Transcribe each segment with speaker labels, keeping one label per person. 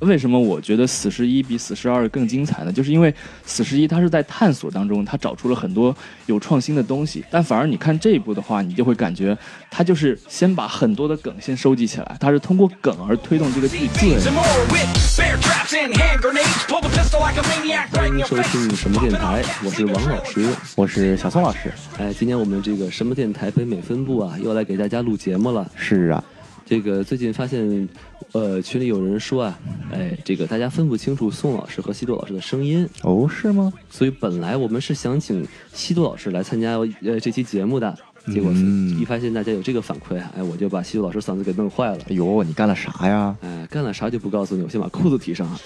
Speaker 1: 为什么我觉得死侍一比死侍二更精彩呢？就是因为死侍一它是在探索当中，它找出了很多有创新的东西，但反而你看这一部的话，你就会感觉它就是先把很多的梗先收集起来，它是通过梗而推动这个剧情。
Speaker 2: Beans and more wit, bear traps and hand grenades. Pull the pistol like a maniac right in
Speaker 3: 欢迎
Speaker 2: your
Speaker 3: 收
Speaker 2: face.
Speaker 3: 听什么电台，我是王老师。
Speaker 4: 我是小宋老师。
Speaker 3: 哎，今天我们这个什么电台北美分部啊，又来给大家录节目了。
Speaker 4: 是啊，
Speaker 3: 这个最近发现，呃，群里有人说啊，哎，这个大家分不清楚宋老师和西多老师的声音，
Speaker 4: 哦，是吗？
Speaker 3: 所以本来我们是想请西多老师来参加呃这期节目的，结果
Speaker 4: 嗯
Speaker 3: 一发现大家有这个反馈啊，哎，我就把西多老师嗓子给弄坏了。
Speaker 4: 哎呦，你干了啥呀？
Speaker 3: 哎，干了啥就不告诉你，我先把裤子提上啊。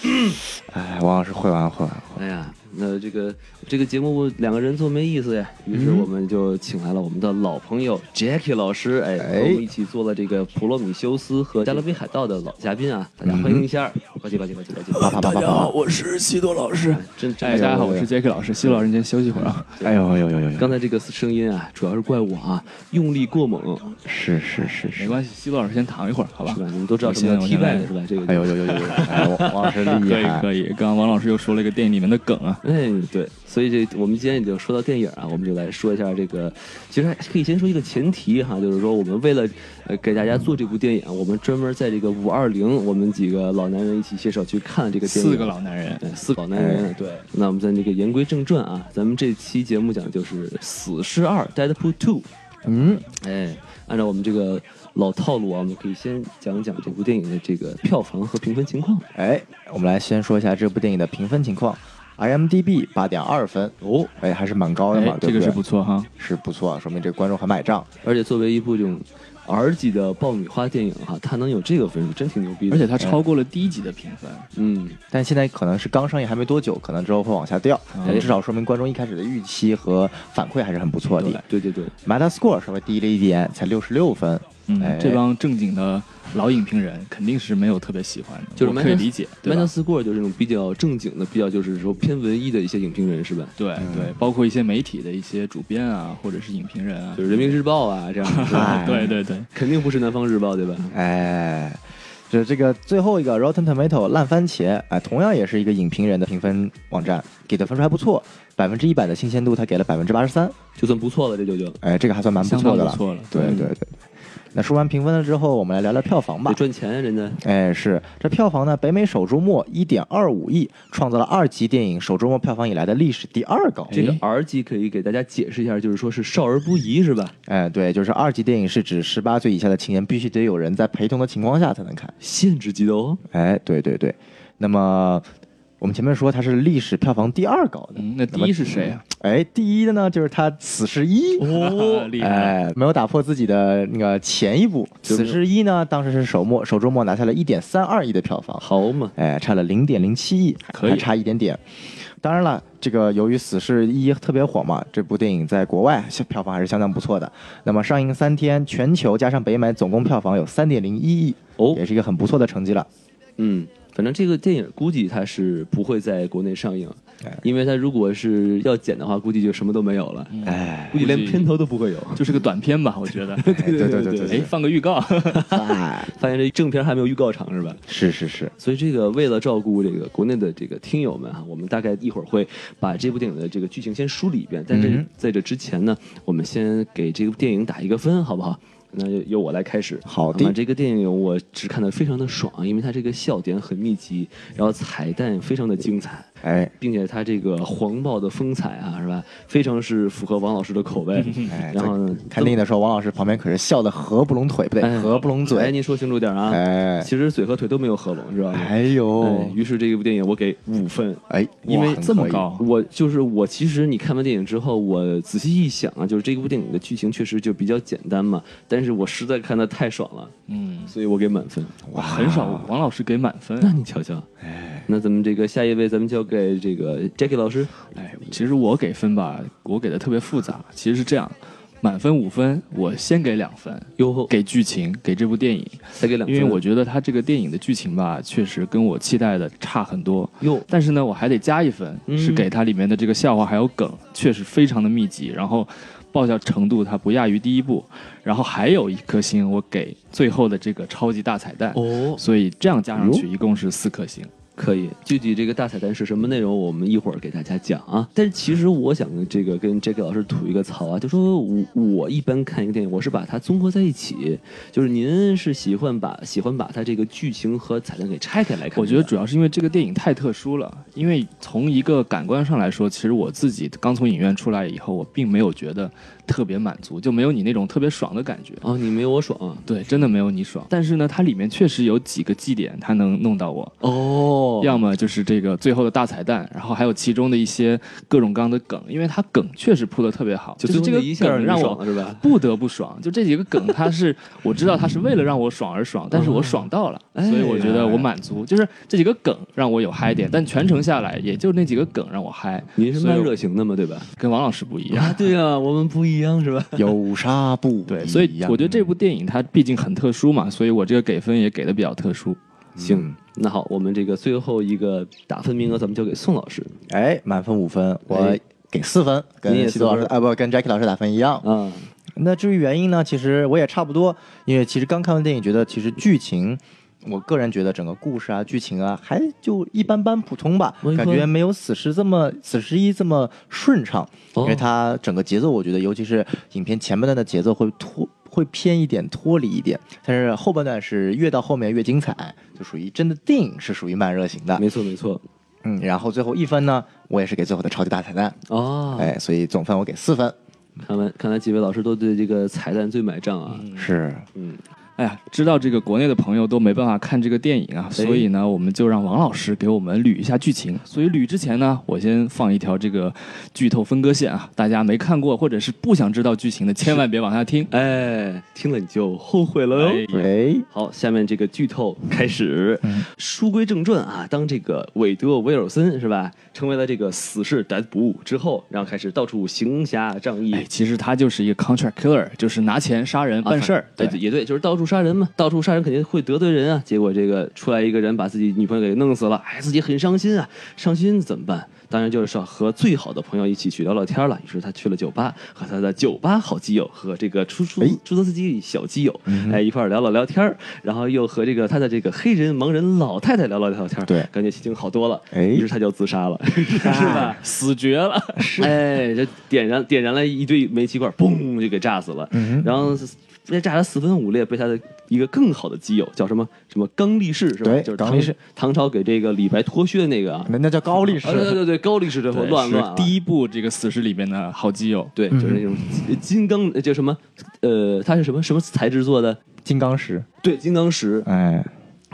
Speaker 4: 哎，王老师会玩会玩。
Speaker 3: 哎呀，那这个这个节目两个人做没意思呀，于是我们就请来了我们的老朋友 Jackie 老师，哎，
Speaker 4: 哎
Speaker 3: 和我们一起做了这个《普罗米修斯》和《加勒比海盗》的老嘉宾啊，大家欢迎一下，呱唧呱唧呱唧呱唧，
Speaker 4: 啪啪啪啪啪！
Speaker 1: 我是西多老师。
Speaker 3: 真真
Speaker 1: 哎，大家好，
Speaker 3: 哎
Speaker 1: 我是
Speaker 3: 呦
Speaker 1: Jacky 老师。西多老师，你先休息会儿啊。
Speaker 4: 哎呦呦呦呦呦！
Speaker 3: 刚才这个声音啊，主要是怪我啊，用力过猛，
Speaker 4: 是是是
Speaker 1: 没
Speaker 4: 是。
Speaker 1: 关系，西多老师先躺一会儿，好吧？
Speaker 3: 是吧？你们都知道什么
Speaker 1: 我
Speaker 3: 叫
Speaker 1: 现
Speaker 3: T
Speaker 1: 在
Speaker 3: back 是吧？这个，
Speaker 4: 哎呦呦呦呦呦！哎，王王老师厉
Speaker 1: 可以
Speaker 4: 害。
Speaker 1: 可以，刚刚王老师又说了一个电影里面的梗啊，
Speaker 3: 哎，对，所以这我们今天已经说到电影啊，我们就来说一下这个，其实还可以先说一个前提哈，就是说我们为了呃给大家做这部电影，我们专门在这个五二零，我们几个老男人一起携手去看了这个电影。
Speaker 1: 四个老男人。
Speaker 3: 对，四个老男人，
Speaker 4: 哎
Speaker 3: 对。那我们在这个言归正传啊，咱们这期节目讲的就是《死侍二》（Deadpool Two）。
Speaker 4: 嗯，
Speaker 3: 哎，按照我们这个老套路啊，我们可以先讲讲这部电影的这个票房和评分情况。
Speaker 4: 哎，我们来先说一下这部电影的评分情况。IMDB 八点二分哦，哎，还是蛮高的
Speaker 1: 哎
Speaker 4: 嘛，，对
Speaker 1: 这个
Speaker 4: 不对？
Speaker 1: 是不错哈。
Speaker 4: 是不错啊，说明这观众还买账。
Speaker 3: 而且作为一部这种 R 级的爆米花电影哈、它能有这个分数，真挺牛逼的。
Speaker 1: 而且它超过了第一集的评分，
Speaker 3: 嗯，
Speaker 4: 但现在可能是刚上映还没多久，可能之后会往下掉，但至少说明观众一开始的预期和反馈还是很不错的。
Speaker 3: 对对对，
Speaker 4: Metascore 稍微低了一点，才六十六分。哎
Speaker 1: 嗯，这帮正经的老影评人肯定是没有特别喜欢的，
Speaker 3: 就是
Speaker 1: 我
Speaker 3: Metas-
Speaker 1: 可以理解，对
Speaker 3: Metal
Speaker 1: 吧？
Speaker 3: Score 就是那种比较正经的，比较就是说偏文艺的一些影评人是吧？
Speaker 1: 对对，包括一些媒体的一些主编啊，或者是影评人啊
Speaker 3: 就，是人民日报啊这样的是吧，
Speaker 4: 哎
Speaker 1: 对对对，
Speaker 3: 肯定不是南方日报对吧？
Speaker 4: 哎，这这个最后一个 Rotten Tomato 烂番茄，哎，同样也是一个影评人的评分网站，给的分数还不错，百分之一百的新鲜度，他给了百分之八十三，
Speaker 3: 就算不错了，这就就
Speaker 4: 哎，这个还算蛮不
Speaker 1: 相当
Speaker 4: 错的
Speaker 1: 不
Speaker 4: 了。
Speaker 1: 错了，
Speaker 4: 对对对。那说完评分了之后，我们来聊聊票房吧
Speaker 3: 得。赚钱啊，人家。
Speaker 4: 哎，是这票房呢，北美首周末一点二五亿，创造了二级电影首周末票房以来的历史第二
Speaker 1: 哎
Speaker 4: 高。
Speaker 3: 这个 R 级可以给大家解释一下，就是说是少儿不宜是吧？
Speaker 4: 哎，对，就是二级电影是指十八岁以下的青年必须得有人在陪同的情况下才能看。
Speaker 3: 限制级的哦。
Speaker 4: 哎，对对对，那么我们前面说它是历史票房第二高的，
Speaker 1: 嗯，那第一是谁啊？
Speaker 4: 哎，第一的呢就是它《死侍一》。
Speaker 1: 哦， 厉害！
Speaker 4: 哎，没有打破自己的那个前一部，《
Speaker 3: 就是
Speaker 4: 死侍一》呢，当时是首末首周末拿下了一点三二亿的票房，
Speaker 3: 好嘛，
Speaker 4: 哎，差了零点零七亿，
Speaker 1: 可以
Speaker 4: 还差一点点。当然了，这个由于《死侍一》特别火嘛，这部电影在国外票房还是相当不错的。那么上映三天，全球加上北美，总共票房有三点零一亿，
Speaker 3: 哦
Speaker 4: 也是一个很不错的成绩了。
Speaker 3: 嗯，反正这个电影估计它是不会在国内上映
Speaker 4: 哎，
Speaker 3: 因为它如果是要剪的话，估计就什么都没有了，
Speaker 4: 哎，
Speaker 3: 估计连
Speaker 1: 估计
Speaker 3: 片头都不会 有。
Speaker 1: 就是个短片吧，我觉得。
Speaker 4: 对对对对
Speaker 1: 哎，
Speaker 4: 对，
Speaker 1: 放个预告，
Speaker 4: 哎，
Speaker 3: 发现这正片还没有预告长是吧？
Speaker 4: 是是是，
Speaker 3: 所以这个为了照顾这个国内的这个听友们哈，啊我们大概一会儿会把这部电影的这个剧情先梳理一遍，但是
Speaker 4: 嗯
Speaker 3: 在这之前呢，我们先给这部电影打一个分，好不好？那就由我来开始。
Speaker 4: 好的
Speaker 3: 啊这个电影我只看得非常的爽，因为它这个笑点很密集，然后彩蛋非常的精彩。
Speaker 4: 哎
Speaker 3: 并且它这个黄暴的风采啊，是吧？非常是符合王老师的口味。
Speaker 4: 哎，
Speaker 3: 然后呢
Speaker 4: 在看电影的时候，王老师旁边可是笑得合不拢腿，不
Speaker 3: 哎
Speaker 4: 对，合不拢
Speaker 3: 哎，
Speaker 4: 嘴。
Speaker 3: 您说清楚点啊！
Speaker 4: 哎
Speaker 3: 其实嘴和腿都没有合拢，知道吗？
Speaker 4: 哎呦
Speaker 3: 哎，于是这部电影我给五分。
Speaker 4: 哎，
Speaker 1: 因为
Speaker 4: 哇
Speaker 1: 这么，
Speaker 4: 很可以
Speaker 1: 高，
Speaker 3: 我就是我，其实你看完电影之后，我仔细一想啊，就是这部电影的剧情确实就比较简单嘛，但是我实在看的太爽了，
Speaker 1: 嗯，
Speaker 3: 所以我给满分。
Speaker 4: 哎
Speaker 1: 哇， 很少王老师给满分。
Speaker 3: 那你瞧瞧，哎，那咱们这个下一位，咱们交给这个 Jackie 老师。
Speaker 1: 哎，其实我给分吧，我给的特别复杂。其实是这样，满分五分，我先给两分，
Speaker 3: 哟，
Speaker 1: 给剧情，给这部电影，
Speaker 3: 再给两分，
Speaker 1: 因为我觉得它这个电影的剧情吧，确实跟我期待的差很多。
Speaker 3: 哟，
Speaker 1: 但是呢，我还得加一分，
Speaker 3: 嗯
Speaker 1: 是给它里面的这个笑话还有梗，确实非常的密集，然后爆笑程度它不亚于第一部。然后还有一颗星，我给最后的这个超级大彩蛋。
Speaker 3: 哦，
Speaker 1: 所以这样加上去一共是四颗星。
Speaker 3: 可以，具体这个大彩蛋是什么内容，我们一会儿给大家讲啊。但是其实我想这个跟 Jack 老师吐一个槽啊，就说我我一般看一个电影，我是把它综合在一起，就是您是喜欢把喜欢把它这个剧情和彩蛋给拆开来看的。
Speaker 1: 我觉得主要是因为这个电影太特殊了，因为从一个感官上来说，其实我自己刚从影院出来以后，我并没有觉得特别满足，就没有你那种特别爽的感觉。
Speaker 3: 哦，你没有我爽啊。
Speaker 1: 对，真的没有你爽。但是呢，它里面确实有几个祭点，它能弄到我。
Speaker 3: 哦
Speaker 1: 要么就是这个最后的大彩蛋，然后还有其中的一些各种各样的梗，因为它梗确实铺的特别好，
Speaker 3: 就是最后
Speaker 1: 这个
Speaker 3: 那一下
Speaker 1: 梗
Speaker 3: 你
Speaker 1: 让
Speaker 3: 爽
Speaker 1: 我
Speaker 3: 了是吧？
Speaker 1: 不得不爽。就这几个梗，它是我知道它是为了让我爽而爽，但是我爽到了，
Speaker 3: 哎呀
Speaker 1: 所以我觉得我满足。就是这几个梗让我有嗨点，但全程下来也就那几个梗让我嗨。
Speaker 3: 您是
Speaker 1: 所以
Speaker 3: 卖
Speaker 1: 我
Speaker 3: 热情的嘛，对吧？
Speaker 1: 跟王老师不一样。
Speaker 3: 啊，对啊，我们不一样是吧？
Speaker 4: 有啥不
Speaker 1: 对，所以我觉得
Speaker 3: 啊
Speaker 1: 这部电影它毕竟很特殊嘛，所以我这个给分也给的比较特殊。
Speaker 3: 行，那好，我们这个最后一个打分名额，咱们交给宋老师
Speaker 4: 哎，满分五分，我
Speaker 3: 哎
Speaker 4: 给四分，
Speaker 3: 你也
Speaker 4: 跟
Speaker 3: 四
Speaker 4: 西多老师
Speaker 3: 分
Speaker 4: 啊不跟 Jackie 老师打分一样。
Speaker 3: 啊。
Speaker 4: 那至于原因呢，其实我也差不多，因为其实刚看完电影，觉得其实剧情。我个人觉得整个故事啊、剧情啊，还就一般般普通吧
Speaker 3: 我跟，你
Speaker 4: 感
Speaker 3: 说
Speaker 4: 觉没有死侍这么死侍一这么顺畅，
Speaker 3: 哦
Speaker 4: 因为它整个节奏，我觉得尤其是影片前半段的节奏会脱会偏一点、脱离一点，但是后半段是越到后面越精彩，就属于真的电影是属于慢热型的。
Speaker 3: 没错没错
Speaker 4: 嗯，然后最后一分呢，我也是给最后的超级大彩蛋，
Speaker 3: 哦，
Speaker 4: 哎，所以总分我给四分，
Speaker 3: 看完看来几位老师都对这个彩蛋最买账啊。
Speaker 4: 是
Speaker 3: 嗯，
Speaker 1: 哎呀，知道这个国内的朋友都没办法看这个电影啊，
Speaker 3: 哎
Speaker 1: 所以呢，我们就让王老师给我们捋一下剧情。所以捋之前呢，我先放一条这个剧透分割线啊，大家没看过或者是不想知道剧情的，千万别往下听。
Speaker 3: 哎，听了你就后悔了哟。
Speaker 1: 哎
Speaker 4: 喂，
Speaker 3: 好，下面这个剧透开始。书归正传啊，当这个韦德·威尔森是吧，成为了这个死士 Deadpool 之后，然后开始到处行侠仗义，
Speaker 1: 哎，其实他就是一个 contract killer，就是拿钱杀人
Speaker 3: 啊
Speaker 1: 办事儿。
Speaker 3: 他
Speaker 1: 对
Speaker 3: 对，也对，就是到处杀人嘛，到处杀人肯定会得罪人啊。结果这个出来一个人把自己女朋友给弄死了，哎，自己很伤心啊，伤心怎么办？当然就是要和最好的朋友一起去聊聊天了。于是他去了酒吧，和他的酒吧好基友和这个出租
Speaker 4: 哎
Speaker 3: 出租司机小基友，哎，一块儿聊了聊天儿然后又和这个他的这个黑人盲人老太太聊了聊天儿
Speaker 4: 对
Speaker 3: 感觉心情好多了。
Speaker 4: 哎
Speaker 3: 于是他就自杀了，是 吧？
Speaker 1: 死绝了，
Speaker 3: 哎，这点燃点燃了一堆煤气罐，嘣就给炸死了。
Speaker 4: 嗯
Speaker 3: 然后被炸得四分五裂，被他的一个更好的基友叫什么什么刚力士是吧？
Speaker 4: 对
Speaker 3: 就是
Speaker 4: 刚力士
Speaker 3: 唐唐朝给这个李白脱靴的那个啊。
Speaker 4: 那那叫高力
Speaker 3: 啊对对
Speaker 4: 士，
Speaker 3: 对对，高力士这会乱乱啊
Speaker 1: 是第一部这个死侍里面的好基友。
Speaker 3: 对，就是
Speaker 4: 嗯
Speaker 3: 那种金刚叫什么呃，它是什么什么材质做的？
Speaker 4: 金刚石，
Speaker 3: 对，金刚石，
Speaker 4: 哎，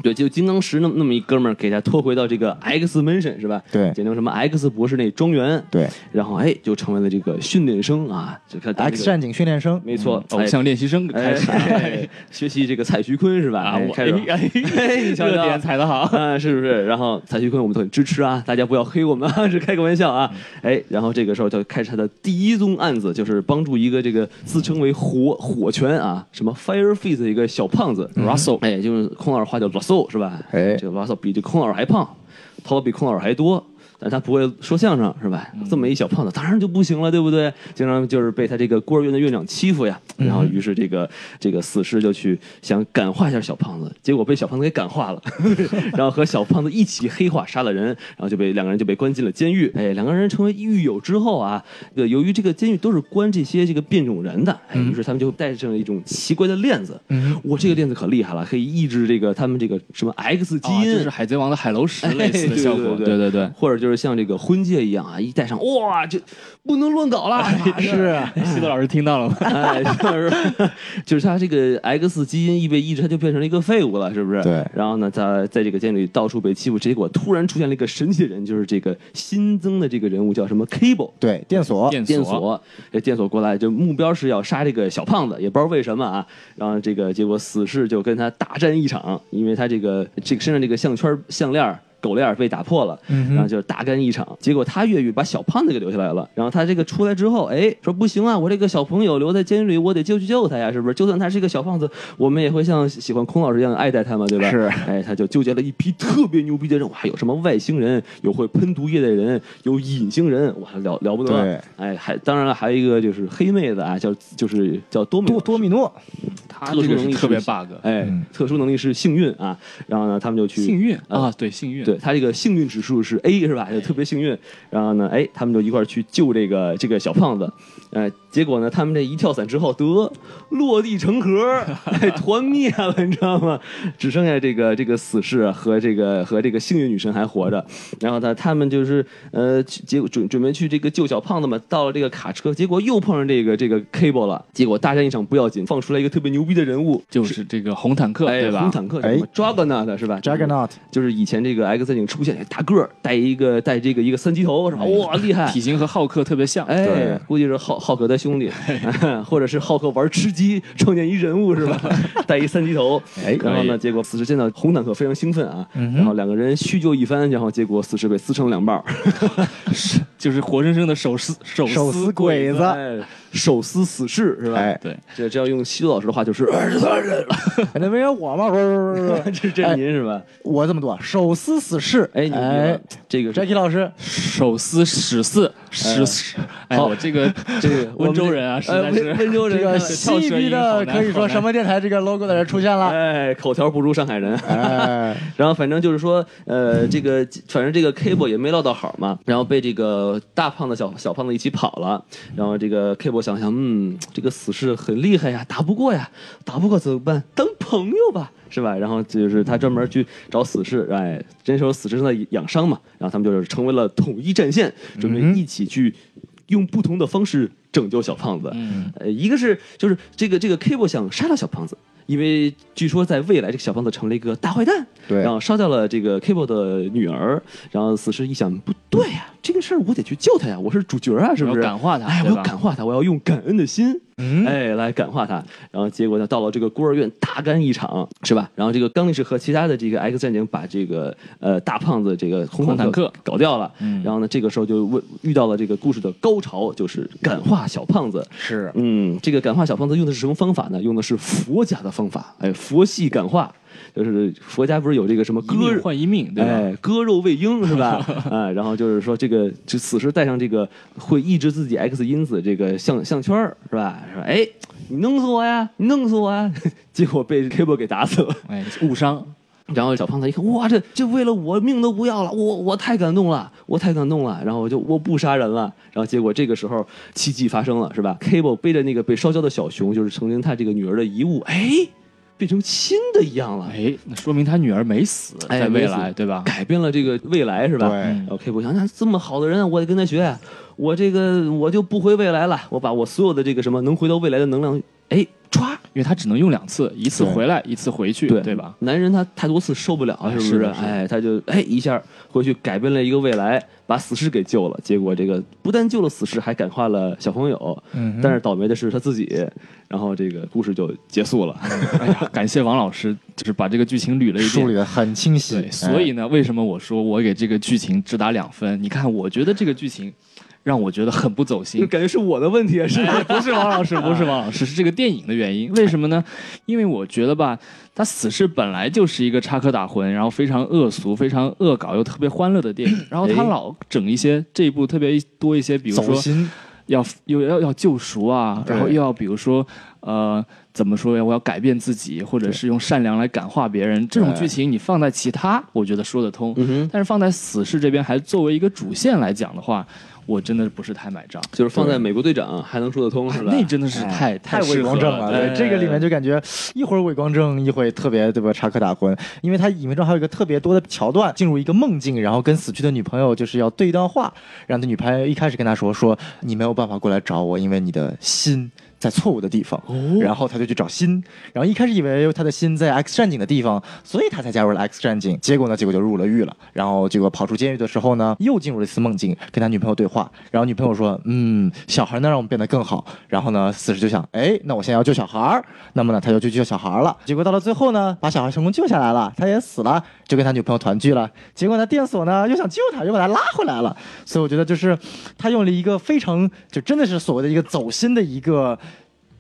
Speaker 3: 对，就金刚石那么那么一哥们儿给他拖回到这个 X Mansion 是吧？
Speaker 4: 对
Speaker 3: 简称什么 X 博士那庄园。
Speaker 4: 对
Speaker 3: 然后哎，就成为了这个训练生啊，就看当这个
Speaker 4: ，X 战警训练生，
Speaker 3: 没错，
Speaker 1: 嗯偶像练习生
Speaker 3: 哎
Speaker 1: 开始、
Speaker 3: 哎学习这个蔡徐坤是吧？
Speaker 1: 啊，
Speaker 3: 哎
Speaker 1: 我
Speaker 3: 开始
Speaker 1: 哎
Speaker 3: 哎你瞧瞧
Speaker 1: 这点 踩得好。
Speaker 3: 啊，是不是？然后蔡徐坤我们都很支持啊，大家不要黑我们啊， 是开个玩笑啊。
Speaker 1: 嗯
Speaker 3: 哎，然后这个时候就开始他的第一宗案子，就是帮助一个这个自称为火火拳啊，什么 Fire Fist 的一个小胖子
Speaker 1: 嗯
Speaker 3: Russell，哎，就是空耳话叫 Russell 是吧？
Speaker 4: 哎
Speaker 3: 这个 Russell 比这空耳还胖，头发比空耳还多。但他不会说相声是吧？这么一小胖子，当然就不行了，对不对？经常就是被他这个孤儿院的院长欺负呀。然后，于是这个这个死尸就去想感化一下小胖子，结果被小胖子给感化了， 然后和小胖子一起黑化杀了人，然后就被两个人就被关进了监狱。哎，两个人成为狱友之后啊，这个由于这个监狱都是关这些这个变种人的，哎，于是他们就带上一种奇怪的链子。我这个链子可厉害了，可以抑制这个他们这个什么 X 基
Speaker 1: 啊，
Speaker 3: 因，
Speaker 1: 就是《海贼王》的海楼石
Speaker 3: 哎
Speaker 1: 类似的效果，
Speaker 3: 对
Speaker 1: 对
Speaker 3: 对
Speaker 1: 对对，
Speaker 3: 或者就是像这个婚戒一样啊，一戴上哇，就不能乱搞了，哇
Speaker 1: 是啊， 西多老师听到了吗？
Speaker 3: 哎，就是 就是他这个 X 基因一被抑制，他就变成了一个废物了，是不是？
Speaker 4: 对
Speaker 3: 然后呢，在在这个监狱里到处被欺负，结果突然出现了一个神奇的人，就是这个新增的这个人物叫什么 Cable。
Speaker 4: 对，电锁，
Speaker 1: 电
Speaker 3: 嗯电
Speaker 1: 锁，
Speaker 3: 锁，啊这电锁过来就目标是要杀这个小胖子，也不知道为什么啊。然后这个结果死侍就跟他大战一场，因为他这个这个身上这个项圈项链儿狗链儿被打破了，
Speaker 4: 嗯哼
Speaker 3: 然后就是大干一场。结果他越狱把小胖子给留下来了，然后他这个出来之后，哎，说不行啊，我这个小朋友留在监狱里，我得救去救他呀，是不是？就算他是一个小胖子，我们也会像喜欢孔老师一样爱戴他嘛，对吧？
Speaker 4: 是
Speaker 3: 哎，他就纠结了一批特别牛逼的人，哇，有什么外星人，有会喷毒液的人，有隐形人，哇，了了不得。
Speaker 4: 对，
Speaker 3: 哎，还当然了，还有一个就是黑妹子啊，叫就是叫多啊米
Speaker 4: 多多米诺，
Speaker 3: 他
Speaker 1: 这个
Speaker 3: 能
Speaker 1: 是
Speaker 3: 力
Speaker 1: 特别 bug。
Speaker 3: 哎，
Speaker 4: 嗯
Speaker 3: 特殊能力是幸运啊。然后呢，他们就去
Speaker 1: 幸运
Speaker 3: 呃
Speaker 1: 啊，对幸运，
Speaker 3: 对他这个幸运指数是 A 是吧？就特别幸运。然后呢，哎，他们就一块儿去救这个这个小胖子。呃，结果呢，他们这一跳伞之后，得落地成盒， 哎团灭了，你知道吗？只剩下这个这个死士和这个和这个幸运女神还活着。然后呢，他们就是呃，去结果准准备去这个救小胖子嘛，到了这个卡车，结果又碰上这个这个 Cable 了。结果大战一场不要紧，放出来一个特别牛逼的人物，
Speaker 1: 就是这个红坦克，
Speaker 3: 哎，
Speaker 1: 对吧？
Speaker 3: 红坦克叫什么 Juggernaut 是吧
Speaker 4: Juggernaut
Speaker 3: 就是以前这个 X 战警出现大个儿，带一个带这个一个三级头是吧？
Speaker 1: 哎
Speaker 3: 哇，厉害
Speaker 1: 体！型和浩克特别像，
Speaker 3: 哎
Speaker 4: 对，
Speaker 3: 估计是浩浩克的 兄弟， 或者是浩克玩吃鸡创建一人 物是吧？带一三级头，
Speaker 4: 哎嗯
Speaker 3: 然后
Speaker 1: 可
Speaker 3: 呢，
Speaker 1: 以
Speaker 3: 结果死士见到红坦克非常兴奋啊，然后两个人叙旧一番，然后结果死士被撕成两半儿，
Speaker 1: 就是活生生的手撕手
Speaker 4: 手撕鬼子，
Speaker 3: 哎手撕死士是吧？
Speaker 4: 哎，
Speaker 1: 对，
Speaker 3: 这这要用西渡老师的话就是二十三人了，
Speaker 4: 那没有我吗？不不不不不，
Speaker 3: 这这是您是吧？
Speaker 4: 我这么多，手撕死士，
Speaker 3: 哎，你你
Speaker 4: 哎
Speaker 3: 这个是
Speaker 4: ，Jackie 老师，
Speaker 1: 手撕史四史四， 哎，
Speaker 3: 好
Speaker 1: 我这个
Speaker 3: 这个我们
Speaker 1: 温州人啊，实
Speaker 3: 呃
Speaker 1: 在是
Speaker 3: 温温州
Speaker 4: 这
Speaker 3: 人
Speaker 4: 个
Speaker 3: 啊
Speaker 4: 新一批的可以说什么电台这个 logo 的人出现了，
Speaker 3: 哎，口条不如上海人。
Speaker 4: 哎，
Speaker 3: 然后反正就是说，呃，这个反正这个 Cable 也没落到好嘛，然后被这个大胖子、小小胖子一起跑了。然后这个 Cable 想想，嗯，这个死士很厉害呀，打不过呀，打不过怎么办？当朋友吧，是吧？然后就是他专门去找死士，哎，这时候死士正在养伤嘛，然后他们就是成为了统一战线，准备一起去用不同的方式拯救小胖子。
Speaker 1: 嗯，
Speaker 3: 呃，一个是就是这个这个 Cable 想杀掉小胖子，因为据说在未来这个小胖子成了一个大坏蛋，
Speaker 4: 对
Speaker 3: 然后烧掉了这个 Cable 的女儿，然后死士一想，不对呀、这个事儿我得去救他呀，我是主角啊，是不
Speaker 1: 我
Speaker 3: 是？
Speaker 1: 要感化他
Speaker 3: 哎，我
Speaker 1: 对吧
Speaker 3: 要感化他，我要用感恩的心，
Speaker 4: 嗯
Speaker 3: 哎，来感化他。然后结果呢，到了这个孤儿院大干一场，是吧？然后这个刚力士和其他的这个 X 战警把这个呃大胖子这个红
Speaker 1: 红坦克
Speaker 3: 搞掉了，
Speaker 1: 嗯
Speaker 3: 然后呢，这个时候就问遇到了这个故事的高潮，就是感化小胖子。
Speaker 4: 是
Speaker 3: 嗯，这个感化小胖子用的是什么方法呢？用的是佛家的方法，哎，佛系感化，就是佛家不是有这个什么
Speaker 1: 一
Speaker 3: 割
Speaker 1: 命
Speaker 3: 肉，
Speaker 1: 换一命，对吧？
Speaker 3: 哎，割肉喂鹰 是吧？啊，然后就是说这个就死时带上这个会抑制自己 X 因子这个项项圈儿是吧？说哎，你弄死我呀，你弄死我呀， 结果被 Cable 给打死了。
Speaker 1: 哎，误伤，
Speaker 3: 然后小胖子一看，哇，这这为了我命都不要了，我我太感动了，我太感动了。然后我就我不杀人了。然后结果这个时候奇迹发生了，是吧？Cable 背着那个被烧焦的小熊，就是曾经他这个女儿的遗物，哎，变成新的一样了。
Speaker 1: 哎，那说明他女儿没死，
Speaker 3: 哎
Speaker 1: 在未
Speaker 3: 没
Speaker 1: 来，
Speaker 3: 死
Speaker 1: 对吧？
Speaker 3: 改变了这个未来是吧？
Speaker 4: 对
Speaker 3: 然后 Cable 想，那这么好的人，我得跟他学。我这个我就不回未来了，我把我所有的这个什么能回到未来的能量，哎，歘，
Speaker 1: 因为他只能用两次，一次回来，一次回去，
Speaker 3: 对
Speaker 1: 对吧？？
Speaker 3: 男人他太多次受不了，是不
Speaker 1: 是的是的
Speaker 3: 哎，他就哎一下回去改变了一个未来，把死士给救了。结果这个不但救了死士，还感化了小朋友。
Speaker 4: 嗯哼
Speaker 3: 但是倒霉的是他自己。然后这个故事就结束了。
Speaker 1: 哎呀，感谢王老师，就是把这个剧情捋了一
Speaker 4: 梳理
Speaker 1: 遍。
Speaker 4: 的很清晰，
Speaker 1: 对，所以
Speaker 4: 哎
Speaker 1: 呢，为什么我说我给这个剧情只打两分？你看，我觉得这个剧情让我觉得很不走心
Speaker 3: 就，感觉是我的问题啊，是吧？
Speaker 1: 嗯哎不是王老师，不是王老师，是这 个电影的原因。为什么呢？因为我觉得吧，他死侍本来就是一个插科打诨，然后非常恶俗、非常恶搞又特别欢乐的电影，然后他
Speaker 3: 哎
Speaker 1: 老整一些这一部特别多一些，比如
Speaker 4: 走
Speaker 1: 说
Speaker 4: 心，
Speaker 1: 要又要要救赎啊，
Speaker 4: 对
Speaker 1: 然后又要比如说呃怎么说呀，我要改变自己，或者是用善良来感化别人，这种
Speaker 4: 对
Speaker 1: 剧情你放在其他，我觉得说得通。
Speaker 3: 嗯哼，
Speaker 1: 但是放在死侍这边还作为一个主线来讲的话，我真的不是太买账。
Speaker 3: 就是放在美国队长还能说得通，是吧？
Speaker 1: 哎那真的是太、
Speaker 4: 太
Speaker 1: 适
Speaker 4: 伪
Speaker 1: 合
Speaker 4: 光正了，对
Speaker 3: 哎
Speaker 4: 这个里面就感觉一会儿伪光正，一会儿特别对吧插科打诨，因为他影片中还有一个特别多的桥段，进入一个梦境，然后跟死去的女朋友就是要对一段话，然后他女朋友一开始跟他说说你没有办法过来找我，因为你的心。在错误的地方，然后他就去找新，然后一开始以为他的心在 X 战警的地方，所以他才加入了 X 战警，结果呢，结果就入了狱了，然后结果跑出监狱的时候呢，又进入了一次梦境，跟他女朋友对话，啊然后女朋友说，嗯，小孩能让我们变得更好，然后呢，死侍就想，哎，那我现在要救小孩儿，那么呢，他就去救小孩儿了，结果到了最后呢，把小孩成功救下来了，他也死了，就跟他女朋友团聚了，结果呢，电锁呢又想救他，又把他拉回来了，所以我觉得就是他用了一个非常就真的是所谓的一个走心的一个。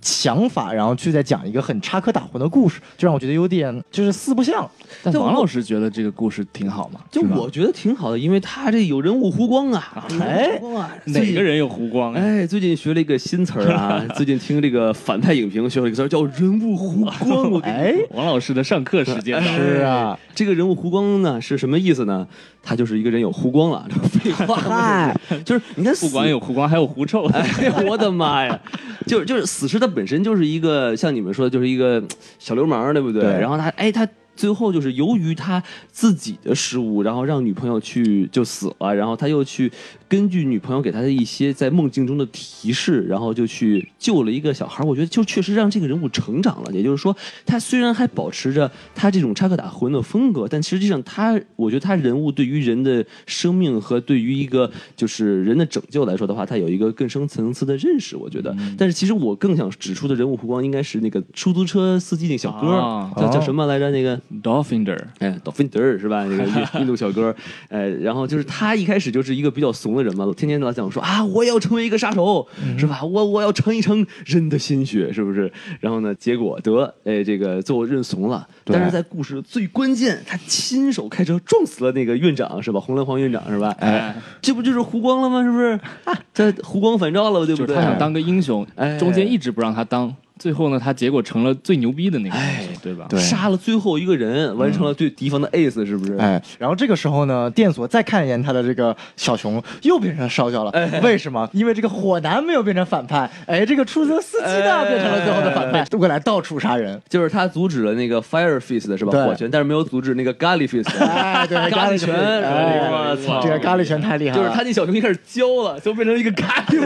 Speaker 4: 想法，然后去再讲一个很插科打诨的故事，就让我觉得有点就是四不像。
Speaker 1: 但
Speaker 3: 对
Speaker 1: 王
Speaker 3: 我
Speaker 1: 老师觉得这个故事挺好嘛？
Speaker 3: 就是
Speaker 1: 吧
Speaker 3: 我觉得挺好的，因为他这有人物弧光啊，有人物弧光啊
Speaker 1: 哪个？人有弧光
Speaker 3: 最近
Speaker 1: 啊？
Speaker 3: 哎，最近学了一个新词儿 啊！最近听这个反派影评学了一个词儿叫“人物弧光”，我跟你
Speaker 4: 哎，
Speaker 1: 王老师的上课时间
Speaker 3: 哎
Speaker 1: 呢？
Speaker 4: 是啊，
Speaker 3: 这个人物弧光呢是什么意思呢？他就是一个人有弧光 了，废话，嗨，就是你看死，
Speaker 1: 不光有弧光，还有狐臭。
Speaker 3: 哎， 我的妈呀！就是就是死侍，他本身就是一个像你们说的，就是一个小流氓，对不对？
Speaker 4: 对
Speaker 3: 然后他，哎，他最后就是由于他自己的失误，然后让女朋友去就死了，然后他又去根据女朋友给他的一些在梦境中的提示，然后就去救了一个小孩。我觉得就确实让这个人物成长了。也就是说，他虽然还保持着他这种插科打诨的风格，但实际上他，我觉得他人物对于人的生命和对于一个就是人的拯救来说的话，他有一个更深层次的认识。我觉得，但是其实我更想指出的人物弧光应该是那个出租车司机那小哥，
Speaker 1: 啊
Speaker 3: 叫叫什么来着？那个
Speaker 1: Dolphinder，
Speaker 3: 哎，d o l p h i n d e r 是吧？那个 印印度小哥，呃，然后就是他一开始就是一个比较怂的人嘛，天天老讲说啊，我也要成为一个杀手，
Speaker 1: 嗯
Speaker 3: 是吧？我我要尝一尝人的鲜血，是不是？然后呢，结果得，哎，这个最后认怂了。
Speaker 4: 对
Speaker 3: 但是在故事最关键，他亲手开车撞死了那个院长，是吧？红蓝黄院长，是吧？
Speaker 1: 哎，
Speaker 3: 这不就是湖光了吗？是不 是？啊，这湖光返照了，
Speaker 1: 就
Speaker 3: 对不
Speaker 1: 是
Speaker 3: 对？
Speaker 1: 他想当个英雄
Speaker 3: 哎，
Speaker 1: 中间一直不让他当，最后呢，他结果成了最牛逼的那个
Speaker 3: 哎
Speaker 1: 英雄，对嗯吧？
Speaker 4: 对
Speaker 3: 杀了最后一个人，完成了对敌方的 ace，是不是？
Speaker 4: 哎，然后这个时候呢，电锁再看一眼他的这个小熊，又变成烧焦了。
Speaker 3: 哎
Speaker 4: 为什么？因为这个火男没有变成反派，哎，这个出租车司机呢、
Speaker 3: 哎
Speaker 4: 变成了最后的反派，未来到处杀人。
Speaker 3: 就是他阻止了那个 Fire Fist 的是吧？
Speaker 4: 对
Speaker 3: 火拳，但是没有阻止那个咖喱 Fist。
Speaker 4: 哎，对，
Speaker 3: 咖喱
Speaker 4: 喱
Speaker 3: 拳，
Speaker 4: 哎
Speaker 3: 我操！
Speaker 4: 这个咖喱拳太厉害
Speaker 3: 就
Speaker 4: 了。
Speaker 3: 是他那小熊一开始焦了，就变成了一个咖喱，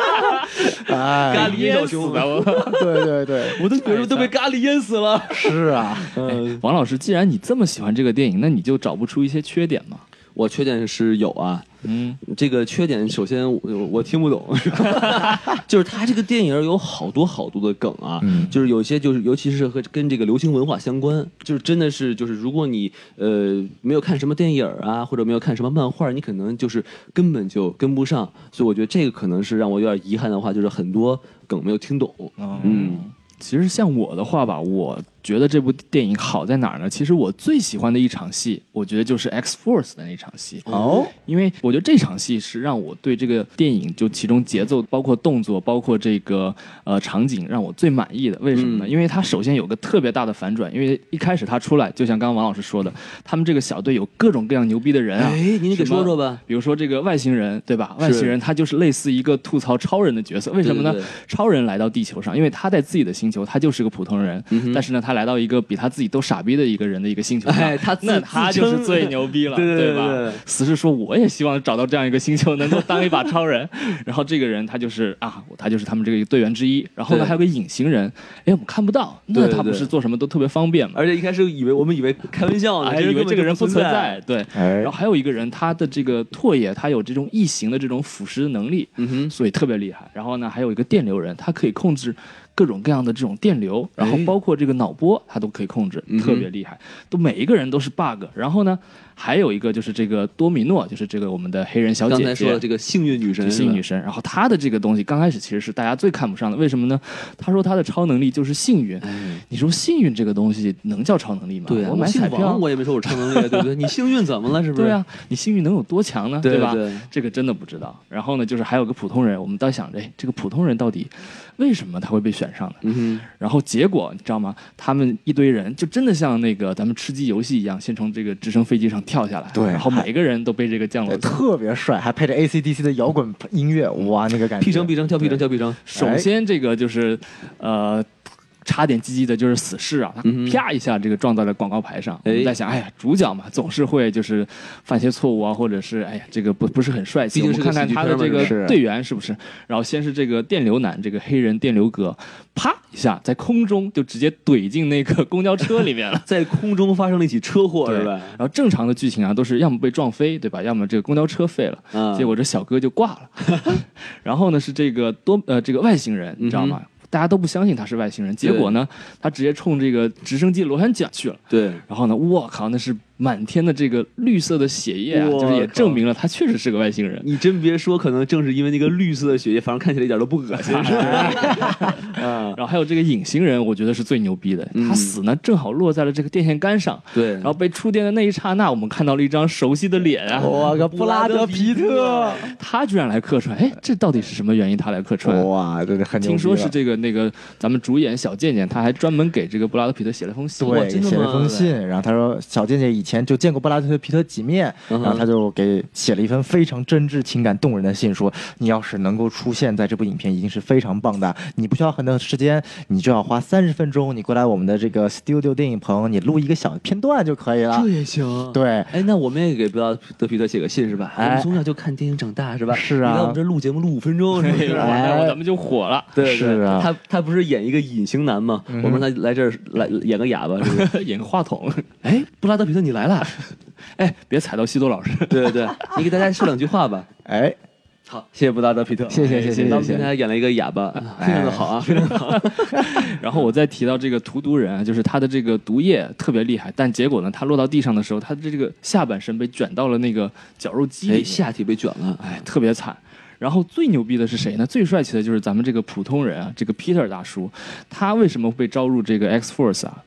Speaker 4: 他，
Speaker 3: 咖
Speaker 4: 哎，
Speaker 3: 喱小熊，我
Speaker 4: 对对对，
Speaker 3: 的女儿都被咖喱淹死了。
Speaker 4: 是啊，
Speaker 3: 嗯，
Speaker 1: 王老师，既然你这么喜欢这个电影，那你就找不出一些缺点嘛？
Speaker 3: 我缺点是有啊，
Speaker 1: 嗯，
Speaker 3: 这个缺点，首先我我听不懂， 就是他这个电影有好多好多的梗啊，就是有些就是尤其是和跟这个流行文化相关，就是真的是就是如果你呃没有看什么电影啊，或者没有看什么漫画，你可能就是根本就跟不上，所以我觉得这个可能是让我有点遗憾的话，就是很多梗没有听懂，
Speaker 1: 哦
Speaker 3: 嗯，
Speaker 1: 其实像我的话吧，我觉得这部电影好在哪儿呢？其实我最喜欢的一场戏，我觉得就是 X Force 的那场戏。
Speaker 4: 哦，
Speaker 1: 因为我觉得这场戏是让我对这个电影就其中节奏、包括动作、包括这个呃场景让我最满意的。为什么呢？
Speaker 3: 嗯
Speaker 1: 因为它首先有个特别大的反转，因为一开始他出来，就像刚刚王老师说的，他们这个小队有各种各样牛逼的人啊。
Speaker 3: 哎，您给说说吧，
Speaker 1: 比如说这个外星人，对吧？外星人他就是类似一个吐槽超人的角色，为什么呢？
Speaker 3: 对对对
Speaker 1: 超人来到地球上，因为他在自己的星球，他就是个普通人，
Speaker 3: 嗯
Speaker 1: 但是呢，他来到一个比他自己都傻逼的一个人的一个星球上，
Speaker 3: 哎 他自
Speaker 1: 那他
Speaker 3: 自
Speaker 1: 就
Speaker 3: 称
Speaker 1: 是最牛逼 了，
Speaker 3: 对对对
Speaker 1: 吧？
Speaker 3: 对对
Speaker 1: 死侍说：“我也希望找到这样一个星球，能够当一把超 人。”然后这个人他就是啊，他就是他们这个队员之一。然后呢，
Speaker 3: 对
Speaker 1: 还有个隐形人，哎，我们看不到，那
Speaker 3: 对对
Speaker 1: 他不
Speaker 3: 对
Speaker 1: 是做什么都特别方便吗？
Speaker 3: 而且一开始以为我们以为开玩笑呢，
Speaker 1: 还啊以为这个人不
Speaker 3: 不
Speaker 1: 存在，，对。
Speaker 4: 哎
Speaker 1: 然后还有一个人，他的这个唾液，他有这种异形的这种腐蚀能力，
Speaker 3: 嗯哼，
Speaker 1: 所以特别厉害。然后呢，还有一个电流人，他可以控制各种各样的这种电流，然后包括这个脑波，他都可以控制，
Speaker 3: 嗯哼
Speaker 1: 特别厉害。都每一个人都是 bug。然后呢，还有一个就是这个多米诺，就是这个我们的黑人小姐
Speaker 3: 刚
Speaker 1: 姐，
Speaker 3: 才说了这个幸运女神，
Speaker 1: 性女神，然后她的这个东西刚开始其实是大家最看不上的，为什么呢？她说她的超能力就是幸运。你说幸运这个东西能叫超能力吗？
Speaker 3: 对啊，
Speaker 1: 我买
Speaker 3: 姓
Speaker 1: 彩票
Speaker 3: 王，我也没说我超能力，对不对？你幸运怎么了？是不是？
Speaker 1: 对啊，你幸运能有多强呢？
Speaker 3: 对
Speaker 1: 吧
Speaker 3: 对？
Speaker 1: 这个真的不知道。然后呢，就是还有个普通人，我们倒想着，哎，这个普通人到底为什么他会被选上呢？
Speaker 3: 嗯
Speaker 1: 然后结果你知道吗？他们一堆人就真的像那个咱们吃鸡游戏一样，先从这个直升飞机上跳下来，
Speaker 4: 对
Speaker 1: 然后每个人都被这个降
Speaker 4: 哎
Speaker 1: 落伞。
Speaker 4: 特别帅，还配着 AC/DC 的摇滚音乐，哇，那个感
Speaker 3: 哼，
Speaker 4: 觉。
Speaker 3: 哎屁声屁声跳屁声跳屁声，
Speaker 1: 首先，这个就是，呃，差点唧唧的就是死侍啊，他
Speaker 3: 嗯哼
Speaker 1: 啪一下这个撞到了广告牌上。
Speaker 3: 哎
Speaker 1: 我们在想，哎呀，主角嘛，总是会就是犯些错误啊，或者是哎呀，这个不不是很帅气。
Speaker 3: 毕竟是
Speaker 1: 我
Speaker 3: 个
Speaker 1: 们看看
Speaker 3: 喜剧
Speaker 1: 他的
Speaker 3: 片嘛啊
Speaker 1: 这个
Speaker 4: 是
Speaker 1: 队员是不是？然后先是这个电流男，这个黑人电流哥，啪一下在空中就直接怼进那个公交车里面 了。
Speaker 3: 在空中发生了一起车祸，
Speaker 1: 对
Speaker 3: 是吧？
Speaker 1: 然后正常的剧情啊，都是要么被撞飞，对吧？要么这个公交车废了，
Speaker 3: 嗯
Speaker 1: 结果这小哥就挂了。 然后呢是这个多呃这个外星人，你知道吗？
Speaker 3: 嗯
Speaker 1: 大家都不相信他是外星人，结果呢，他直接冲这个直升机螺旋桨去了。
Speaker 3: 对，
Speaker 1: 然后呢，我靠，那是满天的这个绿色的血液啊，
Speaker 3: 我
Speaker 1: 就是也
Speaker 3: 靠嗯
Speaker 1: 证明了他确实是个外星人。
Speaker 3: 你真别说，可能正是因为那个绿色的血液，反而看起来一点都不恶 心，是吧？啊，
Speaker 1: 然后还有这个隐形人，我觉得是最牛逼的。
Speaker 3: 嗯
Speaker 1: 他死呢，正好落在了这个电线杆上，
Speaker 3: 对，
Speaker 1: 然后被触电的那一刹那，我们看到了一张熟悉的脸啊！
Speaker 3: 哦
Speaker 4: 我个
Speaker 3: 布拉德皮特，
Speaker 1: 他居然来客串，哎，这到底是什么原因？他来客
Speaker 3: 哦
Speaker 1: 串？
Speaker 4: 哇，这个很牛
Speaker 1: 听
Speaker 4: 逼了。
Speaker 1: 说是这个那个咱们主演小贱贱，他还专门给这个布拉德皮特写了封信。
Speaker 3: 哇
Speaker 4: 对，
Speaker 3: 真的
Speaker 4: 写了
Speaker 3: 吗
Speaker 4: 封信，然后他说小贱贱以前就见过布拉德皮特几面，
Speaker 3: 嗯哼
Speaker 4: 然后他就给写了一封非常真挚、情感动人的信，说你要是能够出现在这部影片，一定是非常棒的。你不需要很多时间，你就要花三十分钟，你过来我们的这个 studio 电影棚，你录一个小片段就可以了
Speaker 3: 这。也行。
Speaker 4: 对
Speaker 3: 哎，那我们也给布拉德皮特写个信是吧？
Speaker 4: 哎
Speaker 3: 我们从小就看电影长大是吧？
Speaker 4: 是啊
Speaker 3: 你来我们这录节目录五分钟是不 是？
Speaker 1: 哎
Speaker 4: 哎
Speaker 1: 然后咱们就火了，
Speaker 3: 对对
Speaker 4: 是啊
Speaker 3: 他他不是演一个隐形男吗？我们让他来这儿来演个哑巴，是不是？
Speaker 1: 演个话筒。
Speaker 3: 哎，布拉德皮特你来了，
Speaker 1: 哎，别踩到西多老师。
Speaker 3: 对对对，你给大家说两句话吧。
Speaker 4: 哎，
Speaker 3: 好，谢谢布拉德皮特，哎
Speaker 4: 谢谢谢谢谢谢
Speaker 3: 当天他演了一个哑巴，非常的好啊，非常的好。
Speaker 1: 然后我再提到这个荼毒人啊，就是他的这个毒液特别厉害，但结果呢，他落到地上的时候，他的这个下半身被卷到了那个绞肉机里
Speaker 3: 哎，
Speaker 1: 面，
Speaker 3: 下体被卷了，
Speaker 1: 哎，特别惨。然后最牛逼的是谁呢？最帅气的就是咱们这个普通人啊，这个 Peter 大叔，他为什么被招入这个 X Force 啊？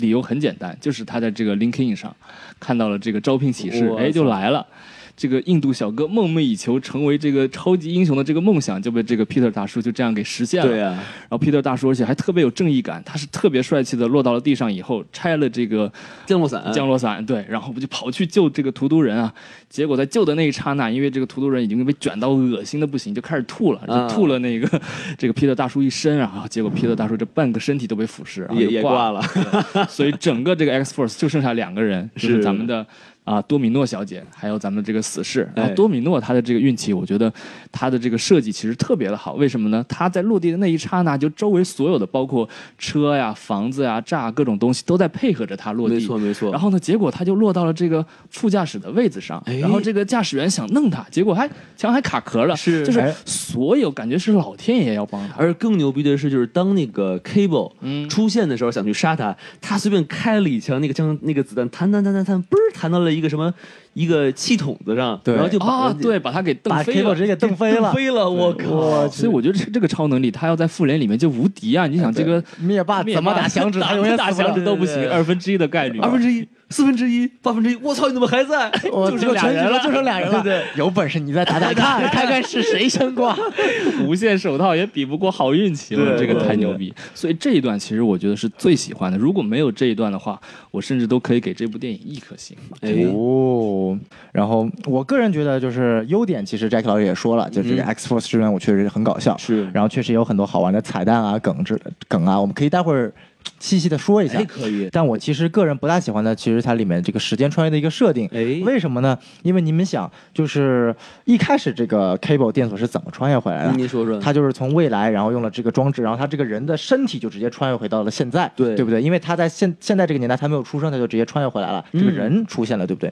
Speaker 1: 理由很简单，就是他在这个 LinkedIn 上看到了这个招聘启事
Speaker 3: 我，
Speaker 1: 哎，就
Speaker 3: 操
Speaker 1: 来了。这个印度小哥梦寐以求成为这个超级英雄的这个梦想，就被这个 Peter 大叔就这样给实现了。
Speaker 3: 对啊呀、
Speaker 1: 然后 Peter 大叔，而且还特别有正义感，他是特别帅气的落到了地上以后，拆了这个
Speaker 3: 降落伞，
Speaker 1: 降落伞，对，然后不就跑去救这个荼毒人啊？结果在救的那一刹那，因为这个荼毒人已经被卷到恶心的不行，就开始吐了，
Speaker 3: 啊
Speaker 1: 就吐了那个、 这个皮特大叔一身啊，然后结果皮特大叔这半个身体都被腐蚀，然后
Speaker 3: 也
Speaker 1: 就
Speaker 3: 也
Speaker 1: 挂
Speaker 3: 挂，了，
Speaker 1: 所以整个这个 X Force 就剩下两个人，就是
Speaker 3: 是
Speaker 1: 咱们的。啊，多米诺小姐，还有咱们这个死侍，然
Speaker 3: 哎
Speaker 1: 后多米诺她的这个运气，我觉得她的这个设计其实特别的好。为什么呢？她在落地的那一刹那，就周围所有的包括车呀、房子呀、炸各种东西都在配合着她落地。
Speaker 3: 没错没错。
Speaker 1: 然后呢，结果他就落到了这个副驾驶的位子上，
Speaker 3: 哎
Speaker 1: 然后这个驾驶员想弄他，结果还墙还卡壳了，
Speaker 3: 是
Speaker 1: 就是
Speaker 4: 哎
Speaker 1: 所有感觉是老天爷要帮他，
Speaker 3: 而更牛逼的是，就是当那个 Cable
Speaker 1: 嗯
Speaker 3: 出现的时候，想去杀他，他随便开了一枪，那个枪那个子弹弹弹弹弹弹，嘣儿弹到了一个什么一个气筒子上，
Speaker 4: 对
Speaker 3: 然后就把
Speaker 1: 啊，
Speaker 3: 人家
Speaker 1: 对，把他给
Speaker 4: 把
Speaker 1: 蹬飞
Speaker 4: Cable
Speaker 1: 了
Speaker 4: 直。接给蹬飞了，
Speaker 3: 飞了，我靠！
Speaker 1: 哦所以我觉得这这个超能力，他要在复联里面就无敌啊！你想这个
Speaker 4: 灭霸
Speaker 1: 灭
Speaker 4: 怎么打响指，他
Speaker 1: 打
Speaker 4: 永远
Speaker 1: 打
Speaker 4: 死不了
Speaker 1: 响指都不
Speaker 3: 对对
Speaker 1: 行，
Speaker 3: 对
Speaker 1: 二分之一的概率，
Speaker 3: 二分之一、四分之一、八分之一，我操，你怎么还 在？
Speaker 4: 我
Speaker 1: 就
Speaker 4: 就
Speaker 1: 剩俩
Speaker 4: 全
Speaker 1: 人
Speaker 4: 局
Speaker 1: 了
Speaker 4: 就剩俩人了。
Speaker 3: 对
Speaker 4: 有本事你再打打看，看看是谁先挂。
Speaker 1: 无限手套也比不过好运气了，这
Speaker 3: 对
Speaker 1: 个太
Speaker 3: 对
Speaker 1: 牛逼。所以这一段其实我觉得是最喜欢的。如果没有这一段的话，我甚至都可以给这部电影一颗星。
Speaker 3: 哎，
Speaker 4: 哦，然后我个人觉得就是优点，其实 Jack 老师也说了，就是这个 X Force 之源，我确实很搞笑，
Speaker 3: 嗯是
Speaker 4: 然后确实有很多好玩的彩蛋啊、梗之梗啊，我们可以待会儿细细的说一下
Speaker 3: 哎，。可以，
Speaker 4: 但我其实个人不大喜欢的，其实它里面这个时间穿越的一个设定。
Speaker 3: 哎
Speaker 4: 为什么呢？因为你们想，就是一开始这个 Cable 电锁是怎么穿越回来的？
Speaker 3: 嗯您说说，
Speaker 4: 他就是从未来，然后用了这个装置，然后他这个人的身体就直接穿越回到了现在，
Speaker 3: 对
Speaker 4: 对不对？因为他在现现在这个年代他没有出生，他就直接穿越回来了，
Speaker 3: 嗯
Speaker 4: 这个人出现了，对不对？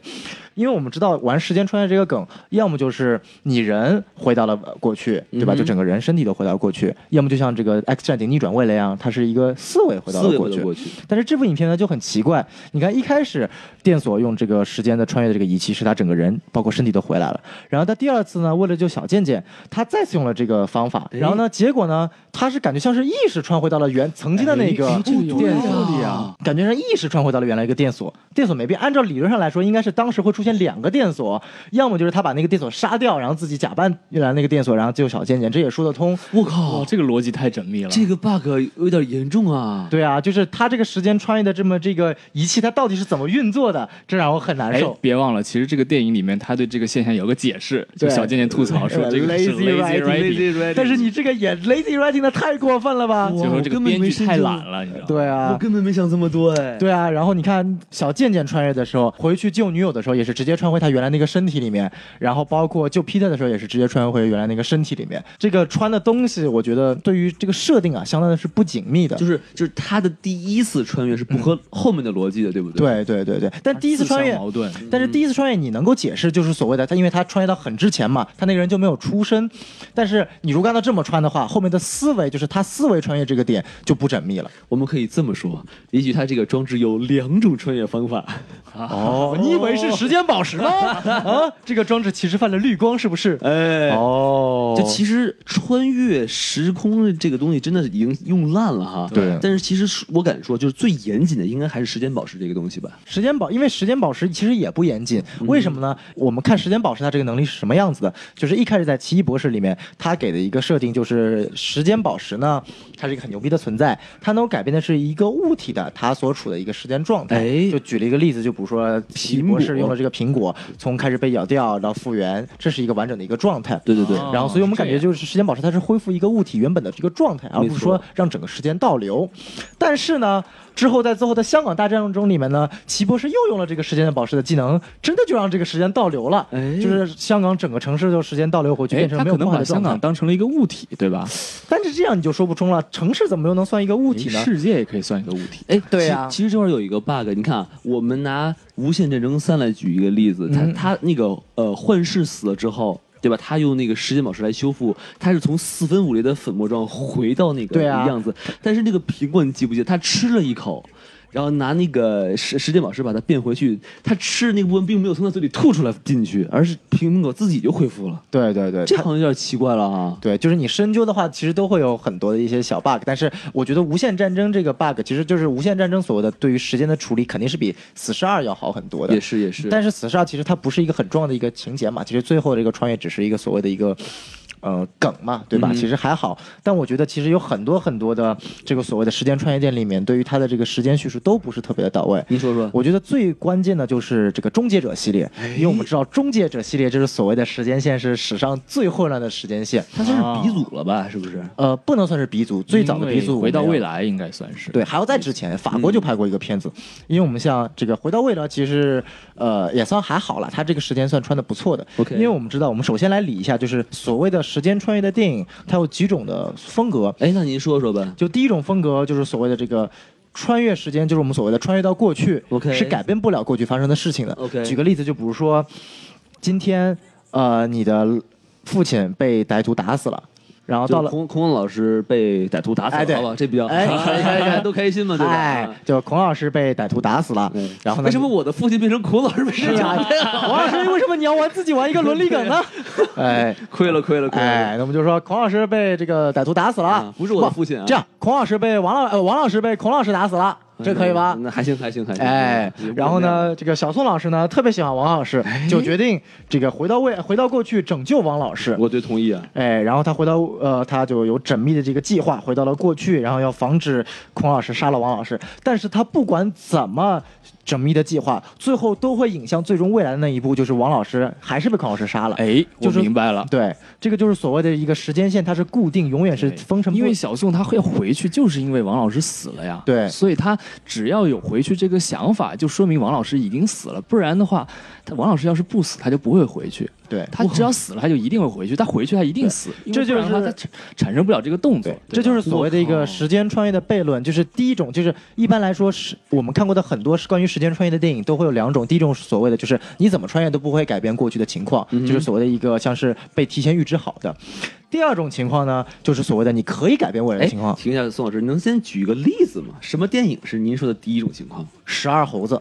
Speaker 4: 因为我们知道玩时间穿越这个梗，要么就是你人回到了呃过去，对
Speaker 3: 嗯
Speaker 4: 吧？
Speaker 3: 哼
Speaker 4: 就整个人身体都回到了过去，要么就像这个《X 战警：逆转未来》一样，它是一个思维回到
Speaker 3: 思
Speaker 4: 了
Speaker 3: 维
Speaker 4: 过
Speaker 3: 回
Speaker 4: 去
Speaker 3: 到。过去，
Speaker 4: 但是这部影片呢就很奇怪，你看一开始电索用这个时间的穿越的这个仪器，使他整个人包括身体都回来了。然后他第二次呢，为了救小贱贱，他再次用了这个方法。
Speaker 3: 哎
Speaker 4: 然后呢，结果呢，他是感觉像是意识穿回到了原曾经的那个
Speaker 1: 哎这个有
Speaker 4: 电
Speaker 1: 道
Speaker 4: 索
Speaker 1: 理啊，
Speaker 4: 感觉上意识穿回到了原来一个电索。电索没变，按照理论上来说，应该是当时会出现两个电索，要么就是他把那个电索杀掉，然后自己假扮原来那个电索，然后救小贱贱，这也说得通。
Speaker 3: 我
Speaker 1: 哇，
Speaker 3: 靠，
Speaker 1: 这个逻辑太缜密了。哎
Speaker 3: 这个 bug 有点严重啊！
Speaker 4: 对啊，就是他这个时间穿越的这么这个仪器，它到底是怎么运作的？这让我很难
Speaker 1: 哎
Speaker 4: 受，。
Speaker 1: 别忘了，其实这个电影里面他对这个现象有个解释，就
Speaker 4: 对呃
Speaker 1: 小贱贱吐槽说这个是
Speaker 4: lazy
Speaker 1: lazy writing，
Speaker 3: writing
Speaker 4: 但是你这个也 lazy writing 的太过分了吧？
Speaker 1: 就说这个编剧太懒
Speaker 3: 了。
Speaker 1: 了，你知道吗？
Speaker 4: 对啊，
Speaker 3: 我根本没想这么多哎，
Speaker 4: 对啊，然后你看小贱贱穿越的时候，回去救女友的时候也是直接穿回她原来那个身体里面，然后包括救 Peter 的时候也是直接穿回原来那个身体里面。这个穿的东西，我觉得对于这个设定啊，相当的是不紧密的。
Speaker 3: 就是就是他的第一次穿越是不合后面的逻辑的，对不嗯对？
Speaker 4: 对对对对，但第一次穿
Speaker 1: 自
Speaker 4: 越
Speaker 1: 相，矛盾，嗯
Speaker 4: 但是第一次穿越你能够解释，就是所谓的他，因为他穿越到很之前嘛，他那个人就没有出生。但是你如果按照这么穿的话，后面的思维就是他思维穿越这个点就不缜密了。
Speaker 3: 我们可以这么说，也许他这个装置有两种穿越方法。
Speaker 4: 哦，你以为是时间宝石 吗？啊，这个装置其实泛着绿光，是不是？
Speaker 3: 哎，
Speaker 4: 哦
Speaker 3: 就其实穿越时空的这个东西真的是已经用烂了哈。
Speaker 4: 对
Speaker 3: 但是其实我敢说，就是最严谨的应该还是时间宝石这个东西吧。
Speaker 4: 时间宝，因为时间宝石其实也不严谨，
Speaker 3: 嗯
Speaker 4: 为什么呢？我们看时间宝石它这个能力是什么样子的，就是一开始在奇异博士里面，他给的一个设定就是时间宝石呢，它是一个很牛逼的存在，它能够改变的是一个物体的它所处的一个时间状态。
Speaker 3: 哎
Speaker 4: 就举了一个例子，就比如说奇异博士用了这个苹果，从开始被咬掉到复原，这是一个完整的一个状态。
Speaker 3: 对对对，
Speaker 1: 哦
Speaker 4: 然后，所以我们感觉就是时间宝石，它是恢复一个物体原本的这个状态，而不是说让整个时间倒流。但是呢，之后在最后的香港大战中里面呢，齐博士又用了这个时间的宝石的技能，真的就让这个时间倒流了，
Speaker 3: 哎
Speaker 4: 就是香港整个城市就时间倒流回去，
Speaker 1: 哎，
Speaker 4: 变成
Speaker 1: 他
Speaker 4: 没
Speaker 1: 可
Speaker 4: 有
Speaker 1: 能
Speaker 4: 破坏
Speaker 1: 把
Speaker 4: 的
Speaker 1: 香
Speaker 4: 状
Speaker 1: 港
Speaker 4: 态。
Speaker 1: 当成了一个物体，对吧？
Speaker 4: 但是这样你就说不通了，城市怎么又能算一个物体
Speaker 1: 嗯
Speaker 4: 呢？
Speaker 1: 世界也可以算一个物体。
Speaker 3: 哎，
Speaker 4: 对
Speaker 3: 其
Speaker 4: 啊
Speaker 3: 其实这块儿有一个 bug，你看啊，我们拿《无限战争三》来举一个例子，
Speaker 4: 嗯
Speaker 3: 他他那个呃幻视死了之后。对吧？他用那个时间宝石来修复，他是从四分五裂的粉末状回到那个
Speaker 4: 对啊
Speaker 3: 样子。但是那个苹果你记不记得？他吃了一口，然后拿那个时时间宝石把它变回去。他吃的那个部分并没有从他嘴里吐出来进去，而是苹果自己就恢复了。
Speaker 4: 对对对，
Speaker 3: 这
Speaker 4: 它
Speaker 3: 好像有点奇怪了啊。
Speaker 4: 对，就是你深究的话，其实都会有很多的一些小 bug，但是我觉得《无限战争》这个 bug，其实就是《无限战争》所谓的对于时间的处理，肯定是比《死侍二》要好很多的。
Speaker 3: 也是也是，
Speaker 4: 但是死侍二其实它不是一个很重要的一个情节嘛，其实最后的一个穿越只是一个所谓的一个。呃，梗嘛，对吧？
Speaker 3: 嗯
Speaker 4: 其实还好，但我觉得其实有很多很多的这个所谓的时间穿越店里面，对于它的这个时间叙述都不是特别的到位。
Speaker 3: 您说说哎
Speaker 4: 我觉得最关键的就是这个《终结者》系列，因为我们知道《终结者》系列就是所谓的时间线是史上最混乱的时 间线，
Speaker 3: 他算是鼻祖了吧？是不是？
Speaker 4: 呃，不能算是鼻祖，最早的鼻
Speaker 1: 因
Speaker 4: 祖
Speaker 1: 为回到未
Speaker 4: 来。
Speaker 1: 来应嗯该算是。
Speaker 4: 对，还要在之前，法国就拍过一个片子，因为我们像这个《回到未来》，其实呃也算还好了，它这个时间算穿的不错的。
Speaker 3: OK
Speaker 4: 因为我们知道，我们首先来理一下，就是所谓的时间穿越的电影，它有几种的风格。
Speaker 3: 哎，那您说说吧。
Speaker 4: 就第一种风格就是所谓的这个。穿越时间就是我们所谓的穿越到过去
Speaker 3: OK
Speaker 4: 是改变不了过去发生的事情的。
Speaker 3: OK
Speaker 4: 举个例子，就比如说，今天呃你的父亲被歹徒打死了，然后
Speaker 3: 就
Speaker 4: 到了
Speaker 3: 孔孔老师被歹徒打死
Speaker 4: 哎对
Speaker 3: 了，好吧，这比较
Speaker 4: 哎
Speaker 3: 好
Speaker 4: 哎
Speaker 3: 大家 都开心嘛，对吧？
Speaker 4: 哎
Speaker 3: 啊，
Speaker 4: 就孔老师被歹徒打死了
Speaker 3: 嗯，
Speaker 4: 然后呢？
Speaker 3: 为什 么我的父亲变成孔老师被
Speaker 4: 是啊
Speaker 3: 人
Speaker 4: 呀
Speaker 3: 打？
Speaker 4: 孔老师为什么你要玩自己玩一个伦理梗呢？ 哎
Speaker 3: 亏了，亏了，亏了！
Speaker 4: 哎，那我们就说孔老师被这个歹徒打死了
Speaker 3: 啊，不是我的父亲啊
Speaker 4: 这样，孔老师被王老呃王老师被孔老师打死了，这可以吧？
Speaker 3: 嗯那还行，还行，还嗯行。
Speaker 4: 哎，然后？呢，这个小宋老师呢特别喜欢王老师，
Speaker 3: 哎
Speaker 4: 就决定这个回到未回到过去拯救王老师。
Speaker 3: 我对同意啊。
Speaker 4: 哎，然后他回到呃，他就有缜密的这个计划，回到了过去，然后要防止孔老师杀了王老师。但是他不管怎么缜密的计划，最后都会引向最终未来的那一步，就是王老师还是被孔老师杀了。
Speaker 1: 哎，我
Speaker 4: 就是
Speaker 1: 明白了。
Speaker 4: 对，这个就是所谓的一个时间线，它是固定，永远是
Speaker 1: 对
Speaker 4: 封尘不
Speaker 1: 哎因为小宋他会回去，就是因为王老师死了呀。
Speaker 4: 对
Speaker 1: 所以他只要有回去这个想法，就说明王老师已经死了。不然的话，他王老师要是不死，他就不会回去。
Speaker 4: 对
Speaker 1: 他只要死了，他就一定会回去。他回去，他一定死。因为
Speaker 4: 这就
Speaker 1: 不然的话
Speaker 4: 是
Speaker 1: 他产产生不了这个动作哦
Speaker 4: 对。，这就是所谓的一个时间穿越的悖论。就是第一种，就是一般来说是我们看过的很多是关于时间穿越的电影都会有两种。第一种是所谓的就是你怎么穿越都不会改变过去的情况，
Speaker 3: 嗯
Speaker 4: 就是所谓的一个像是被提前预知好的。第二种情况呢，就是所谓的你可以改变未来
Speaker 3: 哎，
Speaker 4: 的情况。
Speaker 3: 停一下，宋老师，能先举个例子吗？什么电影是您说的第一种情况？
Speaker 4: 十二猴子，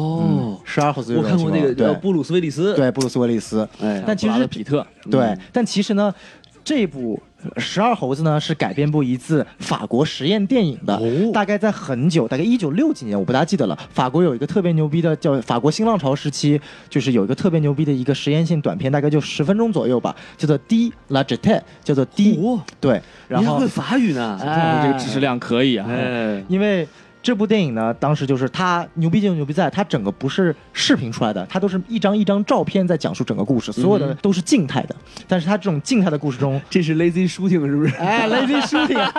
Speaker 3: 哦，
Speaker 4: 十二猴嗯子这
Speaker 3: 我
Speaker 4: 种
Speaker 3: 看
Speaker 4: 情
Speaker 3: 过
Speaker 4: 况，
Speaker 3: 那个叫
Speaker 4: 对
Speaker 3: 布鲁斯威利斯。
Speaker 4: 对，布鲁斯威利斯。
Speaker 3: 哎
Speaker 4: 但其实
Speaker 1: 比特
Speaker 4: 对，但其实呢，这部十二猴子呢是改编部一自法国实验电影的，
Speaker 3: 哦
Speaker 4: 大概在很久，大概一九六几年，我不大记得了。法国有一个特别牛逼的叫法国新浪潮时期，就是有一个特别牛逼的一个实验性短片，大概就十分钟左右吧，叫做《D La Jete》，叫做《D》
Speaker 3: 哦
Speaker 4: 对，然
Speaker 3: 你还
Speaker 4: 后
Speaker 3: 会法语呢？
Speaker 1: 哎，这个知识量可以啊。
Speaker 3: 哎，
Speaker 4: 因为这部电影呢，当时就是它牛逼就牛逼在，它整个不是视频出来的，它都是一张一张照片在讲述整个故事，所有的都是静态的。但是它这种静态的故事中，
Speaker 3: 这是 lazy shooting 是不是？
Speaker 4: 哎，lazy shooting，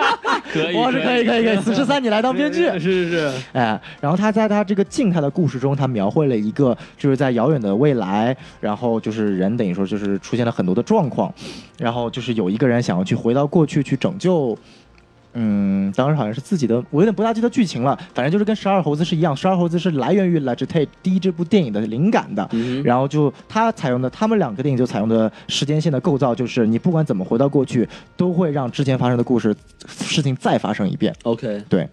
Speaker 1: 可以
Speaker 4: 我是可以可以可以，四十三你来当编剧，
Speaker 3: 是是是，
Speaker 4: 哎，然后他在他这个静态的故事中，他描绘了一个就是在遥远的未来，然后就是人等于说就是出现了很多的状况，然后就是有一个人想要去回到过去去拯救。嗯，当时好像是自己的，我有点不大记得剧情了。反正就是跟《十二猴子》是一样，《十二猴子》是来源于《La j e t 第一这部电影的灵感的。
Speaker 3: 嗯
Speaker 4: 然后就他采用的，他们两个电影就采用的时间线的构造，就是你不管怎么回到过去，都会让之前发生的故事事情再发生一遍。
Speaker 3: OK，
Speaker 4: 对。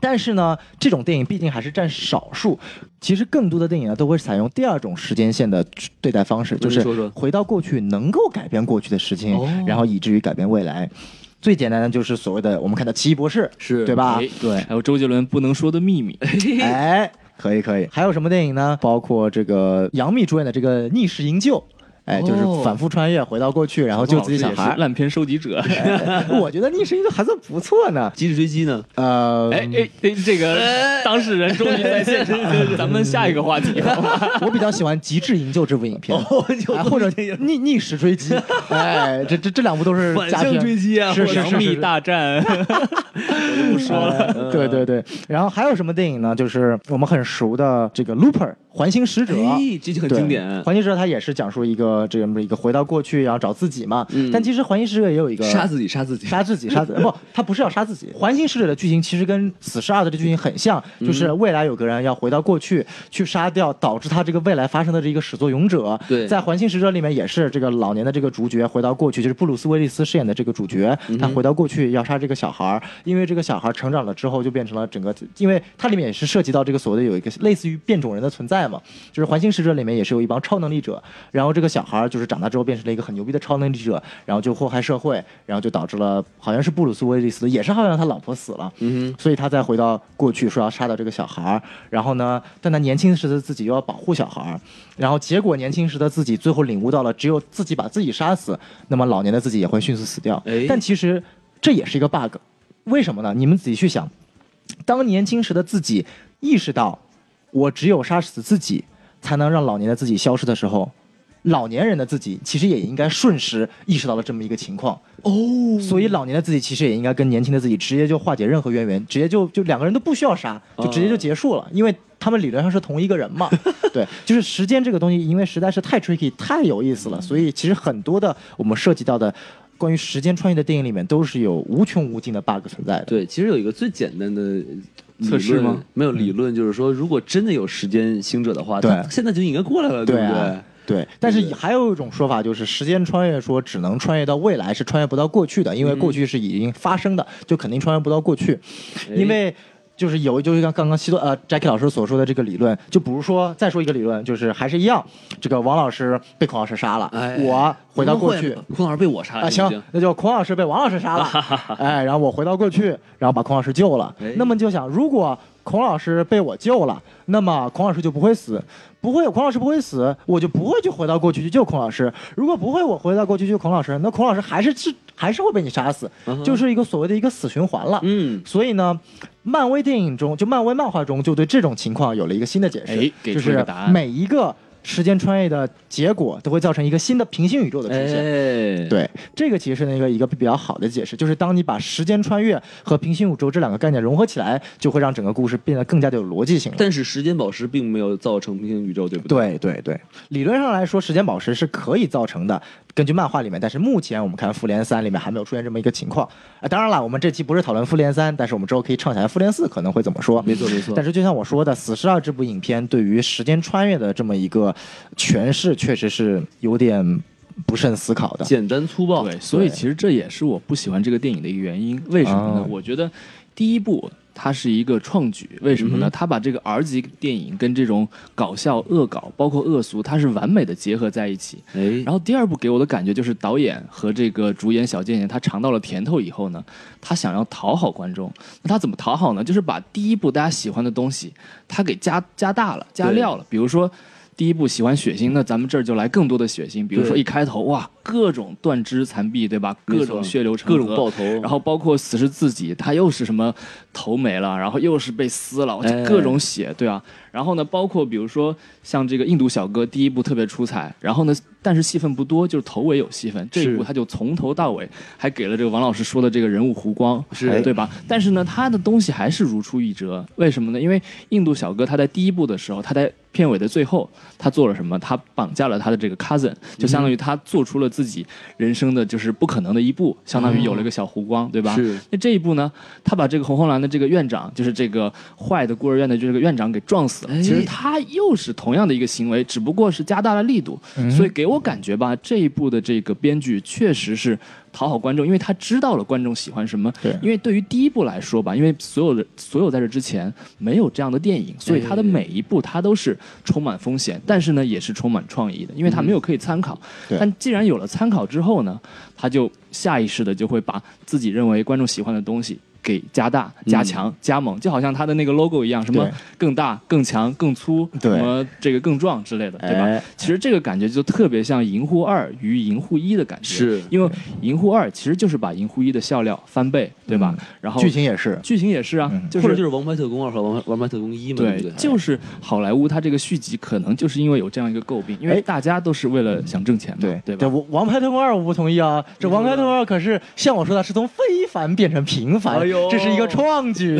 Speaker 4: 但是呢，这种电影毕竟还是占少数。其实更多的电影呢，都会采用第二种时间线的对待方式，
Speaker 3: 那
Speaker 4: 就
Speaker 3: 你
Speaker 4: 是
Speaker 3: 说说
Speaker 4: 回到过去，能够改变过去的事情，
Speaker 3: 哦
Speaker 4: 然后以至于改变未来。最简单的就是所谓的我们看到《奇异博士》，
Speaker 3: 是
Speaker 4: 对吧？
Speaker 1: 哎对，还有周杰伦不能说的秘 密，
Speaker 4: 哎，可以可以。还有什么电影呢？包括这个杨幂主演的这个《逆世营救》。哎，就是
Speaker 3: 哦
Speaker 4: 反复穿越，回到过去，然后救自己小
Speaker 1: 老师也是
Speaker 4: 孩儿。
Speaker 1: 烂片收集者。
Speaker 4: 哎我觉得《逆世营救》还算不错呢。
Speaker 3: 极致追击呢？
Speaker 4: 呃，
Speaker 1: 哎哎哎，这个当事人终于在现 场，咱们下一个 话题好吗？
Speaker 4: 我比较喜欢《极致营救》这部影 片，哎或者逆逆时追 击，哎，这这这两部都是
Speaker 3: 反
Speaker 4: 佳
Speaker 3: 向
Speaker 4: 片
Speaker 3: 追击啊！
Speaker 4: 是是
Speaker 1: 杨幂大战，
Speaker 3: 不说了，
Speaker 4: 呃 对对对。然后还有什么电影呢？就是我们很熟的这个《Looper》环形使者。
Speaker 3: 哎，这就很
Speaker 4: 对
Speaker 3: 经典。
Speaker 4: 环形使者》它也是讲述一个这么一个回到过去，然后找自己嘛。但其实环形使者也有一个
Speaker 3: 嗯杀自己，杀自己，
Speaker 4: 杀自己，杀自己不，他不是要杀自己。环形使者的剧情其实跟死侍二的这剧情很像，就是
Speaker 3: 嗯
Speaker 4: 未来有个人要回到过去去杀掉导致他这个未来发生的这一个始作俑者。
Speaker 3: 对
Speaker 4: 在环形使者里面也是这个老年的这个主角回到过去，就是布鲁斯威利斯饰演的这个主角，
Speaker 3: 嗯
Speaker 4: 他回到过去要杀这个小孩儿，因为这个小孩儿成长了之后就变成了整个，因为它里面也是涉及到这个所谓的有一个类似于变种人的存在嘛，就是环形使者里面也是有一帮超能力者，然后这个小孩儿就是长大之后变成了一个很牛逼的超能力者，然后就祸害社会，然后就导致了好像是布鲁斯威利斯也是好像他老婆死了，嗯，所以他再回到过去说要杀掉这个小孩儿，然后呢，但他年轻时的自己又要保护小孩儿，然后结果年轻时的自己最后领悟到了，只有自己把自己杀死，那么老年的自己也会迅速死掉。
Speaker 3: 哎
Speaker 4: 但其实这也是一个 bug，为什么呢？你们仔细去想，当年轻时的自己意识到我只有杀死自己，才能让老年的自己消失的时候，老年人的自己其实也应该瞬时意识到了这么一个情况。
Speaker 3: 哦，
Speaker 4: 所以老年的自己其实也应该跟年轻的自己直接就化解任何渊源，直接就就两个人都不需要杀，就直接就结束了，因为他们理论上是同一个人嘛。对，就是时间这个东西，因为实在是太 tricky 太有意思了，所以其实很多的我们涉及到的关于时间穿越的电影里面都是有无穷无尽的 bug 存在的。
Speaker 3: 对，其实有一个最简单的理论
Speaker 1: 测试吗？
Speaker 3: 没有理论，就是说，如果真的有时间行者的话，
Speaker 4: 对
Speaker 3: 他现在就应该过来了，
Speaker 4: 对
Speaker 3: 不
Speaker 4: 啊
Speaker 3: 对？
Speaker 4: 对，但是
Speaker 3: 对
Speaker 4: 还有一种说法就是，时间穿越说只能穿越到未来，是穿越不到过去的，
Speaker 3: 嗯
Speaker 4: 因为过去是已经发生的，就肯定穿越不到过去，
Speaker 3: 哎
Speaker 4: 因为。就是有，就是像刚刚西多呃 j a c k i e 老师所说的这个理论，就比如说再说一个理论，就是还是一样，这个王老师被孔老师杀了，
Speaker 3: 哎，
Speaker 4: 我回到过去，
Speaker 3: 会，孔老师被我杀了，
Speaker 4: 啊，
Speaker 3: 已经
Speaker 4: 行，那就孔老师被王老 师杀了，哎，然后我回到过去，然后把孔老师救了。
Speaker 3: 哎
Speaker 4: 那么就想，如果孔老师被我救了，那么孔老师就不会死，不会，孔老师不会死，我就不会去回到过去去救孔老师。如果不会，我回到过去救孔老师，那孔老师还是是还是会被你杀死，
Speaker 1: 嗯
Speaker 4: 就是一个所谓的一个死循环了。
Speaker 3: 嗯
Speaker 4: 所以呢，漫威电影中，就漫威漫画中，就对这种情况有了一个新的解释，
Speaker 1: 哎给
Speaker 4: 就
Speaker 1: 出一个
Speaker 4: 是
Speaker 1: 答案
Speaker 4: 每一个时间穿越的结果都会造成一个新的平行宇宙的出现。
Speaker 3: 哎，
Speaker 4: 对，这个其实是那个一个比较好的解释，就是当你把时间穿越和平行宇宙这两个概念融合起来，就会让整个故事变得更加的有逻辑性了。
Speaker 3: 但是时间宝石并没有造成平行宇宙，对不？
Speaker 4: 对对对，理论上来说，时间宝石是可以造成的，根据漫画里面。但是目前我们看《复联三》里面还没有出现这么一个情况。啊，当然了，我们这期不是讨论《复联三》，但是我们之后可以畅想一下《复联四》可能会怎么说。
Speaker 3: 没错没错
Speaker 4: 但是就像我说的，《死侍二》这部影片对于时间穿越的这么一个诠释，确实是有点不慎思考的。
Speaker 3: 简单 粗暴，
Speaker 1: 对，所以其实这也是我不喜欢这个电影的一个原因。为什么呢？
Speaker 4: 哦
Speaker 1: 我觉得第一部它是一个创举，为什么呢？
Speaker 3: 嗯哼
Speaker 1: 它把这个 R 级电影跟这种搞笑、恶搞，包括恶俗，它是完美的结合在一起。
Speaker 3: 哎，
Speaker 1: 然后第二部给我的感觉就是，导演和这个主演小贱贱他尝到了甜头以后呢，他想要讨好观众。那他怎么讨好呢？就是把第一部大家喜欢的东西，他给加加大了、加料了。比如说，第一部喜欢血腥，那咱们这儿就来更多的血腥。比如说
Speaker 3: 对
Speaker 1: 一开头哇，各种断肢残臂，对吧？
Speaker 3: 没
Speaker 1: 各
Speaker 3: 错
Speaker 1: 种血流成
Speaker 3: 各种
Speaker 1: 河
Speaker 3: 爆头
Speaker 1: 然后包括死是自己，他又是什么头没了，然后又是被撕了，
Speaker 3: 哎
Speaker 1: 就各
Speaker 3: 嗯
Speaker 1: 种血，对啊。然后呢，包括比如说像这个印度小哥，第一部特别出彩，然后呢，但是戏份不多，就是头尾有戏份。这一
Speaker 3: 是
Speaker 1: 部他就从头到尾还给了这个王老师说的这个人物弧光，哎
Speaker 3: 是
Speaker 1: 对吧？但是呢，他的东西还是如出一辙，为什么呢？因为印度小哥他在第一部的时候，他在片尾的最后，他做了什么？他绑架了他的这个 cousin，就相当
Speaker 3: 嗯
Speaker 1: 于他做出了自己人生的就是不可能的一步，相当于有了一个小弧光，对吧？
Speaker 3: 哦是
Speaker 1: 那这一步呢，他把这个红红蓝的这个院长，就是这个坏的孤儿院的这个院长给撞死了。
Speaker 3: 哎
Speaker 1: 其实他又是同样的一个行为，只不过是加大了力度。所以给我感觉吧，这一部的这个编剧确实是讨好观众，因为他知道了观众喜欢什么。
Speaker 4: 对
Speaker 1: 因为对于第一部来说吧，因为所有的所有在这之前没有这样的电
Speaker 4: 哎
Speaker 1: 影，所以他的每一步它都是充满风险，但是呢也是充满创意的，因为它没有可以参考。
Speaker 4: 嗯对
Speaker 1: 但既然有了参考之后呢，他就下意识的就会把自己认为观众喜欢的东西给加大、
Speaker 4: 嗯
Speaker 1: 加强、加猛，就好像他的那个 logo 一样，什么
Speaker 4: 对
Speaker 1: 更大、更强、更粗，
Speaker 4: 对
Speaker 1: 什么这个更壮之类的，对吧？
Speaker 3: 哎
Speaker 1: 其实这个感觉就特别像《银护二》与《银护一》的感觉，
Speaker 3: 是
Speaker 1: 因为《银护二》其实就是把《银护一》的笑料翻倍，对吧？
Speaker 4: 嗯
Speaker 1: 然后
Speaker 4: 剧情也是，
Speaker 1: 哦
Speaker 4: 嗯
Speaker 1: 剧情也是啊，就。
Speaker 3: 或者就是是《王牌特工二》和《王牌王牌特工一》嘛，
Speaker 1: 对
Speaker 3: 不对，？
Speaker 1: 就是好莱坞它这个续集可能就是因为有这样一个诟病，因为
Speaker 4: 哎
Speaker 1: 大家都是为了想挣钱嘛，
Speaker 4: 对
Speaker 1: 啊对吧？
Speaker 4: 这王王牌特工二我不同意啊，这王牌特工二可是像我说的，是从非凡变成平凡，
Speaker 3: 哎呦
Speaker 4: 这是一个创举。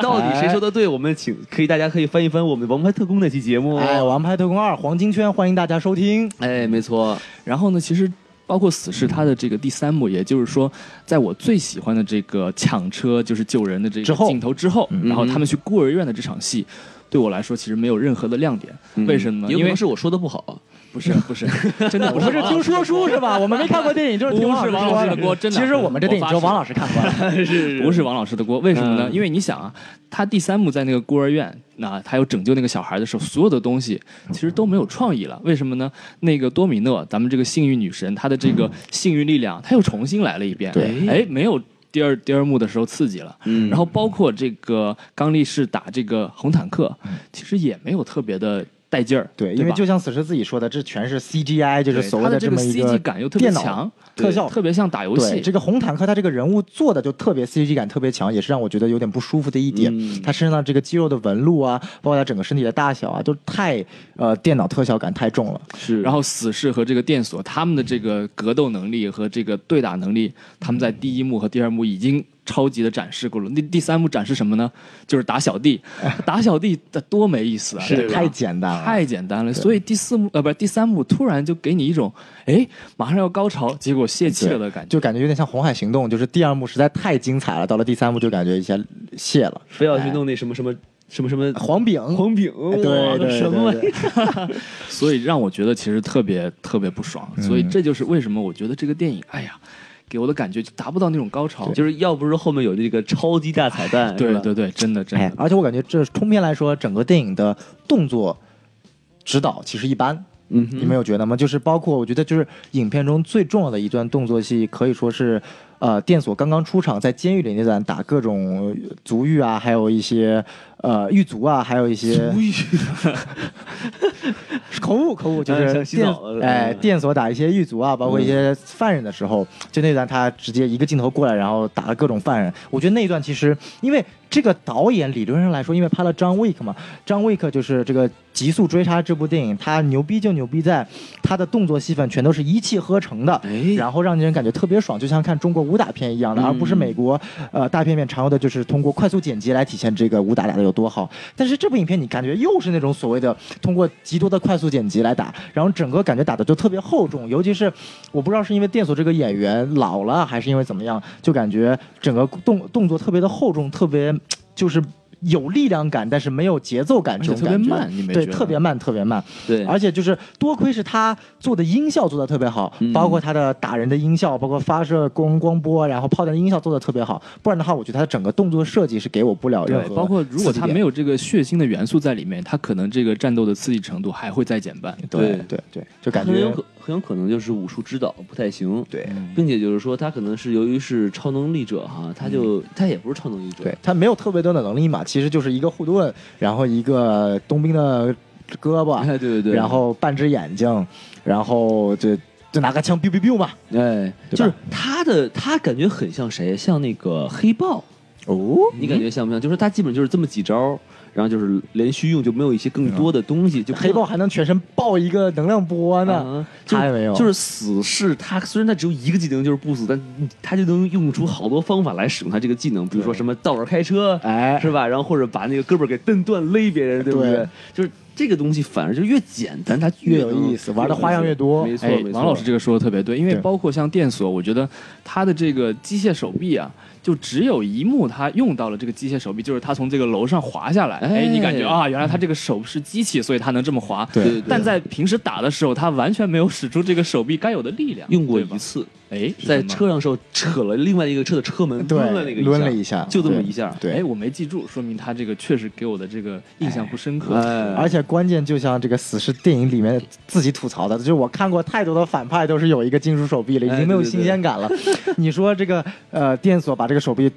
Speaker 3: 到底谁说的对？我们请可以大家可以翻一翻我们《王牌特工》那期节目。哦
Speaker 4: 哎，王牌特工二黄金圈，欢迎大家收听。
Speaker 3: 哎，没错，
Speaker 1: 然后呢，其实包括死侍它的这个第三幕，也就是说，在我最喜欢的这个抢车就是救人的这
Speaker 4: 之
Speaker 1: 个
Speaker 4: 后
Speaker 1: 镜头之后，
Speaker 4: 嗯
Speaker 1: 然后他们去孤儿院的这场戏。对我来说，其实没有任何的亮点。
Speaker 4: 嗯
Speaker 1: 为什么呢？
Speaker 3: 嗯
Speaker 1: 因
Speaker 3: 有可
Speaker 1: 为
Speaker 3: 能是我说的不好，
Speaker 1: 不是不是，真的
Speaker 4: 我
Speaker 1: 不
Speaker 4: 们
Speaker 1: 是
Speaker 4: 是听说书是吧？我们没看过电影，就是听王
Speaker 1: 不是
Speaker 4: 老
Speaker 1: 王老
Speaker 4: 师
Speaker 1: 师的锅
Speaker 4: 说
Speaker 1: 真的
Speaker 4: 其实我们这电影只有王老师看过了。
Speaker 1: 不是王老师的锅，为什么呢？
Speaker 3: 嗯
Speaker 1: 因为你想啊，他第三幕在那个孤儿院，那、他要拯救那个小孩的时候，所有的东西其实都没有创意了。为什么呢？那个多米诺，咱们这个幸运女神，她的这个幸运力量，她又重新来了一遍。
Speaker 4: 嗯对
Speaker 1: 哎，没有第二第二幕的时候刺激了。
Speaker 3: 嗯
Speaker 1: 然后包括这个刚力士打这个红坦克，其实也没有特别的带劲儿。
Speaker 4: 嗯对，
Speaker 1: 对吧，
Speaker 4: 因为就像死侍自己说的，这全是 CGI，就是
Speaker 1: 对
Speaker 4: 所
Speaker 1: 它
Speaker 4: 谓
Speaker 1: 的这
Speaker 4: 这
Speaker 1: 个
Speaker 4: 么一
Speaker 1: CG 感又特别
Speaker 4: 电脑
Speaker 1: 强，
Speaker 4: 特效
Speaker 1: 特别像打游戏
Speaker 4: 对，。这个红坦克他这个人物做的就特别 CG 感特别强，也是让我觉得有点不舒服的一点。
Speaker 3: 嗯
Speaker 4: 他身上的这个肌肉的纹路啊，包括他整个身体的大小啊，都太呃电脑特效感太重了。
Speaker 3: 是
Speaker 1: 然后死侍和这个电锁他们的这个格斗能力和这个对打能力，他们在第一幕和第二幕已经超级的展示过了。那第三幕展示什么呢？就是打小弟，打小弟的多没意思啊！
Speaker 4: 是
Speaker 1: 对吧
Speaker 4: 太简单了
Speaker 1: 太简单了。所以第四幕呃不是第三幕，突然就给你一种哎马上要高潮，结果泄气了的感觉。
Speaker 4: 就感觉有点像《红海行动》，就是第二幕实在太精彩了，到了第三幕就感觉一下谢了。
Speaker 3: 非要去弄那什么什么什么什么
Speaker 4: 哎黄饼，哎
Speaker 3: 黄饼，
Speaker 4: 对对对
Speaker 3: 什么玩意
Speaker 4: 对
Speaker 3: 儿？
Speaker 1: 所以让我觉得其实特别特别不爽。所以这就是为什么我觉得这个电影，哎呀，给我的感觉就达不到那种高潮。
Speaker 3: 就是要不是后面有这个超级大彩蛋，
Speaker 1: 对
Speaker 3: 是吧
Speaker 1: 对对，真的真
Speaker 4: 哎
Speaker 1: 的，。
Speaker 4: 而且我感觉这通篇来说，整个电影的动作指导其实一般。
Speaker 3: 嗯哼
Speaker 4: 你们有觉得吗？就是包括我觉得就是影片中最重要的一段动作戏，可以说是，呃，电锁刚刚出场在监狱里那段打各种呃足浴啊，还有一些呃狱卒啊，还有一些 口误口误，就
Speaker 3: 嗯
Speaker 4: 是
Speaker 3: 想洗
Speaker 4: 电
Speaker 3: 澡了
Speaker 4: 哎
Speaker 3: 嗯
Speaker 4: 电锁打一些狱卒啊，包括一些犯人的时候，就那段他直接一个镜头过来，然后打了各种犯人。我觉得那一段其实，因为这个导演理论上来说，因为拍了《张 Wick》嘛，《张 Wick》就是这个《极速追杀》这部电影，它牛逼就牛逼在它的动作戏份全都是一气呵成的，
Speaker 3: 哎
Speaker 4: 然后让人感觉特别爽，就像看中国武打片一样的，而
Speaker 1: 嗯
Speaker 4: 不是美国呃大片片常用的就是通过快速剪辑来体现这个武打打的有多好。但是这部影片你感觉又是那种所谓的通过极多的快速剪辑来打，然后整个感觉打的就特别厚重，尤其是我不知道是因为电锁这个演员老了，还是因为怎么样，就感觉整个动动作特别的厚重，特别就是。有力量感，但是没有节奏感，这种
Speaker 1: 而且特别
Speaker 4: 感觉
Speaker 1: 慢你没
Speaker 4: 对，
Speaker 1: 觉得
Speaker 4: 特别慢，特别慢。
Speaker 3: 对
Speaker 4: 而且就是多亏是他做的音效做的特别好，
Speaker 3: 嗯
Speaker 4: 包括他的打人的音效，包括发射光光波，然后炮弹的音效做的特别好。不然的话，我觉得他整个动作设计是给我不了任
Speaker 1: 对，
Speaker 4: 何
Speaker 1: 包括如果
Speaker 4: 刺激
Speaker 1: 它
Speaker 4: 点
Speaker 1: 没有这个血腥的元素在里面，它可能这个战斗的刺激程度还会再减半。
Speaker 4: 对
Speaker 3: 对
Speaker 4: 对对，就感
Speaker 3: 很有
Speaker 4: 觉
Speaker 3: 可很有可能嗯就是武术指导不太行，
Speaker 4: 对
Speaker 3: 并且就是说他可能是由于是超能力者哈，他就、他也不是超能力者，
Speaker 4: 嗯对，他没有特别多的能力嘛，其实就是一个护盾，然后一个冬兵的胳膊，
Speaker 3: 哎 对对对，
Speaker 4: 然后半只眼睛，然后就就拿个枪 biu biu biu 嘛。
Speaker 3: 哎，
Speaker 4: 对吧
Speaker 3: 就是他的他感觉很像谁，像那个黑豹，
Speaker 4: 哦，
Speaker 3: 你感觉像不像？就是他基本就是这么几招，然后就是连续用，就没有一些更多的东西，就不像
Speaker 4: 啊黑豹还能全身爆一个能量波呢，
Speaker 3: 啊，就
Speaker 4: 嗯他也没有，
Speaker 3: 就是死是他虽然他只有一个技能就是不死，但他就能用出好多方法来使用他这个技能，比如说什么倒着开车，
Speaker 4: 哎
Speaker 3: 是吧？然后或者把那个胳膊给蹬断勒别人，对不
Speaker 4: 对
Speaker 3: 对？就是这个东西反而就越简单，它
Speaker 4: 越有
Speaker 3: 能
Speaker 4: 意思玩的花样越多
Speaker 3: 没错，
Speaker 1: 哎
Speaker 3: 没，错
Speaker 1: 王老师这个说的特别对，因为
Speaker 4: 对
Speaker 1: 包括像电锁，我觉得他的这个机械手臂啊，就只有一幕他用到了这个机械手臂，就是他从这个楼上滑下来，哎，
Speaker 3: 哎
Speaker 1: 你感觉啊，原来他这个手是机器，所以他能这么滑。
Speaker 4: 对
Speaker 3: 对对
Speaker 1: 但在平时打的时候，他完全没有使出这个手臂该有的力量。
Speaker 3: 用过
Speaker 1: 对吧
Speaker 3: 一次，
Speaker 1: 哎，
Speaker 3: 在
Speaker 1: 是吗
Speaker 3: 车上时候扯了另外一个车的车门，
Speaker 4: 对
Speaker 3: 抡了那个
Speaker 4: 抡了一下
Speaker 3: 就这么
Speaker 4: 对
Speaker 3: 一下，
Speaker 4: 对
Speaker 1: 哎，我没记住，说明他这个确实给我的这个印象不深刻。
Speaker 3: 哎
Speaker 4: 而且关键就像这个死侍电影里面自己吐槽的，就是我看过太多的反派都是有一个金属手臂了，已
Speaker 3: 哎
Speaker 4: 经没有
Speaker 3: 对对
Speaker 4: 新鲜感了。 你说这个呃电锁把这个手臂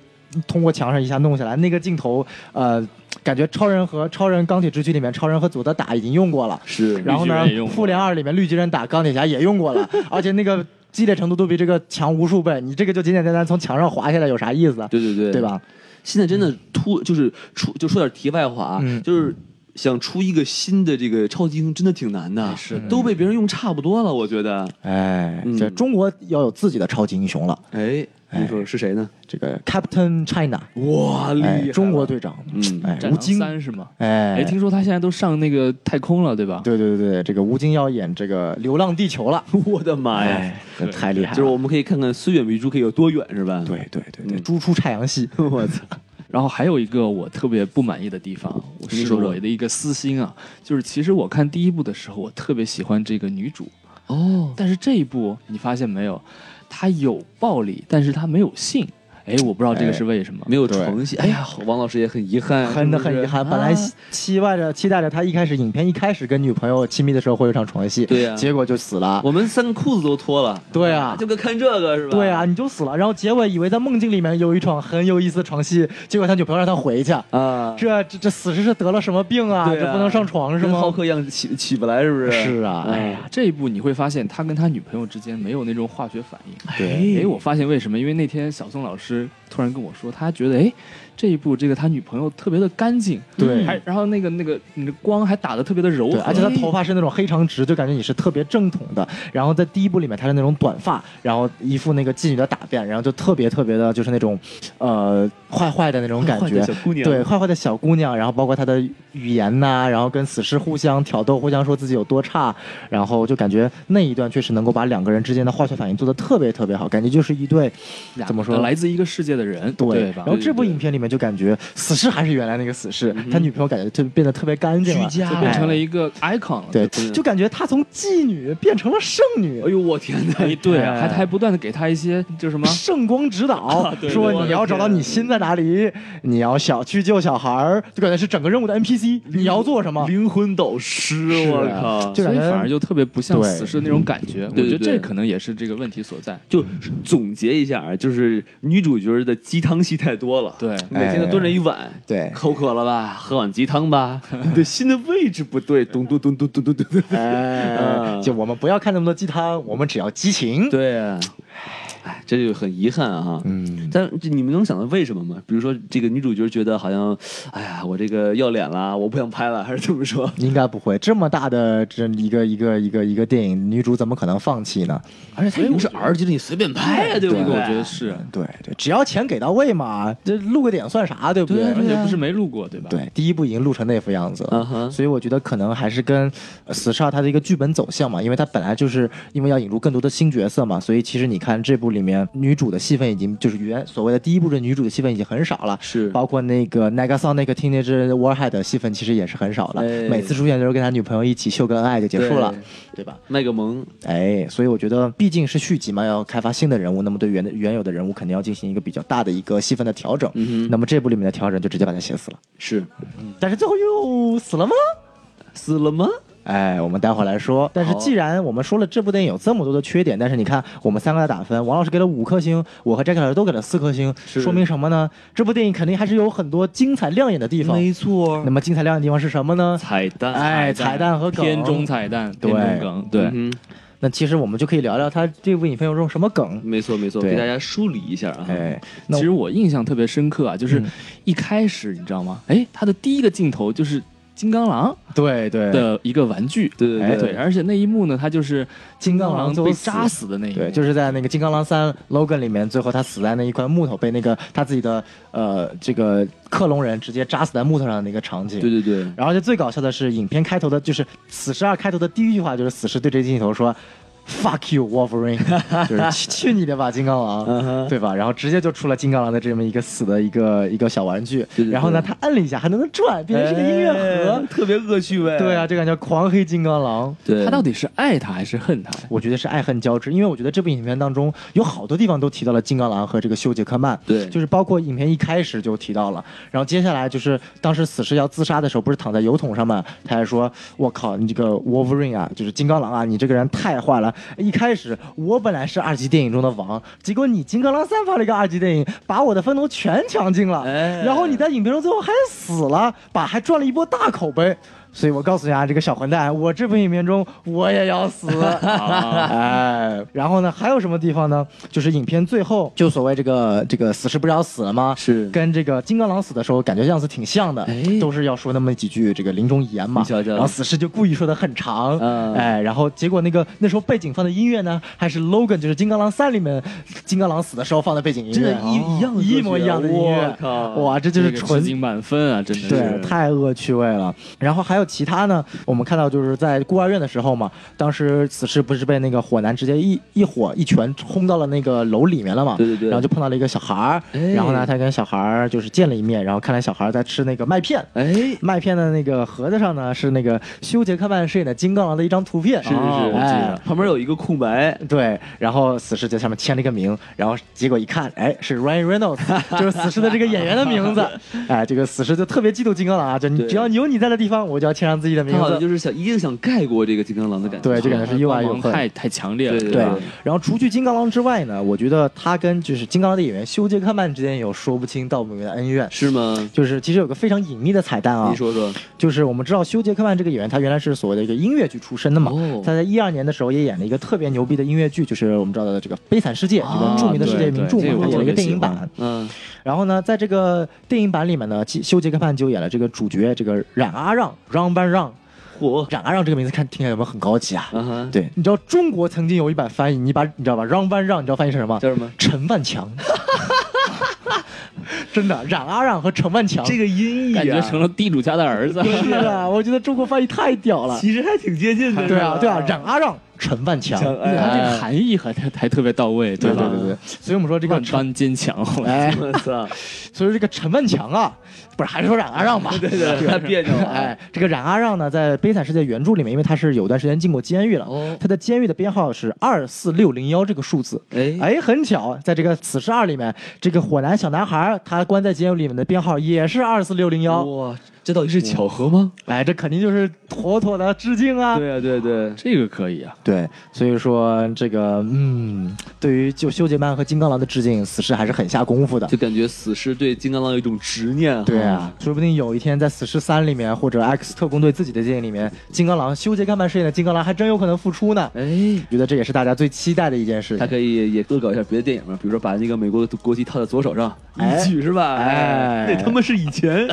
Speaker 4: 通过墙上一下弄下来，那个镜头呃感觉超人和超人钢铁之躯里面超人和佐德打已经用过了，
Speaker 3: 是
Speaker 4: 然后呢
Speaker 1: 绿巨人也用，过
Speaker 4: 复联二里面绿巨人打钢铁侠也用过 了，而且那个激烈程度都比这个强无数倍。你这个就简简单单从墙上滑下来有啥意思啊？
Speaker 3: 对对对，
Speaker 4: 对？吧？
Speaker 3: 现在真的突就是出就说点题外话啊，
Speaker 4: 嗯
Speaker 3: 就是想出一个新的这个超级英雄真的挺难的，是都被别人用差不多了，我觉得。
Speaker 4: 哎，
Speaker 3: 嗯
Speaker 4: 这中国要有自己的超级英雄了，
Speaker 3: 哎，你说是谁呢？
Speaker 4: 这个 Captain China。
Speaker 3: 哇，厉害
Speaker 4: 哎，
Speaker 3: 了！
Speaker 4: 中国队长，
Speaker 3: 嗯
Speaker 4: 哎，
Speaker 1: 战
Speaker 4: 吴
Speaker 1: 狼
Speaker 4: 京，
Speaker 1: 三是吗？
Speaker 4: 哎
Speaker 1: 哎，，听说他现在都上那个太空了，对吧？
Speaker 4: 对对对对，这个吴京要演这个《流浪地球》了，
Speaker 3: 我的妈呀
Speaker 4: 哎！，这太厉害
Speaker 3: 就
Speaker 4: 了，
Speaker 3: 是我们可以看看虽远必诛可以有多远，是吧？
Speaker 4: 对对对对，
Speaker 3: 嗯
Speaker 4: 猪出太 阳系，我操，
Speaker 1: 然后还有一个我特别不满意的地方，我
Speaker 3: 您
Speaker 1: 是
Speaker 3: 说说
Speaker 1: 我的一个私心啊，就是其实我看第一部的时候，我特别喜欢这个女主，
Speaker 3: 哦，
Speaker 1: 但是这一部你发现没有，她有暴力，但是她没有性。哎，我不知道这个是为什么。
Speaker 3: 没有床戏。哎呀，王老师也很遗憾，
Speaker 4: 很
Speaker 3: 是不是
Speaker 4: 很遗憾，本来
Speaker 1: 啊
Speaker 4: 期待着期待着他一开始影片一开始跟女朋友亲密的时候会有场床戏，
Speaker 3: 对呀
Speaker 4: 结果就死了，
Speaker 3: 我们三个裤子都脱了。
Speaker 4: 对啊
Speaker 3: 就。跟看这个是吧？
Speaker 4: 对啊，你就死了。然后结尾以为在梦境里面有一场很有意思的床戏，结果他女朋友让他回去，
Speaker 3: 啊，
Speaker 4: 这这这死是是得了什么病啊？
Speaker 3: 对啊
Speaker 4: 这不能上床是
Speaker 3: 跟
Speaker 4: 吗？
Speaker 3: 浩克一样起起不来，是不是？
Speaker 4: 是啊，哎
Speaker 1: 哎呀，这一部你会发现他跟他女朋友之间没有那种化学反应。
Speaker 4: 对
Speaker 1: 哎，我发现为什么？因为那天小宋老师突然跟我说，他觉得哎，这一部这个他女朋友特别的干净，
Speaker 4: 对
Speaker 1: 还然后那个那个你的光还打的特别的柔和，
Speaker 4: 对，而且他头发是那种黑长直，就感觉你是特别正统的。然后在第一部里面，他是那种短发，然后一副那个妓女的打扮，然后就特别特别的，就是那种，呃，坏坏的那种感觉。
Speaker 3: 小姑娘
Speaker 4: 对，坏坏的小姑娘，然后包括她的语言呐、然后跟死侍互相挑逗，互相说自己有多差，然后就感觉那一段确实能够把两个人之间的化学反应做得特别特别好，感觉就是一对
Speaker 1: 俩
Speaker 4: 怎么说
Speaker 1: 来自一个世界的人，
Speaker 4: 对，
Speaker 1: 吧
Speaker 4: 然？后这部
Speaker 3: 对对
Speaker 4: 影片里面就感觉死侍还是原来那个死侍，他女朋友感觉特变得特别干净了，
Speaker 3: 居家
Speaker 1: 就变成
Speaker 4: 哎
Speaker 1: 了一个 icon 了。
Speaker 4: 对
Speaker 3: 对，
Speaker 4: 就感觉她从妓女变成了圣女
Speaker 3: 哎，呦，我天哪！
Speaker 1: 哎，对啊，
Speaker 4: 哎。
Speaker 1: 还还不断的给他一些就什么
Speaker 4: 圣光指导、
Speaker 3: 啊
Speaker 4: 说你要找到你心在哪里，你要小去救小孩儿，就感觉是整个任务的 NPC，你要做什么？
Speaker 3: 灵魂导师，
Speaker 4: 是
Speaker 3: 我
Speaker 4: 啊
Speaker 3: 靠！
Speaker 4: 就
Speaker 1: 所
Speaker 4: 感
Speaker 1: 以
Speaker 4: 觉
Speaker 1: 反而就特别不像
Speaker 4: 对
Speaker 1: 死侍那种感觉，
Speaker 3: 对
Speaker 1: 我觉得
Speaker 3: 对
Speaker 1: 这可能也是这个问题所在。
Speaker 3: 就总结一下啊，就是女主角的鸡汤戏太多了，
Speaker 1: 对
Speaker 3: 每天都
Speaker 4: 哎
Speaker 3: 端着一碗，
Speaker 4: 对
Speaker 3: 口渴了吧，喝碗鸡汤吧， 你的心的位置不对，咚咚咚咚咚咚咚咚，
Speaker 4: 哎
Speaker 3: 嗯，
Speaker 4: 就我们不要看那么多鸡汤，我们只要激情。
Speaker 3: 对啊，哎，这就很遗憾啊。
Speaker 4: 嗯，
Speaker 3: 但这你们能想到为什么吗？比如说，这个女主角觉得好像，哎呀，我这个要脸啦，我不想拍了，还是这么说？
Speaker 4: 应该不会这么大的这一个一个一个一个电影，女主怎么可能放弃呢？
Speaker 3: 而且她已经是 R 级了，你随便拍啊，对不
Speaker 1: 这
Speaker 3: 对？
Speaker 1: 个我觉得是，
Speaker 4: 对对，只要钱给到位嘛，这录个点算啥，对不
Speaker 3: 啊
Speaker 1: 而且
Speaker 4: 对
Speaker 1: 不是没录过，对吧？，
Speaker 4: 对，第一部已经录成那副样子了，
Speaker 3: 嗯哼
Speaker 4: 所以我觉得可能还是跟呃死侍二它的一个剧本走向嘛，因为它本来就是因为要引入更多的新角色嘛，所以其实你看这部里面女主的戏份已经就是远源，所谓的第一部的女主的戏份已经很少了，
Speaker 3: 是
Speaker 4: 包括那个 Negasonic Teenage Warhead 的戏份其实也是很少了，
Speaker 3: 哎
Speaker 4: 每次出现都是跟他女朋友一起秀个恩爱就结束了，对吧？
Speaker 3: 卖个萌，
Speaker 4: 哎，所以我觉得毕竟是续集嘛，要开发新的人物，那么对原原有的人物肯定要进行一个比较大的一个戏份的调整。
Speaker 3: 嗯哼
Speaker 4: 那么这部里面的调整就直接把他写死了，
Speaker 3: 是
Speaker 4: 嗯但是最后又死了吗？
Speaker 3: 死了吗？
Speaker 4: 哎，我们待会儿来说。但是
Speaker 3: 好
Speaker 4: 既然我们说了这部电影有这么多的缺点，但是你看我们三个的打分，王老师给了五颗星，我和 Jack 老师都给了四颗星，
Speaker 3: 是
Speaker 4: 说明什么呢？这部电影肯定还是有很多精彩亮眼的地方。
Speaker 3: 错
Speaker 4: 那么精彩亮眼的地方是什么呢？
Speaker 1: 彩蛋，
Speaker 4: 哎彩蛋和梗
Speaker 1: 片中彩蛋，
Speaker 4: 对
Speaker 1: 片中梗，对，
Speaker 3: 嗯哼，
Speaker 4: 那其实我们就可以聊聊它这部影片中什么梗。
Speaker 3: 没错没错，
Speaker 4: 对
Speaker 3: 给大家梳理一下啊。
Speaker 4: 哎，那
Speaker 1: 其实我印象特别深刻啊，就是
Speaker 4: 嗯
Speaker 1: 一开始你知道吗？哎，他的第一个镜头就是金刚狼
Speaker 4: 对对
Speaker 1: 的一个玩具，
Speaker 3: 对对
Speaker 1: 哎
Speaker 3: 对
Speaker 1: 对，而且那一幕呢，他就是
Speaker 4: 金刚
Speaker 1: 刚
Speaker 4: 狼
Speaker 1: 狼
Speaker 4: 最后
Speaker 1: 被
Speaker 4: 死
Speaker 1: 扎死的那一幕，
Speaker 4: 对，就是在那个《金刚狼三》Logan 里面，最后他死在那一块木头，被那个他自己的呃这个克隆人直接扎死在木头上的那个场景。
Speaker 3: 对对对，
Speaker 4: 然后就最搞笑的是，影片开头的就是《死侍二》开头的第一句话就是死侍对着镜头说。Fuck you, Wolverine！就是去 去你的吧，金刚
Speaker 3: 嗯
Speaker 4: 狼，
Speaker 3: 哼
Speaker 4: 对吧？然后直接就出了金刚狼的这么一个死的一个一个小玩具
Speaker 3: 对，对
Speaker 4: 然后呢，
Speaker 3: 对
Speaker 4: 他摁了一下还能转，变成是个音乐盒
Speaker 3: 哎，特别恶趣味。
Speaker 4: 对啊，，这感觉狂黑金刚狼。
Speaker 3: 对，
Speaker 1: 他到底是爱他还是恨他呀？
Speaker 4: 我觉得是爱恨交织，因为我觉得这部影片当中有好多地方都提到了金刚狼和这个休·杰克曼，
Speaker 3: 对
Speaker 4: 就是包括影片一开始就提到了，然后接下来就是当时死侍要自杀的时候，不是躺在油桶上嘛，他还说：“我靠，你这个 Wolverine 啊，就是金刚狼啊，你这个人太坏了！一开始我本来是二级电影中的王，结果你金刚狼三发了一个二级电影，把我的分头全抢尽了，
Speaker 3: 哎
Speaker 4: 然后你在影片中最后还死了，把还赚了一波大口碑。”所以我告诉你啊，这个小混蛋，我这部影片中我也要 死。哎，然后呢，还有什么地方呢？就是影片最后，就所谓这个这个死士不是要死了吗？
Speaker 3: 是
Speaker 4: 跟这个金刚狼死的时候感觉样子挺像的，
Speaker 3: 哎
Speaker 4: 都是要说那么几句这个临终遗言嘛。
Speaker 3: 你瞧瞧
Speaker 4: 然后死士就故意说的很长，
Speaker 3: 嗯
Speaker 4: 哎，然后结果那个那时候背景放的音乐呢，还是 Logan 就是《金刚狼三》里面金刚狼死的时候放的背景音乐，
Speaker 3: 真的一
Speaker 4: 哦
Speaker 3: 一样的
Speaker 4: 一模一样的音
Speaker 3: 我
Speaker 4: 乐，
Speaker 3: 靠
Speaker 4: 哇，这就是
Speaker 1: 这个
Speaker 4: 纯
Speaker 1: 致敬满分啊，真的
Speaker 4: 对，
Speaker 1: 是。
Speaker 4: 太恶趣味了。然后还有其他呢，我们看到就是在孤儿院的时候嘛，当时死侍不是被那个火男直接一一火一拳轰到了那个楼里面了嘛，
Speaker 3: 对对对
Speaker 4: 然后就碰到了一个小孩儿，
Speaker 3: 哎
Speaker 4: 然后呢，他跟小孩儿就是见了一面，然后看来小孩儿在吃那个麦片。
Speaker 3: 哎，
Speaker 4: 麦片的那个盒子上呢，是那个休·杰克曼饰演的金刚狼的一张图片，
Speaker 3: 是是
Speaker 1: 哦
Speaker 3: 是，
Speaker 1: 我记
Speaker 4: 哎
Speaker 1: 得
Speaker 3: 旁边有一个空白，
Speaker 4: 对，然后死侍在上面签了一个名，然后结果一看，哎，是 Ryan Reynolds，就是死侍的这个演员的名字。哎，这个死侍就特别嫉妒金刚狼啊，就你
Speaker 3: 对
Speaker 4: 只要有你在的地方，我就要签上自己的名
Speaker 3: 他好像
Speaker 4: 字。
Speaker 3: 就是想一定想盖过这个金刚狼的感觉。
Speaker 4: 对，就感觉是又爱
Speaker 1: 啊帮
Speaker 4: 又
Speaker 1: 忙
Speaker 4: 恨。
Speaker 1: 太太强烈了，
Speaker 3: 对
Speaker 4: 对
Speaker 1: 吧，
Speaker 4: 然后除去金刚狼之外呢，我觉得他跟就是金刚狼的演员休·杰克曼之间有说不清道不明的恩怨。
Speaker 3: 是吗？
Speaker 4: 就是其实有个非常隐秘的彩蛋啊
Speaker 3: 你，说说，
Speaker 4: 就是我们知道休·杰克曼这个演员，他原来是所谓的一个音乐剧出身的嘛。
Speaker 3: 哦
Speaker 4: 他在一二年的时候也演了一个特别牛逼的音乐剧，就是我们知道的这个《悲惨世界》这个
Speaker 1: 啊
Speaker 4: 著名的世界
Speaker 1: 对
Speaker 4: 名
Speaker 1: 对
Speaker 4: 著
Speaker 1: 这个
Speaker 4: 嘛，他
Speaker 1: 我
Speaker 4: 演了一
Speaker 1: 特别
Speaker 4: 个电影
Speaker 1: 喜欢
Speaker 4: 版。
Speaker 3: 嗯，
Speaker 4: 然后呢，在这个电影版里面呢，其休·杰克曼就演了这个主角，这个冉阿让 （Ram Ban Ram）。
Speaker 3: 嚯，
Speaker 4: 冉阿让这个名字看听起来有没有很高级啊？
Speaker 3: 啊哈，
Speaker 4: 对，你知道中国曾经有一版翻译，你把你知道吧，Ram Ban Ram，你知道翻译成什么？
Speaker 3: 叫什么？
Speaker 4: 陈万强。真的，冉阿让和陈万强。
Speaker 3: 这个音译 啊
Speaker 1: 感觉成了地主家的儿 子。
Speaker 4: 是啊，我觉得中国翻译太屌了。
Speaker 3: 其实还挺接近的。
Speaker 4: 对啊，对啊，
Speaker 3: 然
Speaker 4: 冉阿让、陈万强，
Speaker 3: 强
Speaker 1: 对他这
Speaker 4: 哎
Speaker 1: 个含义还 还还特别到位，
Speaker 4: 对
Speaker 1: 吧？
Speaker 4: 对对对，所以我们说这个
Speaker 1: 万
Speaker 4: 陈，
Speaker 1: 般坚强，
Speaker 4: 哎，
Speaker 3: 我操，
Speaker 4: 所以这个陈万强啊，不是还是说冉阿让吧？
Speaker 3: 对 对，太别扭了。
Speaker 4: 哎，，这个冉阿让呢，在《悲惨世界》原著里面，因为他是有段时间进过监狱了，
Speaker 3: 哦
Speaker 4: 他的监狱的编号是二四六零幺这个数字。
Speaker 3: 哎
Speaker 4: 哎，很巧，在这个《死侍二》里面，这个火男小男孩他关在监狱里面的编号也是二四六零幺。
Speaker 3: 哇，这到底是巧合吗？
Speaker 4: 哎，这肯定就是妥妥的致敬啊！
Speaker 3: 对啊，对对，
Speaker 1: 这个可以啊。
Speaker 4: 对，所以说这个，嗯，对于就修杰曼和金刚狼的致敬，死侍还是很下功夫的
Speaker 3: 就。感嗯觉死侍对金刚狼有一种执念。
Speaker 4: 对啊，，说不定有一天在《死侍三》里面，或者《X 特工队》自己的电影里面，金刚狼修杰克曼饰演的金刚狼还真有可能复出呢。
Speaker 3: 哎。
Speaker 4: 觉得这也是大家最期待的一件事
Speaker 3: 他
Speaker 4: 情。
Speaker 3: 可以也恶搞一下别的电影嘛，比如说把那个美国的国旗套在左手上，
Speaker 4: 哎
Speaker 3: 一举是吧？
Speaker 4: 哎
Speaker 3: 那他妈是以前。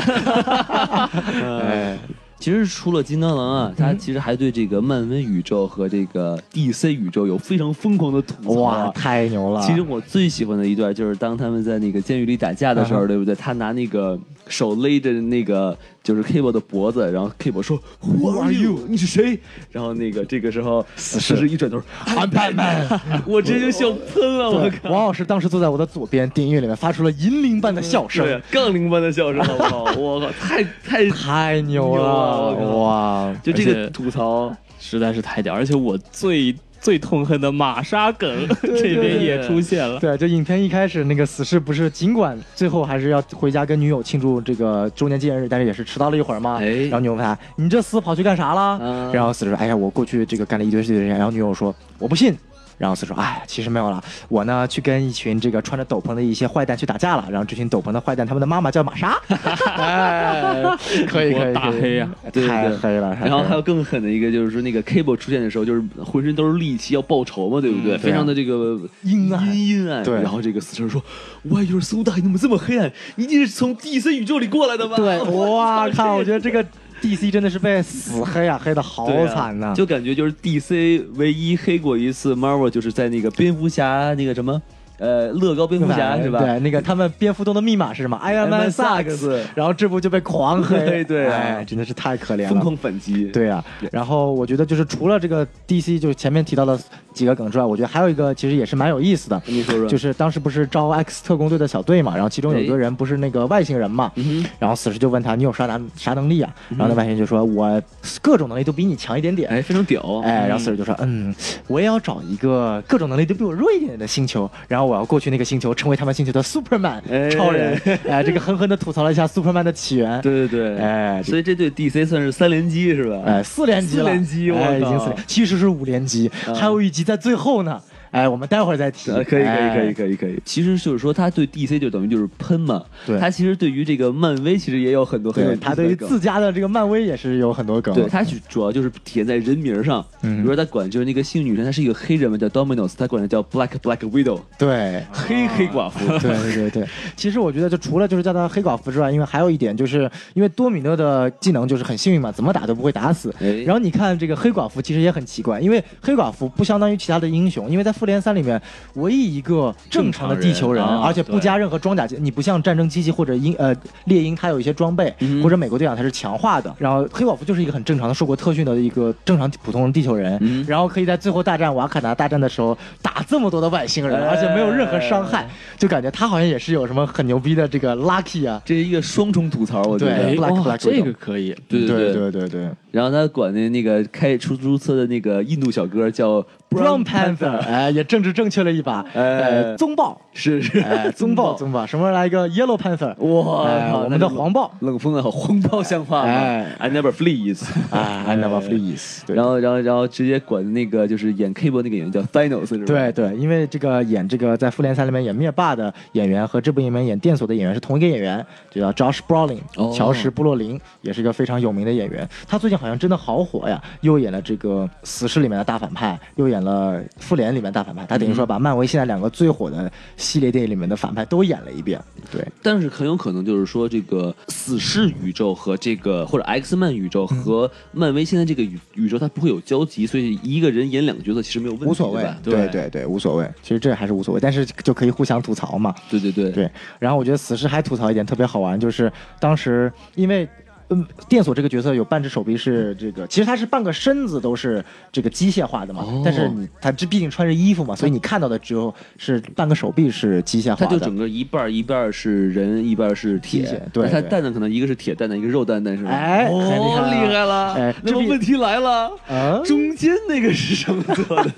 Speaker 3: 哎，其实除了金刚狼啊，他其实还对这个漫威宇宙和这个 DC 宇宙有非常疯狂的吐槽
Speaker 4: 哇，
Speaker 3: 啊。
Speaker 4: 太牛了！
Speaker 3: 其实我最喜欢的一段就是当他们在那个监狱里打架的时候，
Speaker 4: 嗯
Speaker 3: 对不对？他拿那个手勒着那个就是 Cable 的脖子，然后 Cable 说 Who are you？你是谁？然后那个这个时候，死侍一转头，啊
Speaker 4: 安排曼。
Speaker 3: 我直接就笑喷了，哎我
Speaker 4: 对，
Speaker 3: 靠！
Speaker 4: 王老师当时坐在我的左边，电影院里面发出了银铃般的笑
Speaker 3: 对
Speaker 4: 声，，
Speaker 3: 杠铃般的笑声，好不好？我靠， 太太
Speaker 4: 太牛
Speaker 3: 牛啊
Speaker 4: 了
Speaker 3: 我靠
Speaker 4: 哇！
Speaker 3: 就这
Speaker 1: 而
Speaker 3: 个
Speaker 1: 且
Speaker 3: 吐槽，
Speaker 1: 实在是太屌，而且我最最痛恨的玛莎梗这边也出现 了。
Speaker 4: 对，就影片一开始那个死侍不是，尽管最后还是要回家跟女友庆祝这个周年纪念日，但是也是迟到了一会儿嘛。
Speaker 3: 哎
Speaker 4: 然后女友问他：“你这厮跑去干啥了？”
Speaker 3: 嗯
Speaker 4: 然后死侍说：“哎呀，我过去这个干了一堆事情。”然后女友说：“我不信。”然后死侍说：“哎，其实没有了，我呢去跟一群这个穿着斗篷的一些坏蛋去打架了。然后这群斗篷的坏蛋，他们的妈妈叫玛莎。 哎，可以可以可以，
Speaker 1: 大黑呀
Speaker 3: 对对
Speaker 4: 太
Speaker 3: 对
Speaker 4: 黑了。太黑
Speaker 3: 然后
Speaker 4: 了
Speaker 3: 还有更狠的一个，就是说那个 Cable 出现的时候，就是浑身都是戾气，要报仇嘛，对不对？
Speaker 4: 嗯
Speaker 3: 非常的这个
Speaker 4: 阴暗
Speaker 3: 阴阴暗。
Speaker 4: 对
Speaker 3: 然后这个死神说：“Why you're so dark？你怎么这么黑暗？你一定是从第三宇宙里过来的吧？” 啊
Speaker 4: 对，哇靠！我
Speaker 3: 得
Speaker 4: 觉得这个 DC 真的是被死黑啊，黑的好惨呐、
Speaker 3: 就感觉就是 DC 唯一黑过一次 Marvel，就是在那个蝙蝠侠那个什么，呃，乐高蝙蝠侠是吧？
Speaker 4: 对，那个他们蝙蝠洞的密码是什么？Iron Man sucks
Speaker 3: sucks。
Speaker 4: 然后这部就被狂 黑，
Speaker 3: 对对啊
Speaker 4: 哎，真的是太可怜了，
Speaker 3: 疯狂反击。
Speaker 4: 对啊，然后我觉得就是除了这个 DC 就是前面提到的几个梗之外，我觉得还有一个其实也是蛮有意思的。
Speaker 3: 你说说
Speaker 4: 就是当时不是招 X 特工队的小队嘛，然后其中有一个
Speaker 3: 哎
Speaker 4: 人不是那个外星人嘛，然后死侍就问他你有啥能啥能力啊？然后那外星人就说我各种能力都比你强一点点。
Speaker 3: 哎，非常屌。
Speaker 4: 哎，然后死侍就说，嗯，我也要找一个各种能力都比我弱一点的星球，然后我要过去那个星球，成为他们星球的 Superman
Speaker 3: 哎
Speaker 4: 超人。哎，这个狠狠的吐槽了一下 Superman 的起源。
Speaker 3: 对对对，
Speaker 4: 哎
Speaker 3: 所以这对 DC 算是三连击是吧？
Speaker 4: 哎，四连击了，
Speaker 3: 四连击我
Speaker 4: 哎，已
Speaker 3: 靠嗯
Speaker 4: 经四连，其实是五连击，还有一集在最后呢。哎，我们待会儿再提。哎
Speaker 3: 呃，可以，可以，可以，
Speaker 4: 以。
Speaker 3: 可以，可以。其实就是说，他对 DC 就等于就是喷嘛。
Speaker 4: 对
Speaker 3: 他其实对于这个漫威，其实也有很多很有
Speaker 4: 对
Speaker 3: 意思的
Speaker 4: 他对于
Speaker 3: 梗
Speaker 4: 自家的这个漫威也是有很多梗。
Speaker 3: 对他主要就是体现在人名上。
Speaker 4: 嗯
Speaker 3: 比如说他管就是那个姓女神，她是一个黑人嘛，叫 Dominos，他管她叫 Black Black Widow，
Speaker 4: 哦对
Speaker 3: 黑黑寡 妇。
Speaker 4: 对对对对，其实我觉得，就除了就是叫他黑寡妇之外，因为还有一点，就是因为多米诺的技能就是很幸运嘛，怎么打都不会打死。
Speaker 3: 哎
Speaker 4: 然后你看这个黑寡妇其实也很奇怪，因为黑寡妇不相当于其他的英雄，因为在复联三里面，唯一一个正常的地球人，
Speaker 1: 正常人啊
Speaker 4: 而且不加任何装甲，你不像战争机器或者鹰呃猎鹰，它有一些装备，
Speaker 3: 嗯
Speaker 4: 或者美国队长它是强化的。然后黑寡妇就是一个很正常的受过特训的一个正常普通的地球人，
Speaker 3: 嗯
Speaker 4: 然后可以在最后大战瓦坎达大战的时候打这么多的外星人，
Speaker 3: 哎
Speaker 4: 而且没有任何伤害。就感觉他好像也是有什么很牛逼的这个 lucky 啊，
Speaker 3: 这是一个双重吐槽，我觉得
Speaker 4: 对。Black-
Speaker 1: 哎哇
Speaker 4: Black
Speaker 1: 这
Speaker 4: Widow
Speaker 1: 个可以，
Speaker 3: 对对
Speaker 4: 对对对
Speaker 3: 然后他管那那个开出租车的那个印度小哥叫
Speaker 4: ，Brown Panther，哎，也政治正确了一把，哎，
Speaker 3: 哎
Speaker 4: 棕豹，
Speaker 3: 是是，
Speaker 4: 哎，棕 豹，棕豹，什么来一个 Yellow Panther，
Speaker 3: 哇
Speaker 4: 哎
Speaker 3: 靠
Speaker 4: 我
Speaker 3: 那
Speaker 4: 们的
Speaker 3: 是
Speaker 4: 黄豹，
Speaker 3: 冷风的好，黄暴像话吗
Speaker 4: 哎
Speaker 3: ？I never flees，
Speaker 4: 啊，I never flees，对
Speaker 3: 然后，然后，然后直接管那个就是演 Cable 那个演员叫 Thanos 是吧？
Speaker 4: 对对，因为这个演这个在复联三里面演灭霸的演员和这部里面演电锁的演员是同一个演员，就叫 Josh Brolin，、
Speaker 3: 哦
Speaker 4: 乔什·布洛林，也是一个非常有名的演员。他最近好像真的好火呀，又演了这个《死侍》里面的大反派，又演了《复联》里面的大反派。他等于说把漫威现在两个最火的系列电影里面的反派都演了一遍。对，
Speaker 3: 但是很有可能就是说，这个死侍宇宙和这个或者 X 漫宇宙和漫威现在这个宇宇宙它不会有交集，所以一个人演两个角色其实没有问题，
Speaker 4: 无所谓
Speaker 3: 对吧，
Speaker 4: 对
Speaker 1: 对
Speaker 4: 对对，无所谓。其实这还是无所谓，但是就可以互相吐槽嘛。
Speaker 3: 对对对
Speaker 4: 对，然后我觉得死侍还吐槽一点特别好玩，就是当时因为。嗯，电锁这个角色有半只手臂是这个，其实他是半个身子都是这个机械化的嘛，
Speaker 3: 哦
Speaker 4: 但是你他这毕竟穿着衣服嘛，所以你看到的只有是半个手臂是机械
Speaker 3: 它
Speaker 4: 化
Speaker 3: 就
Speaker 4: 的，
Speaker 3: 整个一半儿一半儿是人，一半儿是铁
Speaker 4: 机械。对
Speaker 3: 那它
Speaker 4: 对
Speaker 3: 蛋蛋可能一个是铁蛋蛋，一个是肉蛋蛋，是吧？
Speaker 4: 哎
Speaker 3: 哦，
Speaker 4: 很厉害啊
Speaker 3: 厉害了！
Speaker 4: 哎
Speaker 3: 那
Speaker 4: 这
Speaker 3: 么
Speaker 4: 比
Speaker 3: 问题来了，
Speaker 4: 啊
Speaker 3: 中间那个是什么做的？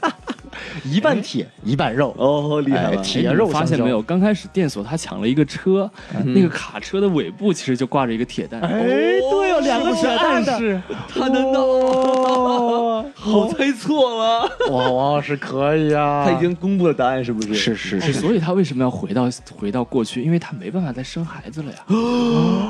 Speaker 4: 一半铁一半 肉，
Speaker 3: 哦，厉害
Speaker 4: 哎
Speaker 3: 了！
Speaker 4: 铁
Speaker 1: 哎你
Speaker 4: 肉
Speaker 1: 们发
Speaker 4: 相
Speaker 1: 现
Speaker 4: 交
Speaker 1: 没有？刚开始电锁他抢了一个车，那个卡车的尾部其实就挂着一个铁蛋。
Speaker 4: 哎，对哦，两个
Speaker 3: 是不是
Speaker 4: 铁蛋
Speaker 3: 暗
Speaker 4: 的
Speaker 3: 示，他难道
Speaker 4: 哦
Speaker 3: 好猜错了？
Speaker 4: 哇，王老师可以啊，
Speaker 3: 他已经公布了答案，是不是？
Speaker 4: 是是
Speaker 1: 哎
Speaker 4: 是，
Speaker 1: 所以他为什么要回到回到过去？因为他没办法再生孩子了呀。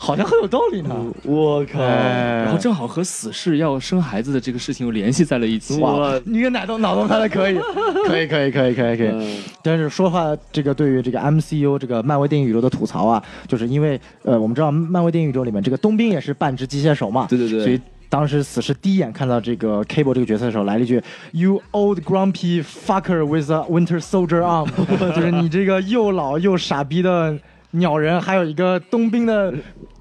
Speaker 4: 好像很有道理呢。
Speaker 3: 我靠！
Speaker 4: 哎
Speaker 1: 然后正好和死侍要生孩子的这个事情又联系在了一起。
Speaker 4: 哇，你个奶冻脑洞开 的可以，可以，可以，可以，可以，可以
Speaker 3: 嗯。
Speaker 4: 但是说话这个对于这个 MCU 这个漫威电影宇宙的吐槽啊，就是因为呃，我们知道漫威电影宇宙里面这个冬兵也是半只机械手嘛，
Speaker 3: 对对对
Speaker 4: 所以。当时死侍第一眼看到这个 Cable 这个角色的时候，来了一句 “You old grumpy fucker with a Winter Soldier arm”，就是你这个又老又傻逼的鸟人，还有一个冬兵的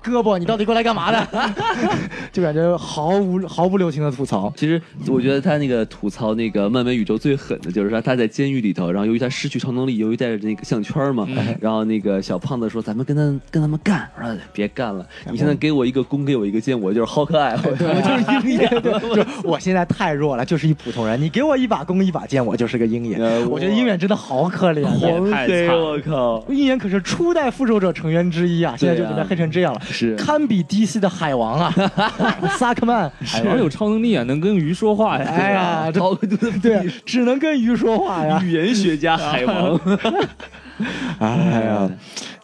Speaker 4: 胳膊，你到底过来干嘛的？ 就感觉毫无毫不留情的吐槽。
Speaker 3: 其实我觉得他那个吐槽那个漫威宇宙最狠的就是说他在监狱里头，然后由于他失去超能力，由于戴着那个项圈嘛，然后那个小胖子说：“咱们跟他跟他们干。”我说：“别干了，你现在给我一个弓，给我一个箭，我就是浩克爱，我我 就是鹰眼。
Speaker 4: 就我现在太弱了，就是一普通人。你给我一把弓一把剑，我就是个鹰 眼。
Speaker 3: 呃
Speaker 4: 我觉得鹰眼真的好可怜
Speaker 1: 也
Speaker 4: 啊。
Speaker 3: 我
Speaker 1: 太
Speaker 3: 对
Speaker 1: 惨
Speaker 3: 我靠！
Speaker 4: 鹰眼可是初代复仇者成员之一啊，现在就
Speaker 3: 对啊
Speaker 4: 给他黑成这样了，
Speaker 3: 是
Speaker 4: 堪比 DC 的海 王啊，萨克曼。
Speaker 1: 海王有超能力啊，能跟鱼说话呀。
Speaker 4: 哎 呀，这
Speaker 3: 好，对
Speaker 4: 对，只能跟鱼说话呀。
Speaker 3: 语言学家海王，
Speaker 4: 哎呀，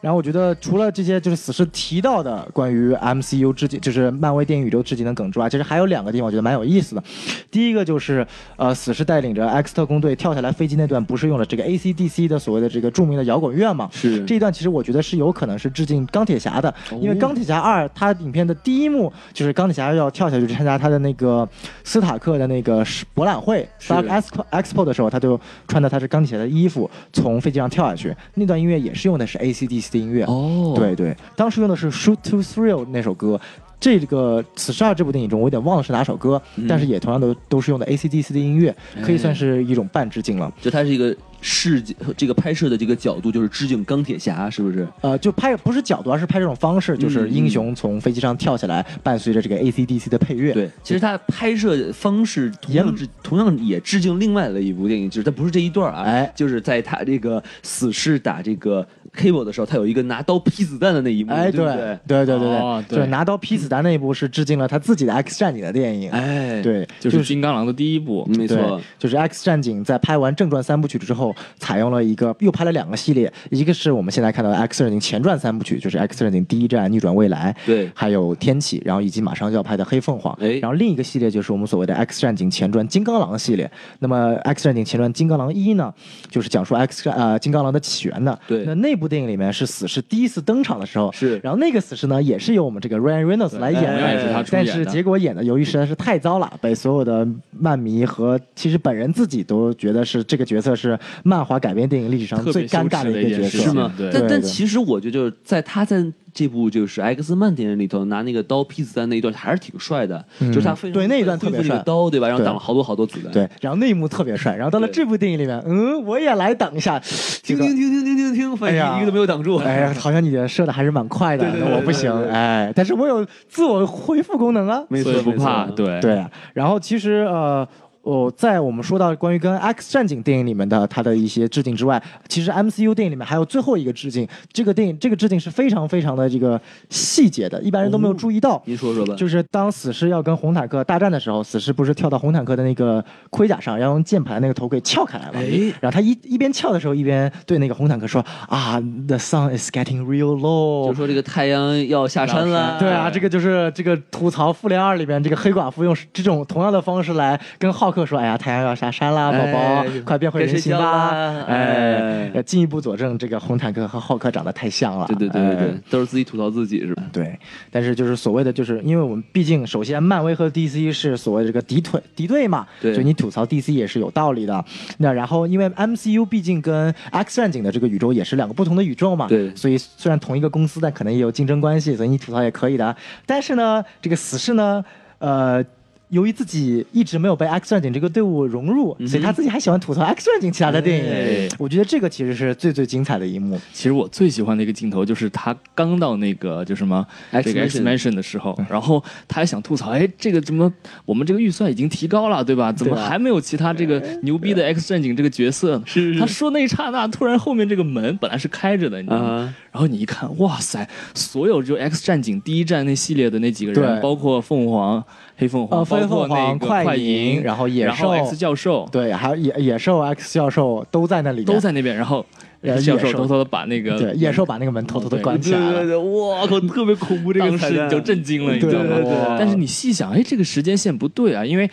Speaker 4: 然后我觉得除了这些就是死侍提到的关于 MCU 致敬，就是漫威电影宇宙致敬的梗之外，其实还有两个地方我觉得蛮有意思的。第一个就是呃，死侍带领着 X 特工队跳下来飞机那段，不是用了这个 AC/DC 的所谓的这个著名的摇滚乐嘛？
Speaker 3: 是
Speaker 4: 这一段其实我觉得是有可能是致敬钢铁侠的，因为钢铁侠二它影片的第一幕就是钢铁侠要跳下去参加他的那个斯塔克的那个是博览会 Stark Expo Expo 的时候，他就穿的他是钢铁侠的衣服从飞机上跳下去，那段音乐也是用的是 AC/DC 的音乐。
Speaker 3: 哦
Speaker 4: 对对，当时用的是《Shoot to Thrill》那首歌。这个《死侍二》这部电影中，我有点忘了是哪首歌，但是也同样都都是用的 AC/DC 的音乐，可以算是一种半致敬了。
Speaker 3: 就他是一个视角，这个拍摄的这个角度就是致敬钢铁侠，是不是？
Speaker 4: 呃，就拍不是角度，而是拍这种方式，就是
Speaker 3: 嗯
Speaker 4: 英雄从飞机上跳下来，伴随着这个 AC/DC 的配乐。
Speaker 3: 对，其实他拍摄方式同样致，同样也致敬另外的一部电影，就是它不是这一段啊，
Speaker 4: 哎
Speaker 3: 就是在他这个死侍打这个 Cable 的时候，他有一个拿刀劈子弹的那一幕，
Speaker 4: 哎，
Speaker 3: 对
Speaker 4: 对
Speaker 3: 不对？
Speaker 4: 对对对
Speaker 1: 哦
Speaker 4: 对，
Speaker 1: 对
Speaker 4: 就是拿刀劈子弹那一部是致敬了他自己的 X 战警的电影。
Speaker 3: 哎，，
Speaker 4: 对，
Speaker 1: 就是金刚狼的第一部，
Speaker 3: 没
Speaker 4: 对
Speaker 3: 错，，
Speaker 4: 就是 X 战警在拍完正传三部曲之后，采用了一个又拍了两个系列，一个是我们现在看到的 X 战警前传三部曲，就是 X 战警第一站逆转未来，
Speaker 3: 对
Speaker 4: 还有天启，然后以及马上就要拍的黑凤凰，
Speaker 3: 哎
Speaker 4: 然后另一个系列就是我们所谓的 X 战警前传金刚狼系列。那么 X 战警前传金刚狼一呢，就是讲述 X 战呃金刚狼的起源的，
Speaker 3: 对
Speaker 4: 那那部电影里面是死侍第一次登场的时候，
Speaker 3: 是
Speaker 4: 然后那个死侍呢也是由我们这个 Ryan Reynolds 来演
Speaker 1: 同
Speaker 4: 的，
Speaker 1: 样也是他出
Speaker 4: 呃但
Speaker 1: 演的
Speaker 4: 是结果演的由于实在是太糟了，被所有的漫迷和其实本人自己都觉得是这个角色是漫画改编电影历史上
Speaker 1: 特别
Speaker 4: 最尴尬
Speaker 1: 羞耻的
Speaker 4: 一
Speaker 1: 一
Speaker 4: 个角
Speaker 1: 件事
Speaker 4: 色，
Speaker 3: 是
Speaker 1: 情
Speaker 3: 吗？
Speaker 1: 对
Speaker 3: 但
Speaker 4: 对
Speaker 3: 但
Speaker 4: 对
Speaker 3: 其实我觉得就是在他在这部就是《X 曼》电影里头拿那个刀劈子弹那一段还是挺帅的，就是他非常
Speaker 4: 嗯对那一段
Speaker 3: 恢复
Speaker 4: 特别帅
Speaker 3: 那个刀对吧？然后
Speaker 4: 对
Speaker 3: 挡了好多好多子弹，
Speaker 4: 对，然后那一幕特别帅，然后到了
Speaker 3: 对
Speaker 4: 这部电影里面，嗯，我也来挡一下，这
Speaker 3: 停，
Speaker 4: 个
Speaker 3: 停停停停停停，反
Speaker 4: 哎
Speaker 3: 正
Speaker 4: 呀
Speaker 3: 一个都没有挡住，
Speaker 4: 哎呀，好像你的射的还是蛮快的，
Speaker 3: 对对对
Speaker 4: 那我不
Speaker 3: 对对
Speaker 4: 行
Speaker 3: 对，对
Speaker 4: 哎，但是我有自我恢复功能啊，
Speaker 3: 没
Speaker 1: 所以不怕。
Speaker 3: 没错
Speaker 1: 对，
Speaker 4: 对啊，然后其实呃。哦，在我们说到关于跟《X 战警》电影里面的它的一些致敬之外，其实 MCU 电影里面还有最后一个致敬，这个电影这个致敬是非常非常的这个细节的，一般人都没有注意到。
Speaker 3: 您说说吧，
Speaker 4: 就是当死侍要跟红坦克大战的时候，死侍不是跳到红坦克的那个盔甲上，要用键盘那个头给撬开来嘛？
Speaker 3: 哎
Speaker 4: 然后他一一边撬的时候，一边对那个红坦克说：“啊，the sun is getting real low。”
Speaker 3: 就说这个太阳要下山了，哎
Speaker 4: 对啊，这个就是这个吐槽《复联二》里边这个黑寡妇用这种同样的方式来跟浩克说：“哎呀，太阳要下山啦，宝宝
Speaker 3: 哎，
Speaker 4: 快变回人形吧
Speaker 3: 该睡觉啦！”
Speaker 4: 哎
Speaker 3: 哎，
Speaker 4: 呃进一步佐证这个红坦克和浩克长得太像了。
Speaker 3: 对对对对
Speaker 4: 哎
Speaker 3: 对，都是自己吐槽自己是吧？
Speaker 4: 对，但是就是所谓的，就是因为我们毕竟首先漫威和 DC 是所谓这个敌对敌对嘛，
Speaker 3: 对
Speaker 4: 所以你吐槽 DC 也是有道理的。那然后因为 MCU 毕竟跟 X 战警的这个宇宙也是两个不同的宇宙嘛，
Speaker 3: 对
Speaker 4: 所以虽然同一个公司，但可能也有竞争关系，所以你吐槽也可以的。但是呢，这个死侍呢，呃。由于自己一直没有被 X 战警这个队伍融入，所以他自己还喜欢吐槽 X 战警其他的电影。
Speaker 1: 哎
Speaker 4: 我觉得这个其实是最最精彩的一幕。
Speaker 1: 其实我最喜欢的一个镜头就是他刚到那个就什么这
Speaker 3: X
Speaker 1: 个 X
Speaker 3: Mansion
Speaker 1: Mansion 的时
Speaker 4: 嗯
Speaker 1: 候，然后他还想吐槽，哎，这个怎么我们这个预算已经提高了，对
Speaker 4: 啊
Speaker 1: 吧？怎么还没有其他这个牛逼的 X 战警这个角色呢？
Speaker 3: 是是
Speaker 1: 他说那一刹那，突然后面这个门本来是开着的，你知道
Speaker 3: 啊
Speaker 1: 吗？然后你一看，哇塞，所有就 X 战警第一站那系列的那几个人
Speaker 4: 对，
Speaker 1: 包括凤凰、黑凤凰，
Speaker 4: 呃
Speaker 1: 包
Speaker 4: 飞
Speaker 1: 括
Speaker 4: 凤
Speaker 1: 那
Speaker 4: 凰
Speaker 1: 个
Speaker 4: 快
Speaker 1: 快
Speaker 4: 银然后野
Speaker 1: 然后
Speaker 4: 兽
Speaker 1: X 教授，
Speaker 4: 对，还有野野兽啊 X 教授都在那里面，
Speaker 1: 都在那边，然后
Speaker 4: 呃
Speaker 1: X 教授
Speaker 4: 野兽
Speaker 1: 偷偷的把那个
Speaker 4: 对，野兽把那个门偷偷的关起来了。
Speaker 3: 对，我靠，特别恐怖这
Speaker 1: 当时你就震惊了，你知道吗？
Speaker 4: 对对对
Speaker 1: 但是你细想，哎，这个时间线不对啊，因为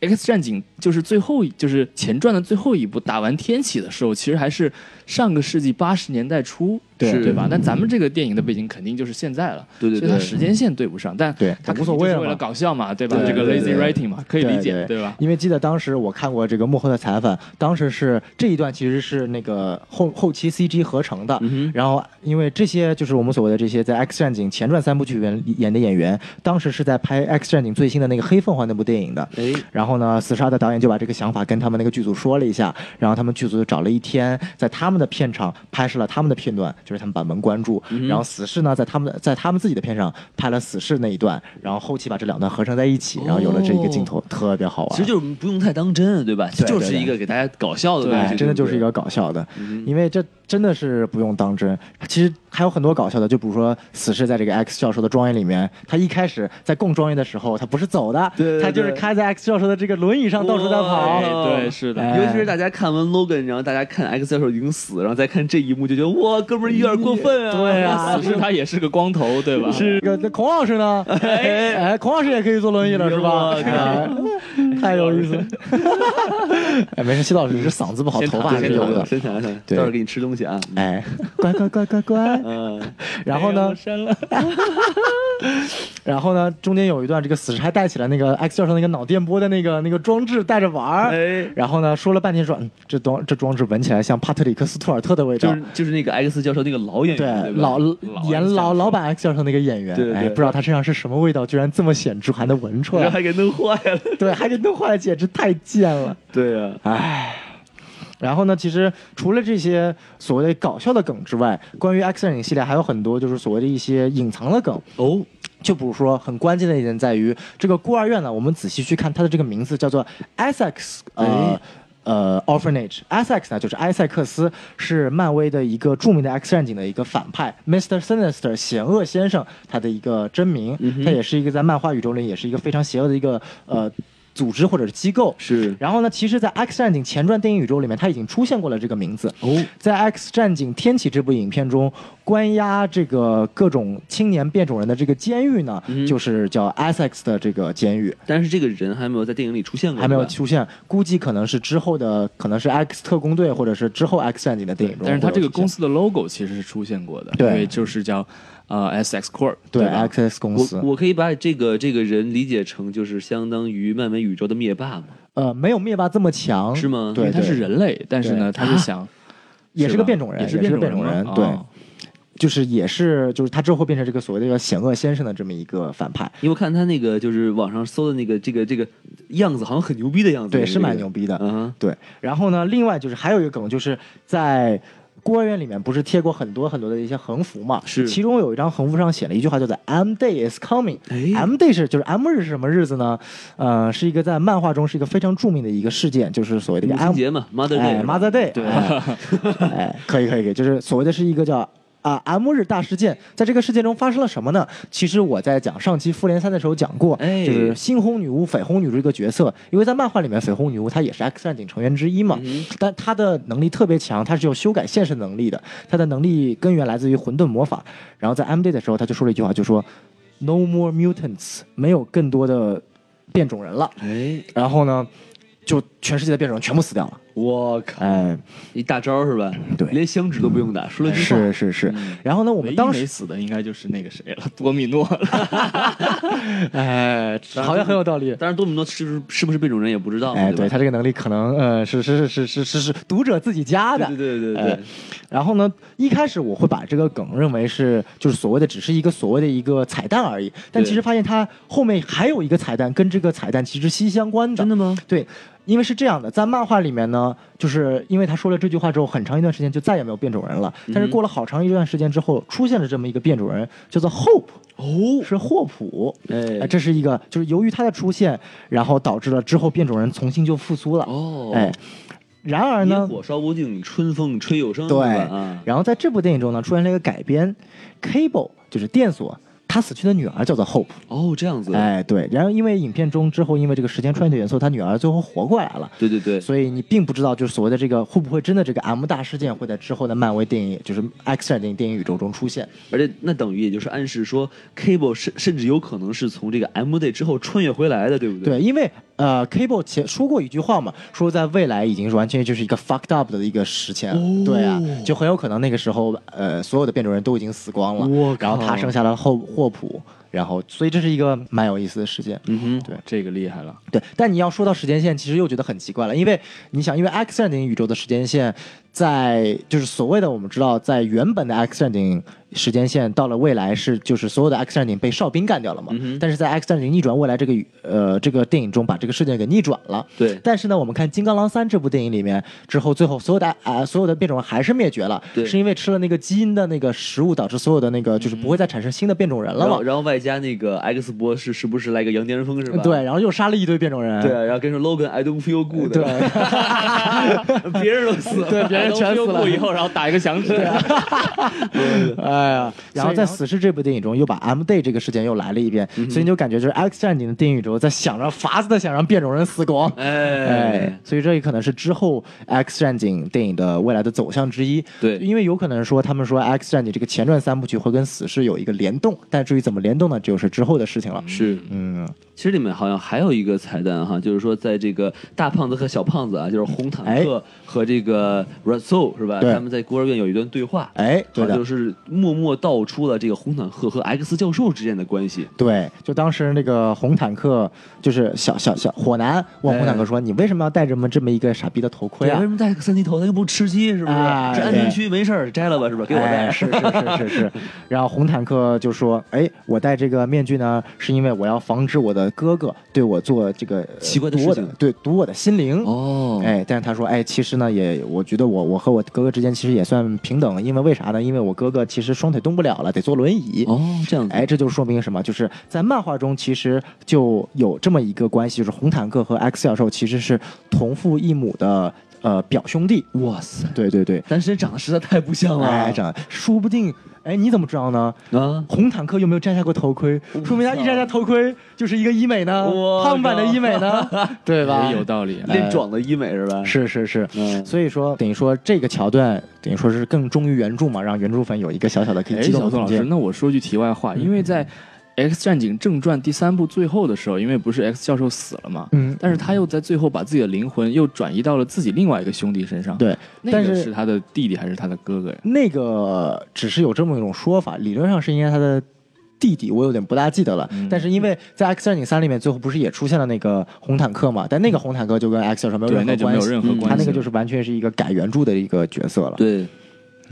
Speaker 1: X 战警就是最后一就是前传的最后一部打完天启的时候，其实还是上个世纪八十年代初，
Speaker 4: 对
Speaker 1: 对吧？但咱们这个电影的背景肯定就是现在了，
Speaker 3: 嗯对对
Speaker 1: 所以它
Speaker 3: 对
Speaker 1: 时间线对不上，但
Speaker 4: 对
Speaker 1: 它
Speaker 4: 无所
Speaker 1: 肯定
Speaker 4: 谓
Speaker 1: 就
Speaker 4: 了
Speaker 1: 是为
Speaker 4: 嘛
Speaker 1: 了搞笑嘛，对吧？
Speaker 3: 对
Speaker 1: 这个
Speaker 3: 对
Speaker 1: lazy
Speaker 3: 对
Speaker 1: writing 嘛，可以理解，
Speaker 4: 对
Speaker 1: 对吧？
Speaker 4: 因为记得当时我看过这个幕后的采访，当时是这一段其实是那个后后期 CG 合成的，
Speaker 3: 嗯哼
Speaker 4: 然后因为这些就是我们所谓的这些在《X 战警》前传三部曲演演的演员，当时是在拍《X 战警》最新的那个黑凤凰那部电影的，
Speaker 3: 哎，
Speaker 4: 然后呢，死杀的导演就把这个想法跟他们那个剧组说了一下，然后他们剧组就找了一天，在他们的片场拍摄了他们的片段，就是他们把门关住，
Speaker 3: 嗯
Speaker 4: 然后死侍呢在他们的在他们自己的片场拍了死侍那一段，然后后期把这两段合成在一起，然后有了这一个镜头，特别好玩。
Speaker 3: 哦其实就是不用太当真，对吧？
Speaker 4: 对对
Speaker 3: 就是一个给大家搞笑的东
Speaker 4: 对，
Speaker 3: 西，
Speaker 4: 真的
Speaker 3: 对嗯
Speaker 4: 就
Speaker 3: 不
Speaker 4: 是一
Speaker 3: 对
Speaker 4: 个搞笑的，因为这真的是不用当真。其实还有很多搞笑的，就比如说死侍在这个 X 教授的庄园里面，他一开始在供庄园的时候，他不是走的，
Speaker 3: 对对
Speaker 4: 他就是
Speaker 3: 对
Speaker 4: 开在 X 教授的这个轮椅上到处在
Speaker 3: 哇
Speaker 4: 跑。
Speaker 1: 对对是的
Speaker 4: 哎
Speaker 3: 尤其是大家看完 Logan，然后大家看 X 教授已经死，然后再看这一幕，就觉得哇，哥们儿有点过分啊！
Speaker 4: 对啊
Speaker 1: 死侍他也是个光头，对吧？
Speaker 4: 这个那孔老师呢？哎，孔老师也可以坐轮椅了，是吧？
Speaker 3: 我靠
Speaker 4: 哎太有意思 了。哎，没事，谢老师，你这嗓子不好，
Speaker 3: 先
Speaker 4: 头
Speaker 3: 躺
Speaker 4: 发还是
Speaker 3: 先
Speaker 4: 有
Speaker 3: 躺着
Speaker 4: 的。
Speaker 3: 先躺着，
Speaker 4: 对
Speaker 3: 待会儿给你吃东西啊。
Speaker 4: 哎，乖乖乖乖乖。
Speaker 3: 嗯，
Speaker 4: 然后呢？
Speaker 1: 删了。
Speaker 4: 然后呢？中间有一段，这个死侍还带起来那个 X 教授那个脑电波的那个那个装置，带着玩儿。
Speaker 3: 哎
Speaker 4: 然后呢，说了半天说，嗯，这装这装置闻起来像帕特里克斯图尔特的味
Speaker 3: 就
Speaker 4: 道
Speaker 3: 是。就是那个 X 教授那个老演
Speaker 4: 对
Speaker 3: 员，对，吧
Speaker 4: 老演老
Speaker 1: 老
Speaker 4: 老版 X 教授那个演员，
Speaker 3: 对对
Speaker 4: 哎，
Speaker 3: 对
Speaker 4: 不知道他身上是什么味道，居然这么显著，还能闻出
Speaker 3: 然 后还
Speaker 4: 来。
Speaker 3: 给弄坏了。
Speaker 4: 对，还给弄坏了，简直太贱了。
Speaker 3: 对啊，
Speaker 4: 然后呢，其实除了这些所谓的搞笑的梗之外，关于 X 战警系列还有很多就是所谓的一些隐藏的梗。
Speaker 3: 哦，
Speaker 4: 就比如说，很关键的一点在于这个孤儿院呢，我们仔细去看它的这个名字叫做 Essex，呃。呃，orphanage Essex 呢，就是埃塞克斯，是漫威的一个著名的 X 战警的一个反派 Mr. Sinister 邪恶先生，他的一个真名，他也是一个在漫画宇宙里也是一个非常邪恶的一个呃组织或者是机构。
Speaker 3: 是
Speaker 4: 然后呢，其实，在《X 战警前传》电影宇宙里面，它已经出现过了这个名字。
Speaker 3: 哦，
Speaker 4: 在《X 战警：天启》这部影片中，关押这个各种青年变种人的这个监狱呢，
Speaker 1: 嗯
Speaker 4: 就是叫 Essex 的这个监狱，
Speaker 3: 但是这个人还没有在电影里出现过，
Speaker 4: 还没有
Speaker 3: 对吧
Speaker 4: 出现，估计可能是之后的，可能是 X 特工队或者是之后 X 战警的电影中会
Speaker 1: 但
Speaker 4: 有
Speaker 1: 是
Speaker 4: 出
Speaker 1: 它
Speaker 4: 现。
Speaker 1: 这个公司的 logo 其实是出现过的，
Speaker 4: 对
Speaker 1: 因为就是叫呃 SX Corp，
Speaker 4: 对
Speaker 1: 吧
Speaker 4: X 公司
Speaker 3: 我，我可以把这个这个人理解成就是相当于漫威宇宙的灭霸嘛？
Speaker 4: 呃，没有灭霸这么强，
Speaker 3: 是吗
Speaker 1: 因
Speaker 4: 对，
Speaker 1: 为他
Speaker 4: 对啊
Speaker 1: 是，人类，但是呢，他是想
Speaker 4: 也是
Speaker 1: 吧
Speaker 4: 个变种人，
Speaker 1: 也
Speaker 4: 也是
Speaker 1: 变
Speaker 4: 变种
Speaker 1: 吗
Speaker 4: 人，
Speaker 1: 哦
Speaker 4: 对。就是也是，就是他之后变成这个所谓的一个险恶先生的这么一个反派，
Speaker 3: 因为我看他那个就是网上搜的那个这个这个样子，好像很牛逼的样子，
Speaker 4: 对，
Speaker 3: 那个
Speaker 4: 是蛮牛。逼的。
Speaker 3: 嗯哼
Speaker 4: 对，然后呢，另外就是还有一个梗，就是在孤儿院里面不是贴过很多很多的一些横幅嘛？
Speaker 3: 是
Speaker 4: 其中有一张横幅上写了一句话，叫做 “M Day is coming”。
Speaker 3: 哎
Speaker 4: M Day 是就是 M 日是什么日子呢？呃，是一个在漫画中是一个非常著名的一个事件，就是所谓的一个
Speaker 3: 母亲
Speaker 4: M
Speaker 3: 节嘛，Mother Day
Speaker 4: 哎
Speaker 3: 是吧
Speaker 4: ，Mother Day，
Speaker 3: 对
Speaker 4: 哎，哎 可以可以可以，就是所谓的是一个叫。啊，M 日大事件，在这个事件中发生了什么呢？其实我在讲上期复联三的时候讲过，
Speaker 3: 哎
Speaker 4: 就是猩红女巫、绯红女巫这个角色，因为在漫画里面，绯红女巫她也是 X 战警成员之一嘛，但她的能力特别强，她是有修改现实能力的，她的能力根源来自于混沌魔法。然后在 M Day 的时候，她就说了一句话，就说 “No more mutants”，没有更多的变种人了。
Speaker 3: 哎，
Speaker 4: 然后呢，就全世界的变种人全部死掉了。
Speaker 3: 我靠，
Speaker 4: 哎，
Speaker 3: 一大招是吧？
Speaker 4: 对
Speaker 3: 连响指都不用打，说了句话
Speaker 4: 是是是。然后呢，我
Speaker 1: 唯
Speaker 4: 们
Speaker 1: 一
Speaker 4: 当
Speaker 1: 没
Speaker 4: 时
Speaker 1: 死的应该就是那个谁了，多米诺了。
Speaker 4: 哎，好像很有道理。
Speaker 3: 当然，多米诺是不是是不是变种人也不知道嘛，
Speaker 4: 哎，
Speaker 3: 对
Speaker 4: 对
Speaker 3: 吧
Speaker 4: 他这个能力可能呃是是是是是是读者自己加的。
Speaker 3: 对对对对
Speaker 4: 哎
Speaker 3: 对，
Speaker 4: 然后呢，一开始我会把这个梗认为是就是所谓的只是一个所谓的一个彩蛋而已，但
Speaker 3: 对
Speaker 4: 其实发现它后面还有一个彩蛋，跟这个彩蛋其实息息相关的。
Speaker 3: 真的吗？
Speaker 4: 对，因为是这样的，在漫画里面呢，就是因为他说了这句话之后，很长一段时间就再也没有变种人了。但是过了好长一段时间之后，出现了这么一个变种人，叫做 Hope，
Speaker 3: 哦，
Speaker 4: 是霍普。
Speaker 3: 哎
Speaker 4: 哎，这是一个，就是由于他的出现，然后导致了之后变种人重新就复苏了。
Speaker 3: 哦
Speaker 4: 哎，然而
Speaker 3: 野
Speaker 4: 呢，
Speaker 3: 火烧不尽，春风吹又生，
Speaker 4: 对
Speaker 3: 是吧啊，
Speaker 4: 然后在这部电影中呢，出现了一个改编，Cable 就是电索，他死去的女儿叫做 Hope。
Speaker 3: 哦，这样子，
Speaker 4: 哎，对，然后因为影片中之后，因为这个时间穿越的元素，他女儿最后活过来了。
Speaker 3: 对对对，
Speaker 4: 所以你并不知道，就是所谓的这个会不会真的这个 M 大事件会在之后的漫威电影，就是 X 战警电影宇宙中出现？
Speaker 3: 而且那等于也就是暗示说，Cable 甚甚至有可能是从这个 M Day 之后穿越回来的，对不
Speaker 4: 对，因为呃，Cable 前说过一句话嘛，说在未来已经是完全就是一个 fucked up 的一个时间了，
Speaker 3: 哦
Speaker 4: 对啊，就很有可能那个时候呃，所有的变种人都已经死光
Speaker 3: 我
Speaker 4: 了，然后
Speaker 3: 靠
Speaker 4: 他剩下了后霍普，然后所以这是一个蛮有意思的事件，嗯哼，对。
Speaker 1: 这个厉害了。
Speaker 4: 对，但你要说到时间线，其实又觉得很奇怪了，因为你想，因为 X 战警宇宙的时间线在就是所谓的我们知道，在原本的 X 战警时间线到了未来是就是所有的 X 战警被哨兵干掉了嘛，
Speaker 3: 嗯
Speaker 4: 但是在 X 战警逆转未来这个宇呃这个电影中把这个事件给逆转了。
Speaker 3: 对
Speaker 4: 但是呢，我们看《金刚狼三》这部电影里面之后，最后所有的啊、所有的变种人还是灭绝了，
Speaker 3: 对嗯
Speaker 4: 是因为吃了那个基因的那个食物导致所有的那个就是不会再产生新的变种人了
Speaker 3: 然
Speaker 4: 嘛
Speaker 3: 后，。然后外加那个 X 博士时不时来个羊癫疯是吧？
Speaker 4: 对，然后又杀了一堆变种人。
Speaker 3: 对，啊然后跟你说 Logan I don't feel good，对， 别人都死了，
Speaker 1: 对，别人
Speaker 3: I don't
Speaker 1: 全
Speaker 3: feel
Speaker 1: 死
Speaker 3: good
Speaker 1: 了
Speaker 3: 以
Speaker 1: 以
Speaker 3: 后，
Speaker 1: 后，然后打一个响指。
Speaker 4: 哎呀，然后在《死侍》这部电影中又把 M Day 这个事件又来了一遍，
Speaker 3: 嗯
Speaker 4: 所以你就感觉就是 X 战警的电影宇宙在想着法子的想让变种人死光。
Speaker 3: 哎
Speaker 4: 哎，，所以这也可能是之后 X 战警电影的未来的走向之一。
Speaker 3: 对
Speaker 4: 因为有可能说他们说 X 战警这个前传三部曲会跟死侍有一个联动，但至于怎么联动呢，就是之后的事情了。
Speaker 3: 是，
Speaker 4: 嗯，
Speaker 3: 其实里面好像还有一个彩蛋哈，就是说在这个大胖子和小胖子啊，就是红坦
Speaker 1: 哎
Speaker 3: 克和这个 Red Soul 是吧？
Speaker 4: 对
Speaker 3: 他们在孤儿院有一段对话，
Speaker 4: 哎，对
Speaker 3: 好像
Speaker 4: 的
Speaker 3: 啊就，是默默道出了这个红坦克和 X 教授之间的关系。
Speaker 4: 对，就当时那个红坦克，就是小小小火男问红坦克
Speaker 3: 哎
Speaker 4: 说：“你为什么要戴这么这么一个傻逼的头盔
Speaker 3: 对，
Speaker 4: 啊
Speaker 3: 为什么戴个三级头？他又不吃鸡，是不是？
Speaker 4: 哎
Speaker 3: 这安全区没事儿，摘了吧，是吧？给我戴。
Speaker 4: 哎是是 是是是。然后红坦克就说：“哎，我戴这个面具呢，是因为我要防止我的哥哥对我做这个呃
Speaker 3: 奇怪的
Speaker 4: 读我
Speaker 3: 事情
Speaker 4: 对，读我的心灵。”
Speaker 3: 哦
Speaker 4: 哎，但是他说，哎，其实呢，也我觉得我我和我哥哥之间其实也算平等，因为为啥呢？因为我哥哥其实双腿动不了了，得坐轮椅。
Speaker 3: 哦，这样子。
Speaker 4: 哎，这就说明什么？就是在漫画中，其实就有这么一个关系，就是红坦克和 X 教授其实是同父异母的呃表兄弟。
Speaker 3: 哇塞！
Speaker 4: 对对对，
Speaker 3: 但是人长得实在太不像
Speaker 1: 啊
Speaker 3: 了。
Speaker 4: 哎，这样说不定，哎，你怎么知道呢？
Speaker 1: 嗯
Speaker 3: 啊，
Speaker 4: 红坦克有没有摘下过头盔？说明他一摘下头盔就是一个医美呢
Speaker 3: 我，靠
Speaker 4: 胖版的医美 呢，对吧？
Speaker 1: 也有道理。啊
Speaker 3: 练壮的医美是吧？
Speaker 4: 哎是是是，
Speaker 3: 嗯
Speaker 4: 所以说等于说这个桥段等于说是更忠于原著嘛，让原著粉有一个小小的可以
Speaker 1: 哎，
Speaker 4: 激动嗯
Speaker 1: 小宋
Speaker 4: 的空
Speaker 1: 老师，
Speaker 4: 间。
Speaker 1: 那我说句题外话，因为在《X 战警正传》第三部最后的时候，因为不是 X 教授死了嘛，
Speaker 4: 嗯
Speaker 1: 但是他又在最后把自己的灵魂又转移到了自己另外一个兄弟身上，，
Speaker 4: 对，
Speaker 1: 那
Speaker 4: 但
Speaker 1: 个
Speaker 4: 是
Speaker 1: 是他的弟弟还是他的哥哥呀？
Speaker 4: 那个只是有这么一种说法，理论上是应该他的。弟弟，我有点不大记得了，
Speaker 1: 嗯
Speaker 4: 但是因为在《X 战警三》里面，最后不是也出现了那个红坦克嘛？但那个红坦克就跟 X 教授没有
Speaker 1: 对，
Speaker 4: 任
Speaker 1: 那
Speaker 4: 何
Speaker 1: 就没
Speaker 4: 关
Speaker 1: 有
Speaker 4: 系，
Speaker 1: 任何
Speaker 3: 嗯
Speaker 1: 关系了。
Speaker 4: 他那个就是完全是一个改原著的一个角色了。
Speaker 3: 对。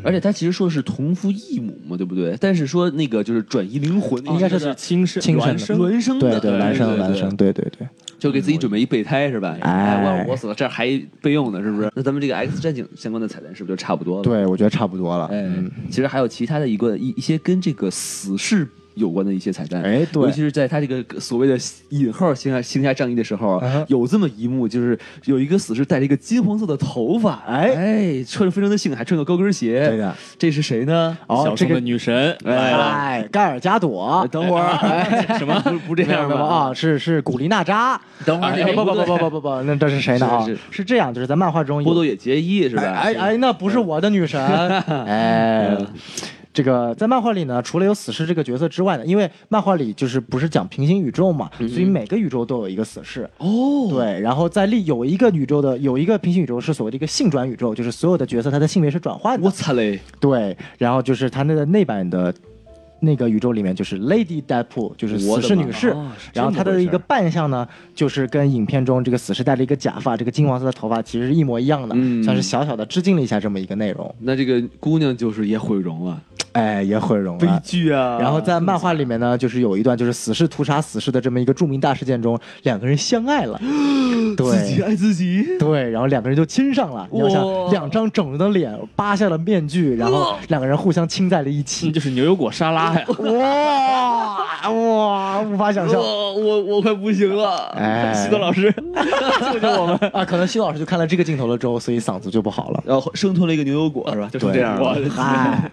Speaker 3: 而且他其实说是同父异母嘛，对不对？但是说那个就是转移灵魂，
Speaker 4: 应该是
Speaker 1: 哦是亲生
Speaker 4: 亲生的
Speaker 1: 孪生
Speaker 3: 孪生
Speaker 4: 对
Speaker 3: 的，
Speaker 4: 对，孪生
Speaker 3: 对
Speaker 4: 孪生，，对对对。
Speaker 3: 对就给自己准备一备胎是吧？
Speaker 4: 哎
Speaker 3: 万一我死了，这儿还备用呢，是不是？那咱们这个 X 战警相关的彩蛋是不是就差不多了？，
Speaker 4: 对，我觉得差不多了。
Speaker 3: 哎，其实还有其他的一个一一些跟这个死侍有关的一些彩蛋，
Speaker 4: 哎对
Speaker 3: 尤其是在他这个所谓的引号行侠行侠仗义的时候
Speaker 4: 嗯哼，
Speaker 3: 有这么一幕，就是有一个死侍戴着一个金黄色的头发，
Speaker 4: 哎
Speaker 3: 哎，穿着非常的性感，还穿个高跟鞋，
Speaker 4: 对的，
Speaker 3: 这是谁呢？
Speaker 4: 哦
Speaker 1: 小
Speaker 4: 这
Speaker 1: 宋
Speaker 4: 个
Speaker 1: 的女神来了，
Speaker 4: 哎，盖尔加朵，
Speaker 3: 等会儿， 哎
Speaker 1: 什么
Speaker 3: 不不这
Speaker 4: 没有
Speaker 3: 样
Speaker 4: 没
Speaker 3: 吧？
Speaker 4: 有啊，是是古力娜扎。
Speaker 3: 等会儿
Speaker 4: 哎
Speaker 3: 那个
Speaker 4: 不不不不不不不，那这是谁呢？啊
Speaker 3: 是是，
Speaker 4: 是这样，就是在漫画中有
Speaker 3: 波多野结衣是吧？嗯
Speaker 4: 哎哎哎，那不是我的 女神，哎。这个在漫画里呢，除了有死侍这个角色之外呢，因为漫画里就是不是讲平行宇宙嘛，所以每个宇宙都有一个死侍。
Speaker 3: 嗯哦，
Speaker 4: 对，然后在另有一个宇宙的有一个平行宇宙是所谓的一个性转宇宙，就是所有的角色他的性别是转换的
Speaker 3: 我。擦嘞！
Speaker 4: 对，然后就是他那个内版的。那个宇宙里面就是 Lady Deadpool，就是
Speaker 3: 我
Speaker 4: 死
Speaker 3: 的
Speaker 4: 侍
Speaker 3: 妈
Speaker 4: 女士
Speaker 3: 哦是，这
Speaker 4: 然后
Speaker 3: 么
Speaker 4: 她的
Speaker 3: 回
Speaker 4: 一
Speaker 3: 事
Speaker 4: 个
Speaker 3: 儿
Speaker 4: 扮相呢，就是跟影片中这个死侍戴了一个假发，这个金黄色的头发其实是一模一样的，
Speaker 3: 嗯
Speaker 4: 算是小小的致敬了一下这么一个内容，
Speaker 3: 那这个姑娘就是也毁容了，
Speaker 4: 哎，也毁容了。
Speaker 3: 剧啊
Speaker 4: 然后在漫画里面呢，就是有一段就是死侍屠杀死侍的这么一个著名大事件中，两个人相爱 了，
Speaker 3: 自己
Speaker 4: 对。
Speaker 3: 爱自己，
Speaker 4: 对，然后两个人就亲上了。你要想
Speaker 3: 哇，
Speaker 4: 两张整容的脸扒下了面具，然后两个人互相亲在了一起
Speaker 1: 那。就是牛油果沙拉 呀。
Speaker 4: 哇哇，无法想象。
Speaker 3: 我我我快不行了，
Speaker 4: 哎
Speaker 3: 西多老师，救救我们！
Speaker 4: 啊，可能西老师就看了这个镜头了之后，所以嗓子就不好了。
Speaker 3: 然后生吞了一个牛油果是啊吧？就成
Speaker 4: 对
Speaker 3: 这样了，
Speaker 4: 哎，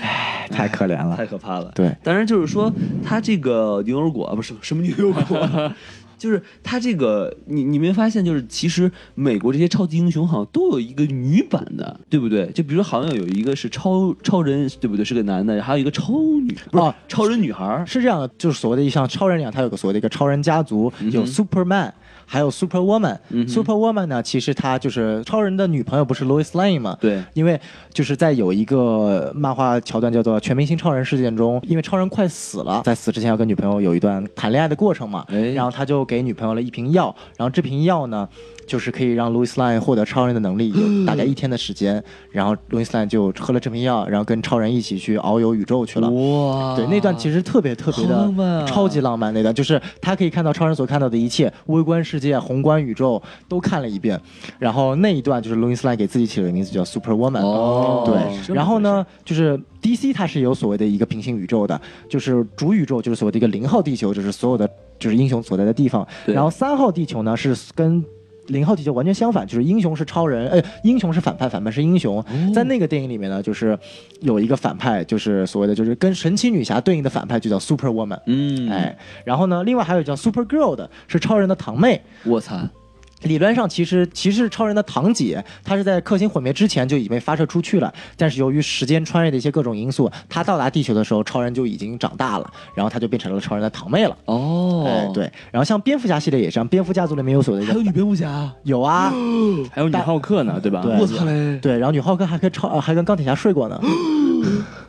Speaker 4: 唉太可怜了
Speaker 3: 太。可怕了。
Speaker 4: 对
Speaker 3: 当然就是说，它这个牛油果啊不是什么牛油 果，就是它这个你你没发现，就是其实美国这些超级英雄好像都有一个女版的，对不对？就比如好像有一个是超超人，对不对？是个男的，还有一个超女，不是、
Speaker 4: 啊
Speaker 3: 超人女孩儿。嗯
Speaker 4: 是这样的，就是所谓的像超人一样，他有个所谓的一个超人家族，有 Superman，还有 Super Woman、Super Woman 呢，其实她就是超人的女朋友，不是 Lois Lane 吗？
Speaker 1: 对
Speaker 4: 因为就是在有一个漫画桥段叫做“全明星超人”事件中，因为超人快死了，在死之前要跟女朋友有一段谈恋爱的过程嘛，
Speaker 3: 哎
Speaker 4: 然后他就给女朋友了一瓶药，然后这瓶药呢，就是可以让 Louis Lane 获得超人的能力，有大概一天的时间，然后 Louis Lane 就喝了这瓶药，然后跟超人一起去遨游宇宙去了。
Speaker 3: 哇
Speaker 4: 对，那段其实特别特别
Speaker 3: 好浪漫啊
Speaker 4: 的超级浪漫那段，就是他可以看到超人所看到的一切，微观世界、宏观宇宙都看了一遍。然后那一段就是 Louis Lane 给自己起了个名字叫 Super Woman。
Speaker 3: 哦
Speaker 1: 这
Speaker 4: 对，
Speaker 1: 么
Speaker 4: 然后呢，就是 DC 它是有所谓的一个平行宇宙的，就是主宇宙就是所谓的一个零号地球，就是所有的就是英雄所在的地方。
Speaker 3: 对
Speaker 4: 然后三号地球呢是跟零号地球完全相反，就是英雄是超人，呃，英雄是反派，反派是英
Speaker 3: 哦
Speaker 4: 雄。在那个电影里面呢，就是有一个反派，就是所谓的就是跟神奇女侠对应的反派就叫 Super Woman，
Speaker 3: 嗯，
Speaker 4: 哎，然后呢，另外还有叫 Super Girl 的，是超人的堂妹。
Speaker 3: 我操，
Speaker 4: 理论上，其实骑士超人的堂姐，她是在克星毁灭之前就已经被发射出去了，但是由于时间穿越的一些各种因素，她到达地球的时候，超人就已经长大了，然后她就变成了超人的堂妹了。
Speaker 3: 哦，
Speaker 4: 哎，，对，然后像蝙蝠侠系列也是，像蝙蝠家族里面有所谓的一
Speaker 3: 还有
Speaker 4: 个
Speaker 3: 女蝙蝠侠，
Speaker 4: 有啊，
Speaker 1: 还有女浩克呢，对吧？
Speaker 4: 对
Speaker 3: 我操嘞，
Speaker 4: 对，然后女浩克还跟超呃还跟钢铁侠睡过呢，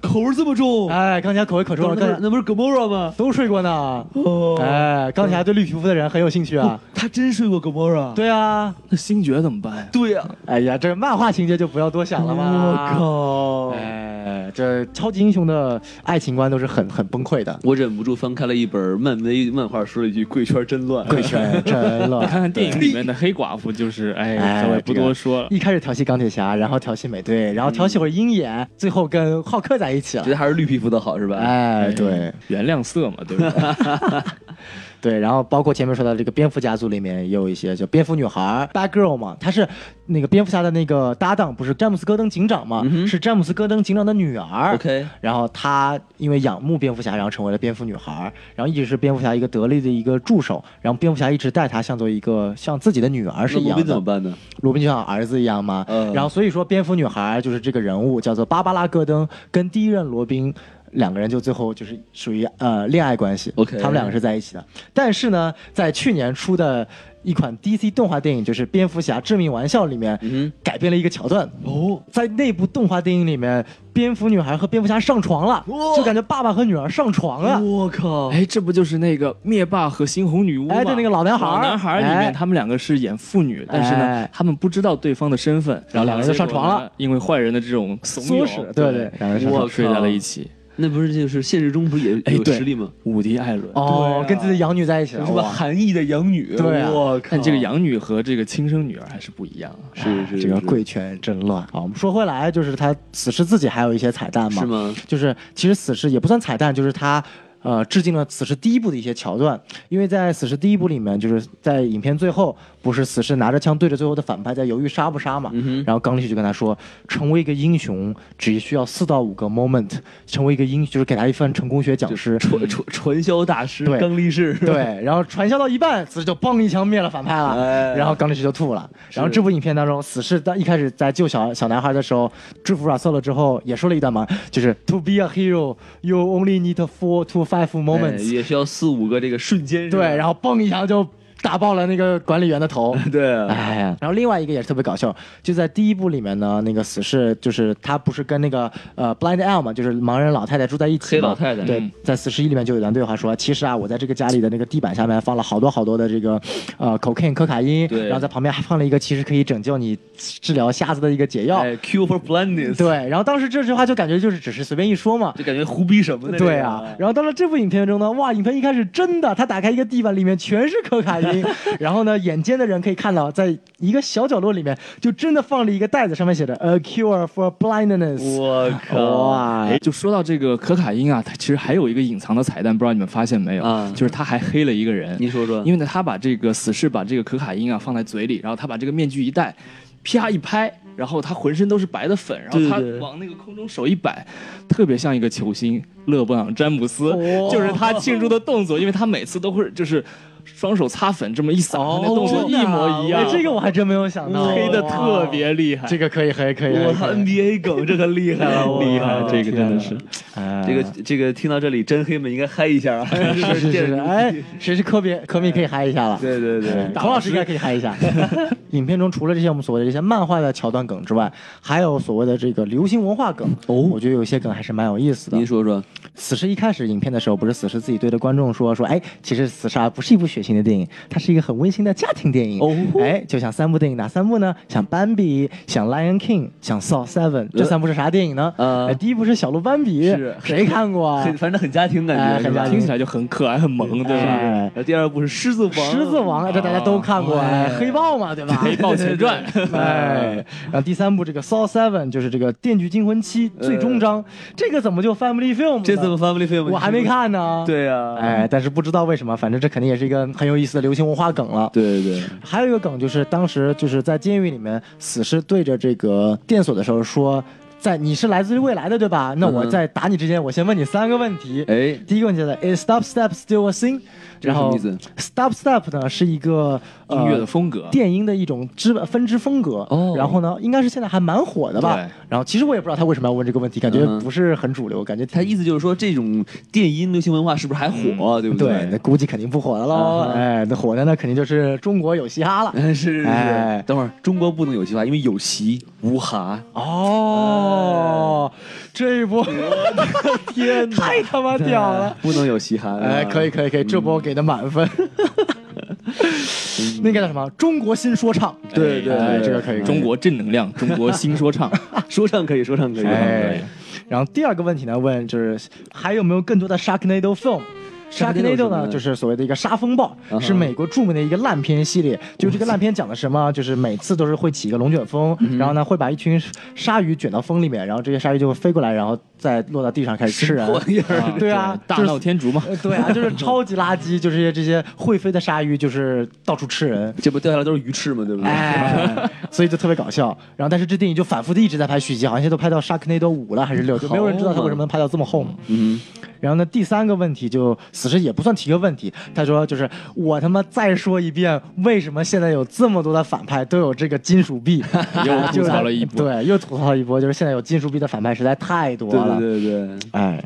Speaker 3: 口味这么重，
Speaker 4: 哎，钢铁侠口味可重了，
Speaker 3: 那不
Speaker 4: 钢
Speaker 3: 是
Speaker 4: 铁
Speaker 3: 那不是 Gamora 吗？
Speaker 4: 都睡过呢，
Speaker 3: 哦
Speaker 4: 哎，钢铁侠对绿皮肤的人很有兴趣啊，
Speaker 3: 他真睡过 Gamora，
Speaker 4: 对啊，
Speaker 1: 那星爵怎么办呀？
Speaker 3: 对呀，
Speaker 4: 哎呀，这漫画情节就不要多想了嘛，
Speaker 3: 我靠，
Speaker 4: 哎，这超级英雄的爱情观都是很很崩溃的。
Speaker 3: 我忍不住翻开了一本漫威漫画，说了一句“贵圈真乱”，
Speaker 4: 贵圈真乱，
Speaker 1: 你看看电影里面的黑寡妇，就是哎，
Speaker 4: 哎，
Speaker 1: 这我也不多说了
Speaker 4: 这。个一开始调戏钢铁侠，然后调戏美队，然后调戏会儿鹰眼，最后跟浩克在一起了
Speaker 3: 觉。得还是绿皮肤的好是吧？
Speaker 4: 哎，对
Speaker 1: 原谅色嘛，对不 对？
Speaker 4: 对，然后包括前面说到这个蝙蝠家族里面也有一些，就蝙蝠女孩 Batgirl 嘛，她是那个蝙蝠侠的那个搭档，不是詹姆斯戈登警长嘛，是詹姆斯戈登警长的女儿。
Speaker 3: 嗯 OK
Speaker 4: 然后她因为仰慕蝙蝠侠，然后成为了蝙蝠女孩，然后一直是蝙蝠侠一个得力的一个助手，然后蝙蝠侠一直带她像做一个像自己的女儿是
Speaker 3: 那
Speaker 4: 一
Speaker 3: 罗
Speaker 4: 样
Speaker 3: 宾怎
Speaker 4: 的
Speaker 3: 么。办呢？
Speaker 4: 罗宾就像儿子一样嘛。
Speaker 3: 嗯
Speaker 4: 然后所以说，蝙蝠女孩就是这个人物叫做芭芭拉·戈登，跟第一任罗宾两个人就最后就是属于呃恋爱关系。
Speaker 3: OK
Speaker 4: 他们两个是在一起的。但是呢，在去年出的一款 DC 动画电影就是《蝙蝠侠：致命玩笑》里面、
Speaker 3: 嗯
Speaker 4: 改编了一个桥段。
Speaker 3: 哦，
Speaker 4: 在那部动画电影里面，蝙蝠女孩和蝙蝠侠上床了，
Speaker 3: 哇
Speaker 4: 就感觉爸爸和女儿上床了。
Speaker 3: 我靠，
Speaker 1: 哎，这不就是那个灭霸和猩红女巫吗？
Speaker 4: 哦哎对那个老男孩儿
Speaker 1: 老男孩儿里
Speaker 4: 哎
Speaker 1: 面，他们两个是演父女，但是呢
Speaker 4: 哎，
Speaker 1: 他们不知道对方的身份，
Speaker 4: 然后两个人就上床了
Speaker 1: 结果呢，因为坏人的这种怂
Speaker 4: 唆使
Speaker 1: 恿，，
Speaker 4: 对对，，两个人上
Speaker 3: 我靠
Speaker 4: 床
Speaker 1: 睡在了一起。
Speaker 3: 那不是就是现实中不是也
Speaker 1: 哎
Speaker 3: 有
Speaker 1: 对
Speaker 3: 实力吗？
Speaker 1: 伍迪·艾伦，
Speaker 4: 哦，跟自己的养女在一起了，
Speaker 3: 什么
Speaker 4: 哇
Speaker 3: 韩裔的养女？
Speaker 4: 对啊
Speaker 3: 我靠，
Speaker 1: 但这个养女和这个亲生女儿还是不一样啊。
Speaker 3: 是是
Speaker 4: 这个
Speaker 3: 是
Speaker 4: 贵圈真乱啊！我们说回来，就是他死侍自己还有一些彩蛋嘛，
Speaker 3: 是？吗？
Speaker 4: 就是其实死侍也不算彩蛋，就是他。呃，致敬了死侍第一部的一些桥段，因为在死侍第一部里面，就是在影片最后，不是死侍拿着枪对着最后的反派在犹豫杀不杀嘛，然后刚力士就跟他说，成为一个英雄只需要四到五个 moment，成为一个英就是给他一番成功学讲师，
Speaker 3: 传传传销大师
Speaker 4: 对
Speaker 3: 刚力士，
Speaker 4: 对，然后传销到一半，死侍就嘣一枪灭了反派了，
Speaker 3: 哎
Speaker 4: 然后钢铁侠就吐了。然后这部影片当中，死侍当一开始在救小小男孩的时候，制服 Russell 了之后，也说了一段嘛，就是 To be a hero, you only need four to five
Speaker 3: 哎
Speaker 4: moments、
Speaker 3: 也需要四五个这个瞬间，是吧
Speaker 4: 对，然后嘣一枪就打爆了那个管理员的头。
Speaker 3: 对啊，
Speaker 4: 哎呀， 然后另外一个也是特别搞笑，就在第一部里面呢，那个死侍就是他不是跟那个呃 Blind L 嘛，就是盲人老太太住在一起嘛，
Speaker 3: 黑老太太嗯
Speaker 4: 对，在四十一里面就有一段对话说，其实啊，我在这个家里的那个地板下面放了好多好多的这个呃 cocaine 可卡因，
Speaker 3: 对
Speaker 4: 然后在旁边还放了一个其实可以拯救你治疗瞎子的一个解药，
Speaker 3: 哎，Q for blindness，，
Speaker 4: 对，然后当时这句话就感觉就是只是随便一说嘛，
Speaker 3: 就感觉胡逼什么的，
Speaker 4: 对啊，然后到了这部影片中呢，哇，影片一开始真的，他打开一个地板，里面全是可卡 因，然后呢，眼尖的人可以看到，在一个小角落里面，就真的放了一个袋子，上面写着 “A cure for blindness”。
Speaker 3: 我靠，
Speaker 1: 哎，就说到这个可卡因啊，它其实还有一个隐藏的彩蛋，不知道你们发现没有？
Speaker 3: 啊
Speaker 1: 就是他还黑了一个人。
Speaker 3: 您说说
Speaker 1: 因为呢，他把这个死侍把这个可卡因啊放在嘴里，然后他把这个面具一戴，啪一拍，然后他浑身都是白的粉，然后他
Speaker 3: 对对
Speaker 1: 往那个空中手一摆，特别像一个
Speaker 3: 哦
Speaker 1: 球星勒布朗詹姆斯，就是他庆祝的动作，因为他每次都会就是。双手擦粉这么一撒，
Speaker 4: 哦
Speaker 1: 那动作一模一样
Speaker 5: 哎。这个我还真没有想到，
Speaker 1: 黑的特别厉害，
Speaker 4: 这个可以，可以，可以。
Speaker 3: 我
Speaker 4: 可以
Speaker 3: NBA 梗这可厉害了，我
Speaker 1: 厉害，这个真的是。
Speaker 4: 哎
Speaker 3: 这个这个听到这里，真黑们应该嗨一下啊！
Speaker 4: 是是
Speaker 3: 电
Speaker 4: 是，
Speaker 3: 视
Speaker 4: 哎，谁是科比？科比可以嗨一下了。
Speaker 3: 对对对，
Speaker 4: 孔老师应该可以 嗨一下。影片中除了这些我们所谓的这些漫画的桥段梗之外，还有所谓的这个流行文化梗。哦，我觉得有些梗还是蛮有意思的
Speaker 3: 您。说说，
Speaker 4: 死侍一开始影片的时候，不是死侍自己对着观众说说，哎，其实死侍啊不是一部血腥的电影，它是一个很温馨的家庭电影。
Speaker 3: 哦
Speaker 4: 哎，就像三部电影哪三部呢？像《斑比》、像《Lion King》、像《Saw Seven》，这三部是啥电影呢？
Speaker 3: 哦呃
Speaker 4: 哎第一部是《小鹿斑比》，
Speaker 3: 是
Speaker 4: 谁看过啊？
Speaker 3: 很反正很家庭感
Speaker 4: 哎
Speaker 3: 觉，是
Speaker 4: 很
Speaker 3: 吧
Speaker 4: 家？
Speaker 1: 听起来就很可爱，很萌，对吧？
Speaker 4: 哎
Speaker 3: 然后第二部是狮子王，
Speaker 4: 狮子王，这大家都看过，哎，黑豹嘛，对吧？
Speaker 1: 黑豹 前传，
Speaker 4: 哎，然后第三部这个《Saw Seven》就是这个《电锯惊魂七》最终章，这个怎么就 Family Film？呢
Speaker 3: 哎这次的 Family Film
Speaker 4: 我还没。看呢。
Speaker 3: 对啊呀，
Speaker 4: 哎，但是不知道为什么，反正这肯定也是一个很有意思的流行文化梗了。
Speaker 3: 对对对，
Speaker 4: 还有一个梗就是当时就是在监狱里面，死尸对着这个电锁的时候说。在你是来自于未来的对吧？那我
Speaker 3: 嗯
Speaker 4: 在打你之前，我先问你三个问题。
Speaker 3: 哎
Speaker 4: 第一个问题呢，Is stop step still a thing？
Speaker 3: 这是
Speaker 4: 然
Speaker 3: 什么
Speaker 4: 后
Speaker 3: 意思
Speaker 4: ，stop step 呢是一个呃
Speaker 1: 音乐的风格
Speaker 4: 电音的一种支分支风格。
Speaker 3: 哦
Speaker 4: 然后呢，应该是现在还蛮火的吧
Speaker 1: 对？
Speaker 4: 然后其实我也不知道他为什么要问这个问题，感觉
Speaker 3: 嗯
Speaker 4: 不是很主流，感觉
Speaker 3: 他意思就是说这种电音流行文化是不是还火，对不
Speaker 4: 对，那估计肯定不火了喽。
Speaker 3: 啊
Speaker 4: 哎，那火的呢，肯定就是中国有嘻哈了。
Speaker 3: 哎，是是
Speaker 4: 哎
Speaker 3: 是，等会儿中国不能有嘻哈，因为有嘻无哈。
Speaker 4: 哦，这一波， 天哪，太他妈屌了！嗯
Speaker 3: 不能有嘻哈。
Speaker 4: 哎，可以可以可以，这波给的满分。那个叫什么？中国新说唱。
Speaker 3: 对对
Speaker 4: 哎
Speaker 3: 对
Speaker 4: 这个可以。
Speaker 1: 中国正能量，中国新说 唱，
Speaker 3: 以，说唱可以，说唱可以。
Speaker 4: 哎，然后第二个问题呢，问就是还有没有更多的 Sharknado film？
Speaker 3: Sharknado 是什
Speaker 4: Sharknado
Speaker 3: 么
Speaker 4: 呢，
Speaker 3: 呢
Speaker 4: 就是所谓的一个沙风暴，
Speaker 3: 嗯哼
Speaker 4: 是美国著名的一个烂片系列。就是这个烂片讲的什么？就是每次都是会起一个龙卷风，然后呢会把一群鲨鱼卷到风里面，然后这些鲨鱼就会飞过来，然后再落到地上开始 吃人。
Speaker 3: 玩意儿，
Speaker 4: 对啊，
Speaker 1: 大
Speaker 4: 就是
Speaker 1: 闹天竺嘛，
Speaker 4: 呃 对啊，就是超级垃圾，就是这些这些会飞的鲨鱼，就是到处吃人。
Speaker 3: 这不掉下来都是鱼翅吗？对
Speaker 1: 嗯
Speaker 3: 不对？
Speaker 4: 哎，所以就特别搞笑。然后，但是这电影就反复的一直在拍续集，好像现在都拍到《沙克内多五》了还是六，就没有人知道他为什么能拍到这么后嘛。
Speaker 3: 嗯，
Speaker 4: 然后呢，第三个问题就死神也不算提个问题，他说就是我他妈再说一遍，为什么现在有这么多的反派都有这个金属臂？
Speaker 1: 又吐槽了一
Speaker 4: 就是
Speaker 1: 波。
Speaker 4: 对，又吐槽了一波，就是现在有金属臂的反派实在太多
Speaker 3: 对
Speaker 4: 了。
Speaker 3: 对对对。
Speaker 4: 哎，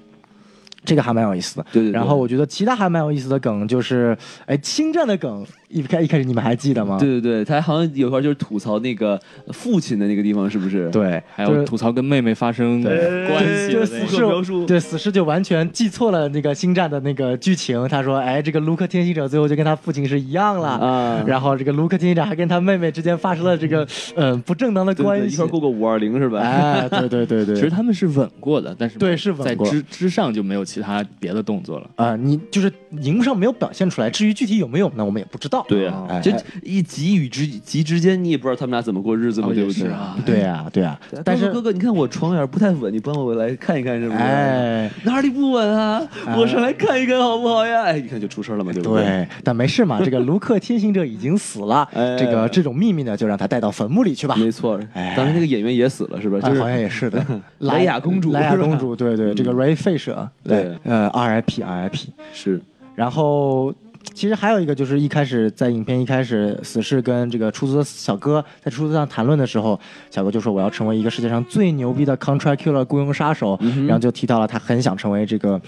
Speaker 4: 这个还蛮有意思的。
Speaker 3: 对对对
Speaker 4: 然后我觉得其他还蛮有意思的梗就是，哎，星战的梗一开一开始你们还记得吗？
Speaker 3: 对对对，他好像有一块就是吐槽那个父亲的那个地方，是不是？，
Speaker 4: 对，
Speaker 1: 还
Speaker 4: 就是
Speaker 1: 有吐槽跟妹妹发生关系
Speaker 4: 就
Speaker 1: 的
Speaker 4: 死
Speaker 1: 那
Speaker 3: 个
Speaker 4: 侍
Speaker 3: 描述
Speaker 4: 对死侍就完全记错了那个星战的那个剧情。他说：“哎，这个卢克天行者最后就跟他父亲是一样了。
Speaker 3: 啊
Speaker 4: 然后这个卢克天行者还跟他妹妹之间发生了这个呃不正当的
Speaker 3: 对对
Speaker 4: 关
Speaker 3: 一
Speaker 4: 系
Speaker 3: 块。过过五二零是吧？
Speaker 4: 哎，对对对 对，
Speaker 1: 其实他们是吻过的，但是
Speaker 4: 对是吻
Speaker 1: 在
Speaker 4: 过
Speaker 1: 之之上就没有其他别的动作了。
Speaker 4: 啊、你就是荧幕上没有表现出来，至于具体有没有呢，我们也不知道。
Speaker 3: 对呀，
Speaker 4: 哎
Speaker 3: 啊这一集与之集之间，你也不知道他们俩怎么过日子嘛，
Speaker 1: 哦
Speaker 3: 对
Speaker 1: 也
Speaker 3: 不对
Speaker 1: 是？啊，
Speaker 4: 对啊，对啊，但是
Speaker 3: 哥哥，哥你看我床有点不太稳，你帮我来看一看是不是？
Speaker 4: 哎，
Speaker 3: 哪里不稳啊？我上来看一看好不好呀？哎，一看就出事儿了嘛，对不对？
Speaker 4: 对，但 没事嘛，这个卢克天行者已经死了，
Speaker 3: 哎
Speaker 4: 这个这种秘密呢，就让他带到坟墓里去吧。
Speaker 3: 没错
Speaker 4: 哎，
Speaker 3: 当时那个演员也死了，是吧？
Speaker 4: 啊
Speaker 3: 就，是
Speaker 4: 好像也是的，
Speaker 3: 莱雅公主
Speaker 4: 莱雅
Speaker 3: 是吧嗯
Speaker 4: 公主，对对，这个 Ray Fisher，对
Speaker 3: 对，
Speaker 4: 呃，RIP RIP。
Speaker 3: 是
Speaker 4: 然后其实还有一个就是一开始在影片一开始，死侍跟这个出租车小哥在出租车上谈论的时候，小哥就说我要成为一个世界上最牛逼的 contract killer 雇佣杀手，
Speaker 3: 嗯
Speaker 4: 然后就提到了他很想成为这个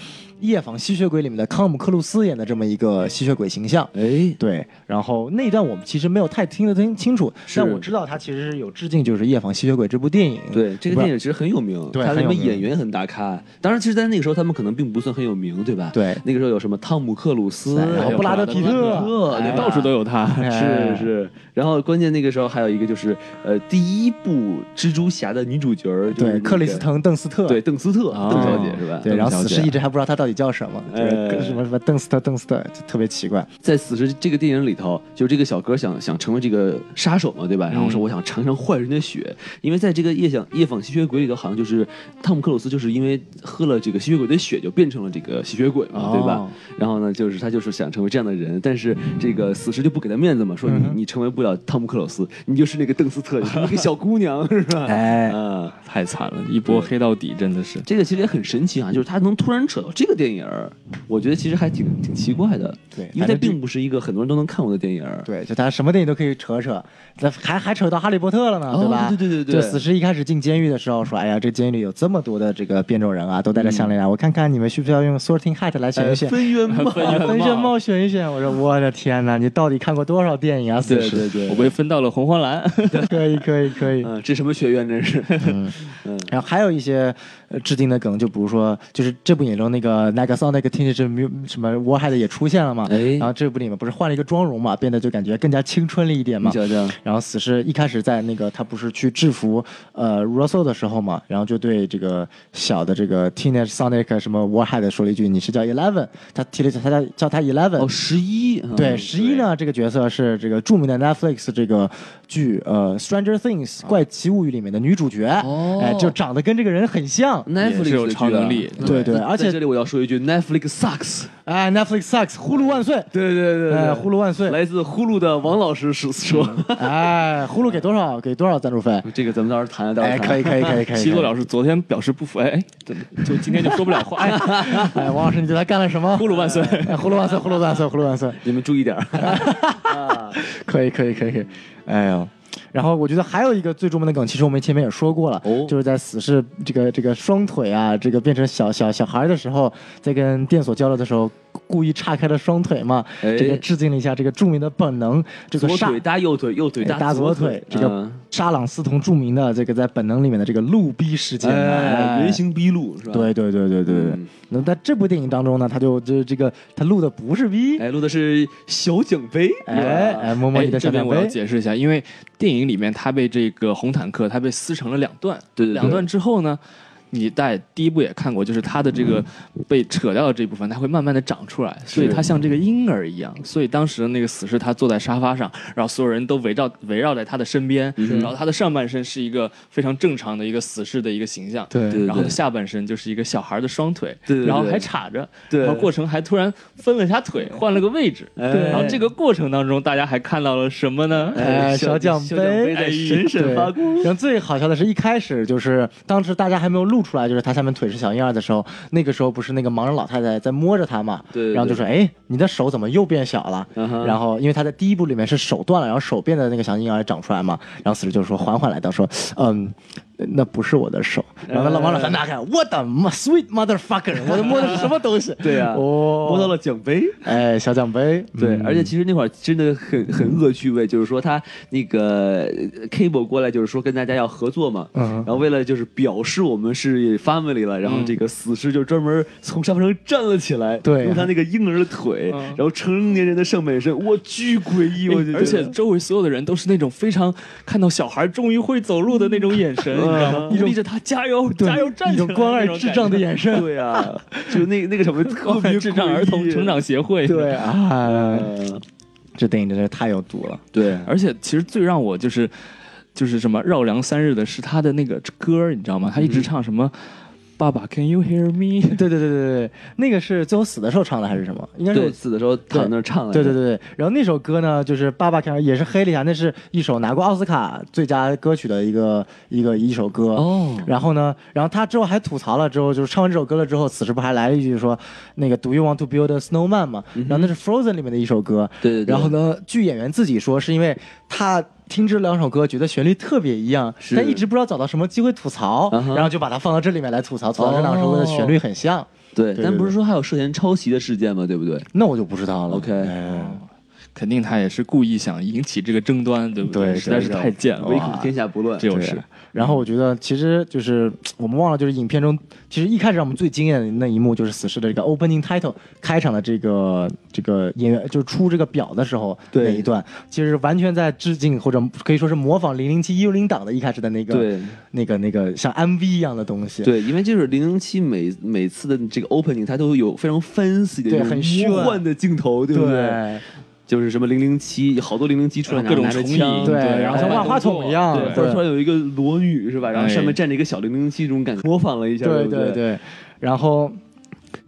Speaker 4: 夜访吸血鬼里面的康姆克鲁斯演的这么一个吸血鬼形象。
Speaker 3: 哎，
Speaker 4: 对，然后那一段我们其实没有太听得清清楚，
Speaker 3: 是
Speaker 4: 但我知道他其实是有致敬，就是《夜访吸血鬼》这部电影。
Speaker 3: 对，这个电影其实很有名，
Speaker 4: 对
Speaker 3: 它
Speaker 4: 很
Speaker 3: 里
Speaker 4: 有
Speaker 3: 面
Speaker 4: 名
Speaker 3: 演员很大咖。当然，其实，在那个时候他们可能并不算很有名，对吧？
Speaker 4: 对
Speaker 3: 那个时候有什么汤姆克鲁斯，
Speaker 4: 然后
Speaker 3: 还有
Speaker 4: 布拉德
Speaker 1: 布
Speaker 4: 皮
Speaker 1: 拉德皮
Speaker 4: 特，
Speaker 3: 特对
Speaker 4: 哎
Speaker 1: 到处都有他。
Speaker 4: 哎
Speaker 3: 是是，然后关键那个时候还有一个就是，呃，第一部蜘蛛侠的女主角儿就是
Speaker 4: 对
Speaker 3: 那
Speaker 4: 克里
Speaker 3: 个
Speaker 4: 斯，滕·邓斯特，
Speaker 3: 对邓斯特，
Speaker 1: 哦
Speaker 3: 邓小姐是吧？
Speaker 4: 对，然后
Speaker 1: 邓小
Speaker 4: 死
Speaker 1: 姐
Speaker 4: 侍一直还不知道他到底叫什么，就是
Speaker 3: 啊哎啊
Speaker 4: 跟什么什么邓斯特、邓斯特，就特别奇怪。
Speaker 3: 在死侍这个电影里头，就这个小哥想想成为这个杀手嘛，对吧？然
Speaker 4: 嗯
Speaker 3: 后说我想尝尝坏人的血，因为在这个夜想夜访吸血鬼里头，好像就是汤姆克鲁斯就是因为喝了这个吸血鬼的血，就变成了这个吸血鬼嘛，对吧
Speaker 4: 哦？
Speaker 3: 然后呢，就是他就是想成为这样的人，但是这个死侍就不给他面子嘛，说
Speaker 4: 嗯
Speaker 3: 你你成为不了汤姆克鲁斯，你就是那个邓斯特，你是一个小姑娘是吧？
Speaker 4: 哎
Speaker 3: 啊。
Speaker 1: 太惨了，一波黑到底，真的是。
Speaker 3: 这个其实也很神奇啊，就是他能突然扯到这个电影儿，我觉得其实还挺挺奇怪的。
Speaker 4: 对
Speaker 3: 因为
Speaker 4: 反
Speaker 3: 它
Speaker 4: 正这
Speaker 3: 并不是一个很多人都能看过的电影。
Speaker 4: 对，就他什么电影都可以扯扯，咱还还扯到哈利波特了呢，
Speaker 3: 哦
Speaker 4: 对吧？
Speaker 3: 对对对对对
Speaker 4: 就死侍一开始进监狱的时候说，哎呀，这监狱里有这么多的这个变种人啊，都戴着项链啊，我看看你们需不需要用 Sorting Hat 来选一
Speaker 3: 嗯
Speaker 4: 选。
Speaker 3: 哎分 冤嘛，
Speaker 4: 啊分院帽选一选，我说我的天哪，你到底看过多少电影啊？死
Speaker 3: 对
Speaker 4: 侍，
Speaker 3: 对对，
Speaker 1: 我被分到了红黄蓝。
Speaker 4: 可以可以可以。
Speaker 3: 嗯，这什么学院真是， 嗯，
Speaker 4: 然后还有一些呃制定的梗，就比如说，就是这部影中那个 Negasonic t e e n a g e 什么 Warhead 也出现了嘛，
Speaker 3: 哎
Speaker 4: 然后这部里面不是换了一个妆容嘛，变得就感觉更加青春了一点
Speaker 3: 你
Speaker 4: 嘛。
Speaker 3: 想想，
Speaker 4: 然后死侍一开始在那个他不是去制服呃 Russell 的时候嘛，然后就对这个小的这个 Teenage Sonic 什么 Warhead 说了一句：“你是叫 Eleven。”他提了一下他叫叫他 Eleven，、
Speaker 3: 哦，十一，嗯
Speaker 4: 对，十一呢，这个角色是这个著名的 Netflix 这个剧呃《Stranger Things》怪奇物语里面的女主角，
Speaker 3: 哦
Speaker 4: 哎，就长得跟这个人很像。
Speaker 1: 也
Speaker 3: ，Netflix
Speaker 1: 是有
Speaker 3: 的剧啊
Speaker 1: 超能力
Speaker 3: 嗯
Speaker 4: 对对
Speaker 3: 在
Speaker 4: 而且
Speaker 3: 在这里我要说一句，Netflix sucks，
Speaker 4: 哎，Netflix sucks，呼噜万岁！
Speaker 3: 对对对
Speaker 4: 哎，呼噜万岁！
Speaker 3: 来自呼噜的王老师
Speaker 4: 嗯
Speaker 3: 是说，
Speaker 4: 哎，呼噜给多少？给多少赞助费？
Speaker 3: 这个咱们到时候嗯谈，到时
Speaker 4: 哎，
Speaker 3: 候
Speaker 4: 可
Speaker 3: 谈。
Speaker 4: 以，可以，可以，可以。
Speaker 1: 西多
Speaker 4: 可以
Speaker 1: 老师昨天表示不服，哎哎，怎么就今天就说不了话？ 哎
Speaker 4: 哎，王老师，你对他干了什么？
Speaker 1: 呼噜万岁！
Speaker 4: 哎，呼噜万岁！呼噜万岁！呼噜万岁！
Speaker 3: 你们注意点儿，
Speaker 4: 可以，可以，可以，可以。哎呦，然后我觉得还有一个最著名的梗，其实我们前面也说过了，
Speaker 3: 哦
Speaker 4: 就是在死侍这个这个双腿啊，这个变成小小小孩的时候，在跟电索交流的时候，故意岔开了双腿嘛，
Speaker 3: 哎
Speaker 4: 这个致敬了一下这个著名的本能，这个
Speaker 3: 左
Speaker 4: 杀
Speaker 3: 腿搭右腿，右腿
Speaker 4: 哎
Speaker 3: 搭
Speaker 4: 左
Speaker 3: 腿，
Speaker 4: 这个
Speaker 3: 嗯
Speaker 4: 沙朗斯通著名的这个在本能里面的这个路逼事件，
Speaker 3: 哎，
Speaker 4: 哎
Speaker 3: 人形逼路是吧？
Speaker 4: 对对对对对对
Speaker 3: 嗯，
Speaker 4: 那在这部电影当中呢，他就就是这个他录的不是逼，
Speaker 3: 哎，录的是小奖杯，
Speaker 4: 哎哎，摸摸
Speaker 1: 哎
Speaker 4: 你的
Speaker 1: 这
Speaker 4: 小
Speaker 1: 边
Speaker 4: 两
Speaker 1: 我要
Speaker 4: 杯，
Speaker 1: 解释一下，因为电影里面他被这个红坦克他被撕成了两段，
Speaker 3: 对对对
Speaker 1: 两段之后呢，你在第一部也看过，就是他的这个
Speaker 3: 嗯
Speaker 1: 被扯掉的这部分，它会慢慢的长出来，所以他像这个婴儿一样。所以当时的那个死侍他坐在沙发上，然后所有人都围绕围绕在他的身边，
Speaker 3: 嗯
Speaker 1: 然后他的上半身是一个非常正常的一个死侍的一个形象，
Speaker 4: 对
Speaker 3: 对
Speaker 1: 然后他下半身就是一个小孩的双腿，
Speaker 3: 对对
Speaker 1: 然后
Speaker 3: 对
Speaker 1: 还叉着，
Speaker 3: 对
Speaker 1: 然后过程还突然分了一下腿，换了个位置，
Speaker 3: 哎
Speaker 1: 然后这个过程当中，大家还看到了什么呢？
Speaker 4: 哎小奖
Speaker 3: 小
Speaker 4: 杯哎
Speaker 3: 在闪闪发光。
Speaker 4: 对然后最好笑的是一开始就是当时大家还没有露出来，就是他下面腿是小婴儿的时候，那个时候不是那个盲人老太太在摸着他嘛，
Speaker 3: 对对对
Speaker 4: 然后就说哎，你的手怎么又变小了？
Speaker 3: 嗯哼
Speaker 4: 然后因为他在第一部里面是手断了，然后手变得那个小婴儿长出来嘛，然后死侍就说缓缓来到说，嗯。那不是我的手，然后那盲老太太拿开，我的妈，sweet motherfucker，我摸 的是什么东西？
Speaker 3: 对呀，
Speaker 4: 哦，
Speaker 3: 摸到了奖杯。
Speaker 4: 哎，小奖杯，
Speaker 3: 对，
Speaker 4: 嗯
Speaker 3: 而且其实那会儿真的很很恶趣味，就是说他那个呃 Cable 过来就是说跟大家要合作嘛，
Speaker 4: 嗯
Speaker 3: 然后为了就是表示我们是 family 了，然后这个死尸就专门从沙发上站了起来，
Speaker 4: 对啊
Speaker 3: 用他那个婴儿的腿，
Speaker 1: 嗯哎
Speaker 3: 然后成年人的上半身，哇，巨诡异，我就觉得
Speaker 1: 而且周围所有的人都是那种非常看到小孩终于会走路的那种眼神，你知道吗？鼓励着他加油，
Speaker 4: 对
Speaker 1: 加油，站
Speaker 4: 一
Speaker 1: 起来！
Speaker 4: 种关爱智障的眼神，
Speaker 3: 对啊，就那那个什么特
Speaker 1: 关爱
Speaker 3: 别
Speaker 1: 智障儿童成长协会。
Speaker 4: 对啊，
Speaker 3: 嗯，
Speaker 4: 这电影真是太有毒了。
Speaker 3: 对，
Speaker 1: 而且其实最让我就是就是什么绕梁三日的是他的那个歌儿，你知道吗？他一直唱什么“爸爸 Can you hear me”，
Speaker 4: 对对对对对，对那个是最后死的时候唱的还是什么？应该是
Speaker 3: 对死的时候躺那儿唱来
Speaker 4: 对
Speaker 3: 着
Speaker 4: 对对对。然后那首歌呢，就是《爸爸看》，也是黑了一下，那是一首拿过奥斯卡最佳歌曲的一个一个一首歌。
Speaker 3: 哦
Speaker 4: 然后呢，然后他之后还吐槽了，之后就是唱完这首歌了之后，此时不还来了一句说那个 “Do you want to build a snowman” 嘛？然后那是 Frozen 里面的一首歌。
Speaker 3: 嗯对对对
Speaker 4: 然后呢，据演员自己说，是因为他。听这两首歌，觉得旋律特别一样，
Speaker 3: 是
Speaker 4: 但一直不知道找到什么机会吐槽，
Speaker 3: 嗯哼
Speaker 4: 然后就把它放到这里面来吐槽，吐槽这两首歌的旋律很像。
Speaker 3: 对，
Speaker 4: 对
Speaker 3: 但
Speaker 4: 对
Speaker 3: 不是说还有涉嫌抄袭的事件吗？对不对？
Speaker 4: 那我就不知道了。
Speaker 3: OK
Speaker 4: 哎
Speaker 1: 肯定他也是故意想引起这个争端，对不
Speaker 4: 对
Speaker 1: 实在是太贱了，
Speaker 3: 唯
Speaker 1: 哇
Speaker 3: 恐天下不乱。
Speaker 1: 这种
Speaker 4: 对
Speaker 1: 事。
Speaker 4: 然后我觉得，其实就是我们忘了，就是影片中，其实一开始让我们最惊艳的那一幕，就是死侍的这个 opening title 开场的这个这个演员，就是出这个表的时候
Speaker 3: 对
Speaker 4: 那一段，其实完全在致敬或者可以说是模仿零零七幽灵党的一开始的那个
Speaker 3: 对
Speaker 4: 那个那个像 MV 一样的东西。
Speaker 3: 对，因为就是零零七每每次的这个 opening，它都有非常 fancy 的
Speaker 4: 对
Speaker 3: 一种
Speaker 4: 很炫
Speaker 3: 魔幻的镜头，对
Speaker 4: 对
Speaker 3: 不对？就是什么零零七，好多零零七出来拿
Speaker 1: 啊各种
Speaker 3: 拿着
Speaker 1: 重
Speaker 3: 枪，
Speaker 1: 影
Speaker 4: 对
Speaker 1: 对
Speaker 4: 然后
Speaker 1: 然
Speaker 4: 像
Speaker 1: 后
Speaker 4: 万花
Speaker 1: 动
Speaker 4: 筒
Speaker 1: 作
Speaker 4: 一样，
Speaker 1: 对
Speaker 3: 或者突然有一个裸女是吧？然后上
Speaker 1: 哎
Speaker 3: 面站着一个小零零七，这种感觉模仿了一下，
Speaker 4: 对
Speaker 3: 不
Speaker 4: 对
Speaker 3: 对？
Speaker 4: 对，然后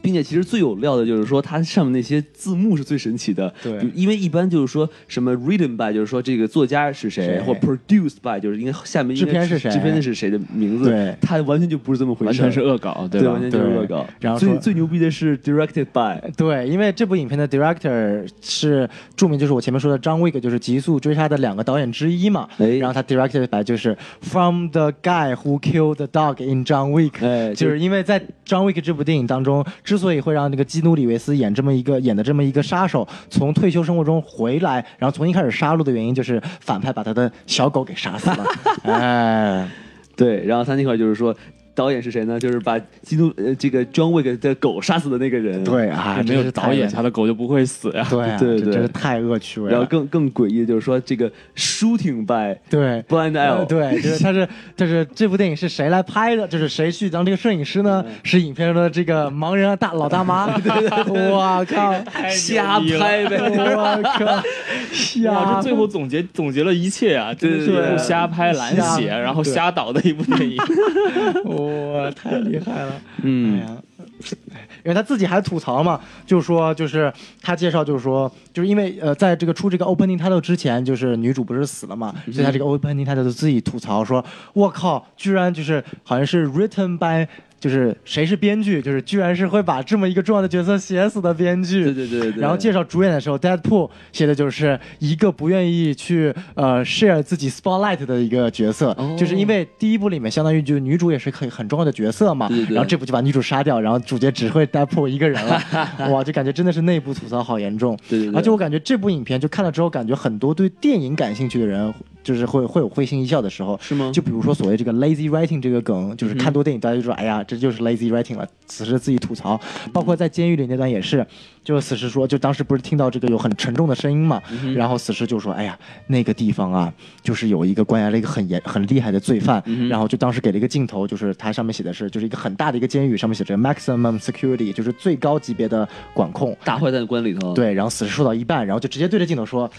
Speaker 3: 并且其实最有料的就是说它上面那些字幕是最神奇的，
Speaker 4: 对
Speaker 3: 比如因为一般就是说什么 written by 就是说这个作家是谁，
Speaker 4: 谁
Speaker 3: 或 produced by 就是应该下面应该
Speaker 4: 制片是谁
Speaker 3: 制片的是谁的名字，
Speaker 4: 对
Speaker 3: 它完全就不是这么回事，
Speaker 1: 完全是恶搞，
Speaker 3: 对
Speaker 1: 吧？
Speaker 3: 完全就是
Speaker 4: 对
Speaker 3: 恶搞。
Speaker 4: 然后说
Speaker 3: 最最牛逼的是 directed by，
Speaker 4: 对，因为这部影片的 director 是著名，就是我前面说的张 Wick，就是《极速追杀》的两个导演之一嘛。
Speaker 3: 哎
Speaker 4: 然后他 directed by 就是 From the guy who killed the dog in John Wick，、
Speaker 3: 哎
Speaker 4: 就
Speaker 3: 就是
Speaker 4: 是因为在张 Wick 这部电影当中，之所以会让那个基努里维斯演这么一个演的这么一个杀手从退休生活中回来，然后从一开始杀戮的原因就是反派把他的小狗给杀死了。哎，
Speaker 3: 对，然后他那块就是说。导演是谁呢？就是把基督呃这个 John Wick 的狗杀死的那个人。
Speaker 4: 对啊，
Speaker 1: 嗯没
Speaker 4: 真
Speaker 1: 有
Speaker 4: 是
Speaker 1: 导演，
Speaker 4: 太恶
Speaker 1: 他的狗就不会死呀、
Speaker 4: 趣对啊，
Speaker 3: 对对
Speaker 4: 这真是太恶趣味了。
Speaker 3: 然后更更诡异的就是说，这个 shooting by
Speaker 4: 对
Speaker 3: Blind Isle
Speaker 4: 呃对，就是他是，就是这部电影是谁来拍的？就是谁去当这个摄影
Speaker 1: 嗯
Speaker 4: 师呢？是影片中的这个盲人啊大老大 妈。我靠！
Speaker 3: 瞎拍呗。
Speaker 4: 我靠！
Speaker 1: 哇，
Speaker 4: 瞎
Speaker 1: 啊这最后总结总结了一切啊，真的是
Speaker 3: 对
Speaker 1: 一部瞎拍蓝
Speaker 4: 瞎
Speaker 1: 血，然后瞎导的一部电 影。
Speaker 4: 哇，太厉害了！哎
Speaker 3: 嗯，
Speaker 4: 呀，因为他自己还吐槽嘛，就是说，就是他介绍，就是说，就是因为呃，在这个出这个 opening title 之前，就是女主不是死了嘛，
Speaker 3: 嗯
Speaker 4: 所以他这个 opening title 就自己吐槽说，我靠，居然就是好像是 written by。就是谁是编剧，就是居然是会把这么一个重要的角色写死的编剧，
Speaker 3: 对对对对对
Speaker 4: 然后介绍主演的时候，Deadpool 写的就是一个不愿意去呃 share 自己 spotlight 的一个角色，
Speaker 3: 哦
Speaker 4: 就是因为第一部里面相当于就是女主也是很很重要的角色嘛，
Speaker 3: 对对对
Speaker 4: 然后这部就把女主杀掉，然后主角只会 Deadpool 一个 人了，哇，就感觉真的是内部吐槽好严重。
Speaker 3: 对对对
Speaker 4: 而且我感觉这部影片就看了之后，感觉很多对电影感兴趣的人，就是会会有会心一笑的时候。
Speaker 3: 是吗嗯
Speaker 4: 就比如说所谓这个 lazy writing 这个梗，就是看多电影大家就说，哎呀，这就是 lazy writing 了，此时自己吐槽。包括在监狱里那段也是，就是死侍说，就当时不是听到这个有很沉重的声音嘛，
Speaker 3: 嗯
Speaker 4: 然后死侍就说，哎呀，那个地方啊，就是有一个关押了一个很严很厉害的罪犯，
Speaker 3: 嗯
Speaker 4: 然后就当时给了一个镜头，就是它上面写的是，就是一个很大的一个监狱，上面写着 maximum security，就是最高级别的管控。
Speaker 3: 大坏蛋关里头。，
Speaker 4: 对，然后死侍说到一半，然后就直接对着镜头说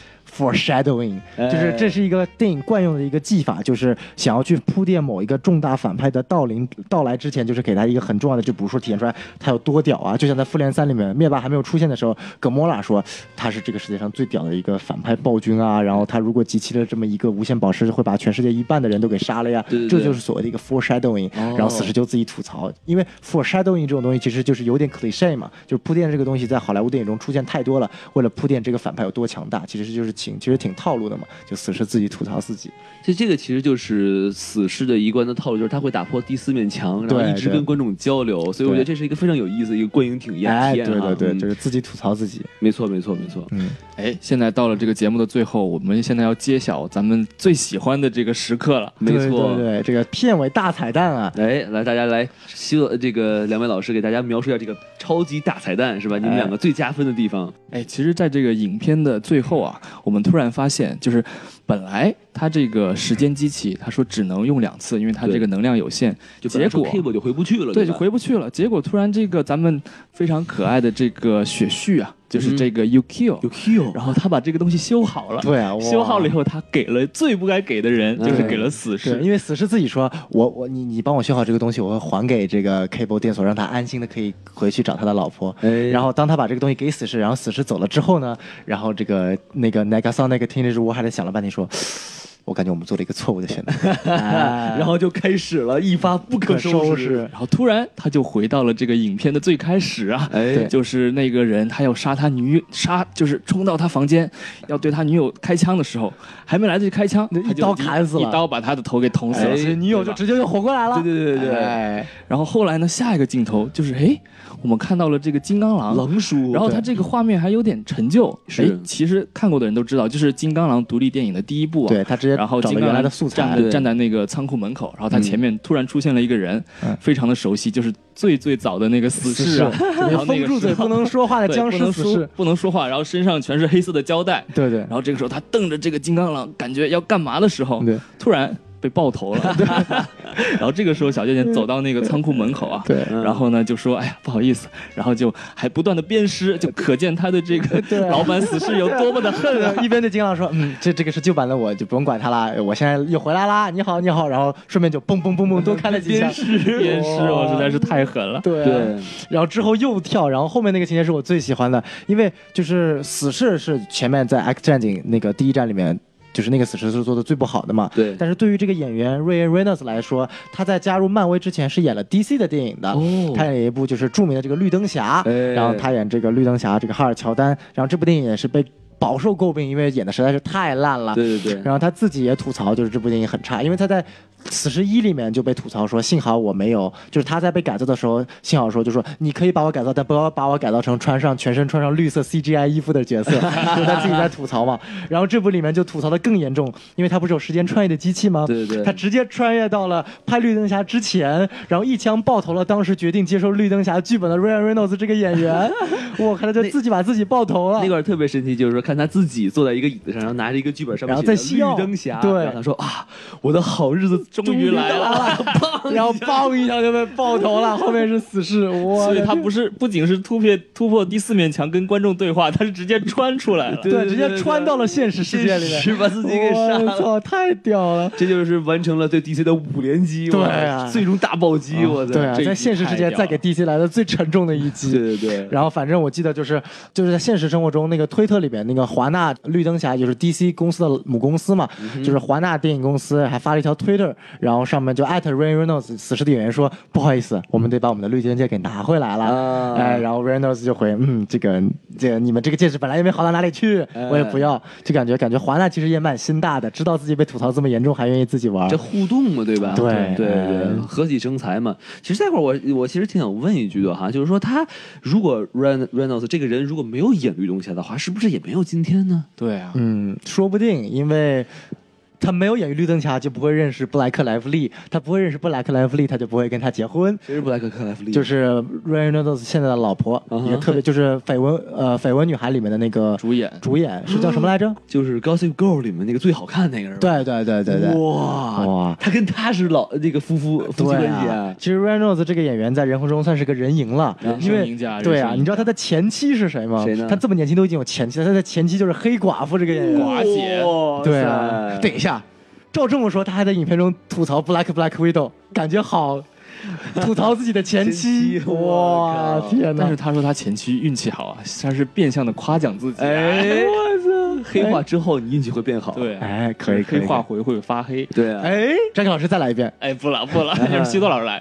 Speaker 4: foreshadowing，就是
Speaker 3: 哎
Speaker 4: 这是一个电影惯用的一个技法，就是想要去铺垫某一个重大反派的到临到来之前，就是给他一个很重要的，就比如说体现出来他有多屌啊，就像在复联三里面灭霸还没有出现的时候，葛莫拉说他是这个世界上最屌的一个反派暴君啊，然后他如果集齐了这么一个无限宝石，会把全世界一半的人都给杀了呀，
Speaker 3: 对对
Speaker 4: 这
Speaker 3: 对
Speaker 4: 就是所谓的一个 foreshadowing，、
Speaker 3: 哦
Speaker 4: 然后死侍就自己吐槽，因为 foreshadowing 这种东西其实就是有点 cliche 嘛，就是铺垫这个东西在好莱坞电影中出现太多了，为了铺垫这个反派有多强大，其实就是挺其实挺套路的嘛，就死侍自己吐槽自己，
Speaker 3: 其实这个其实就是死侍的一贯的套路，就是他会打破第四面墙，然后
Speaker 4: 对
Speaker 3: 一直
Speaker 4: 对
Speaker 3: 跟观众交流。所以我觉得这是一个非常有意思的一个观影体验。
Speaker 4: 哎，
Speaker 3: 体验
Speaker 4: 对
Speaker 3: 啊
Speaker 4: 对对，
Speaker 3: 嗯
Speaker 4: 就是自己吐槽自己，
Speaker 3: 没错，没错，没错。
Speaker 4: 嗯，
Speaker 1: 哎，现在到了这个节目的最后，我们现在要揭晓咱们最喜欢的这个时刻了。
Speaker 3: 没
Speaker 4: 对
Speaker 3: 错
Speaker 4: 对对，这个片尾大彩蛋啊，
Speaker 3: 哎，来，大家来，希望这个两位老师给大家描述一下这个超级大彩蛋，是吧？你们两个最加分的地方，
Speaker 1: 哎，其实，在这个影片的最后啊，我们突然发现，就是本来它这个时间机器，他说只能用两次，因为它这个能量有限。
Speaker 3: 就
Speaker 1: 结果
Speaker 3: Cable 就回不去了，
Speaker 1: 对，
Speaker 3: 吧
Speaker 1: 就回不去了。结果突然这个咱们非常可爱的这个雪旭啊，
Speaker 3: 嗯
Speaker 1: 就是这个 Yukio，、
Speaker 3: 有 Q，
Speaker 1: 然后他把这个东西修好了。
Speaker 4: 对啊哇
Speaker 1: 修好了以后，他给了最不该给的人，就是
Speaker 3: 对
Speaker 1: 给了死
Speaker 4: 是
Speaker 1: 士。
Speaker 4: 因为死侍自己说，我我你你帮我修好这个东西，我会还给这个 Cable 电锁，让他安心的可以回去找他的老婆。
Speaker 3: 哎
Speaker 4: 然后当他把这个东西给死侍，然后死侍走了之后呢，然后这个那个 Negasonic 那个 Teenage Warhead 想了半天说，我感觉我们做了一个错误的选择， 哎
Speaker 3: 然后就开始了一发不可
Speaker 4: 可收
Speaker 3: 收
Speaker 4: 拾
Speaker 3: 拾。
Speaker 1: 然后突然他就回到了这个影片的最开始啊，
Speaker 3: 哎对
Speaker 1: 就是那个人他要杀他女杀，就是冲到他房间要对他女友开枪的时候，还没来得及开枪，
Speaker 4: 那
Speaker 1: 他就
Speaker 4: 一刀砍死了
Speaker 1: 一一刀把他的头给捅死了。
Speaker 3: 哎
Speaker 1: 所以
Speaker 4: 女友就直接就活过来了。
Speaker 3: 对对对对对，
Speaker 4: 哎
Speaker 1: 然后后来呢，下一个镜头就是哎，我们看到了这个金刚狼。
Speaker 3: 狼叔，
Speaker 1: 然后他这个画面还有点陈旧，
Speaker 3: 是
Speaker 1: 哎，其实看过的人都知道，就是《金刚狼》独立电影的第一部啊。
Speaker 4: 对他直接
Speaker 1: 然后
Speaker 4: 找
Speaker 1: 金
Speaker 4: 了
Speaker 1: 刚
Speaker 4: 原来
Speaker 1: 狼
Speaker 4: 的素材
Speaker 1: 站
Speaker 3: 对
Speaker 1: 在站在那个仓库门口，然后他前面突然出现了一个人，
Speaker 4: 嗯
Speaker 1: 非常的熟悉，就是最最早的那个死 士啊， 然后那
Speaker 4: 封
Speaker 1: 个
Speaker 4: 住
Speaker 1: 时
Speaker 4: 嘴
Speaker 1: 候
Speaker 4: 不能说话 的
Speaker 1: 对
Speaker 4: 僵
Speaker 1: 不
Speaker 4: 尸
Speaker 1: 能
Speaker 4: 死
Speaker 1: 说
Speaker 4: 侍，
Speaker 1: 不能说话，然后身上全是黑色的胶带。
Speaker 4: 对对
Speaker 1: 然后这个时候他瞪着这个金刚狼，感觉要干嘛的时候
Speaker 4: 对，
Speaker 1: 突然被爆头了。 对然后这个时候，小贱贱走到那个仓库门口啊，
Speaker 4: 对
Speaker 3: 嗯
Speaker 1: 然后呢就说：“哎呀，不好意思。”然后就还不断的鞭尸，就可见他对这个老板死士有 多么的恨啊！
Speaker 4: 一边对金刚说：“嗯，这这个是旧版的，我就不用管他啦，我现在又回来啦，你好，你好。”然后顺便就蹦蹦蹦蹦多开了几下
Speaker 1: 鞭，尸，鞭尸，我
Speaker 4: 哇
Speaker 1: 实在是太狠了。
Speaker 4: 对啊
Speaker 3: 对，
Speaker 4: 然后之后又跳，然后后面那个情节是我最喜欢的，因为就是死侍是前面在《X 战警》那个第一站里面。就是那个死侍是做的最不好的嘛，
Speaker 3: 对
Speaker 4: 但是对于这个演员 Ray Reynolds 来说，他在加入漫威之前是演了 DC 的电影的，
Speaker 3: 哦
Speaker 4: 他演一部就是著名的这个绿灯侠，
Speaker 3: 哎
Speaker 4: 然后他演这个绿灯侠这个哈尔乔丹，然后这部电影也是被饱受诟病，因为演的实在是太烂了，
Speaker 3: 对对对，
Speaker 4: 然后他自己也吐槽，就是这部电影很差，因为他在《死侍一》里面就被吐槽说，幸好我没有，就是他在被改造的时候，幸好说就说你可以把我改造，但不要把我改造成穿上全身穿上绿色 CGI 衣服 的角色，就是他自己在吐槽嘛。然后这部里面就吐槽的更严重，因为他不是有时间穿越的机器吗？
Speaker 3: 对对
Speaker 4: 他直接穿越到了拍绿灯侠之前，然后一枪爆头了当时决定接受绿灯侠剧本的 Ryan Reynolds 这个 演员，我看他就自己把自己爆头了。
Speaker 3: 那段特别神奇，就是说看他自己坐在一个椅子上，然后拿着一个剧本，上面
Speaker 4: 然后
Speaker 3: 写着
Speaker 4: 在西
Speaker 3: 绿
Speaker 4: 药
Speaker 3: 灯侠，
Speaker 4: 对
Speaker 3: 然后他说啊，我的好日子终 于 来了，
Speaker 4: 然后砰一下就被爆头了，后面是死士，我
Speaker 1: 所以
Speaker 4: 的
Speaker 1: 他
Speaker 4: 天
Speaker 1: 不是不仅是突破突破第四面墙跟观众对话，他是直接穿出来了。
Speaker 3: 对
Speaker 4: 对，直接穿到了现实世界 里面，
Speaker 3: 是把自己给杀
Speaker 4: 我
Speaker 3: 了。
Speaker 4: 操，太屌了！
Speaker 3: 这就是完成了对 DC 的五连击，
Speaker 4: 对
Speaker 3: 哇
Speaker 4: 啊
Speaker 3: 最终大暴击，我操！
Speaker 4: 对啊，
Speaker 1: 这一
Speaker 4: 在
Speaker 1: 集
Speaker 4: 现实世
Speaker 1: 太
Speaker 4: 界
Speaker 1: 屌
Speaker 4: 再给 DC 来的最沉重的一击。
Speaker 3: 对对对，
Speaker 4: 然后反正我记得就是就是在现实生活中，那个推特里面那个华纳绿灯侠就是 DC 公司的母公司嘛，
Speaker 3: 嗯
Speaker 4: 就是华纳电影公司还发了一条推特，然后上面就艾特 Ryan Reynolds 死侍的演员说不好意思，我们得把我们的绿灯戒给拿回来了。
Speaker 3: 啊
Speaker 4: 哎，然后 Reynolds 就回嗯，这个这你们这个戒指本来也没好到哪里去，
Speaker 3: 嗯
Speaker 4: 我也不要，就感觉感觉华纳其实也蛮心大的，知道自己被吐槽这么严重，还愿意自己玩
Speaker 3: 这。互动嘛，对吧？
Speaker 4: 啊对
Speaker 3: 对对
Speaker 4: 嗯，
Speaker 3: 和气生财嘛。其实这块儿我我其实挺想问一句的哈，就是说他如果 Ren Reynolds 这个人如果没有演绿灯侠的话，是不是也没有今天呢？
Speaker 1: 对啊，
Speaker 4: 嗯，说不定因为。他没有演绿灯侠，就不会认识布莱克莱弗利；他不会认识布莱克莱弗利，他就不会跟他结婚。
Speaker 3: 谁是布莱克克莱弗
Speaker 1: 嗯
Speaker 3: 利？
Speaker 4: 就是 Ryan Reynolds 现在的老婆，
Speaker 3: 嗯哼
Speaker 4: 一个特别就是绯闻呃绯闻女孩里面的那个
Speaker 1: 主演嗯
Speaker 4: 主演是叫什么来着？
Speaker 3: 就是 Gossip Girl 里面那个最好看那个人。
Speaker 4: 对对对对对。
Speaker 3: 哇
Speaker 4: 哇
Speaker 3: 他跟他是老那个夫妇夫妻
Speaker 4: 对
Speaker 3: 关系
Speaker 4: 啊
Speaker 3: 啊，。
Speaker 4: 其实 Ryan Reynolds 这个演员在人红中算是个人赢了
Speaker 1: 人，
Speaker 4: 因
Speaker 1: 生
Speaker 4: 为
Speaker 1: 赢家
Speaker 4: 对
Speaker 1: 人生赢
Speaker 4: 啊，
Speaker 1: 家
Speaker 4: 你知道他的前妻是谁吗？
Speaker 3: 谁呢
Speaker 4: 他这么年轻都已经有前妻了，他的前妻就是黑寡妇这个演员。
Speaker 1: 寡姐
Speaker 3: 哇
Speaker 4: 对啊，
Speaker 3: 塞
Speaker 4: 等一下，照这么说，他还在影片中吐槽 Black Black Widow，感觉好，吐槽自己的前
Speaker 3: 前
Speaker 4: 妻，
Speaker 3: 妻我
Speaker 4: 哇
Speaker 3: 靠
Speaker 4: 天哪！
Speaker 1: 但是他说他前期运气好啊，他是变相的夸奖自己、啊。
Speaker 3: 哎，我操！黑化之后你运气会变好。
Speaker 1: 对，
Speaker 4: 哎，可以可以
Speaker 1: 黑化回会发黑。
Speaker 3: 对啊，
Speaker 4: 哎，张凯老师再来一遍，
Speaker 1: 哎，不了不了，让徐多老师来。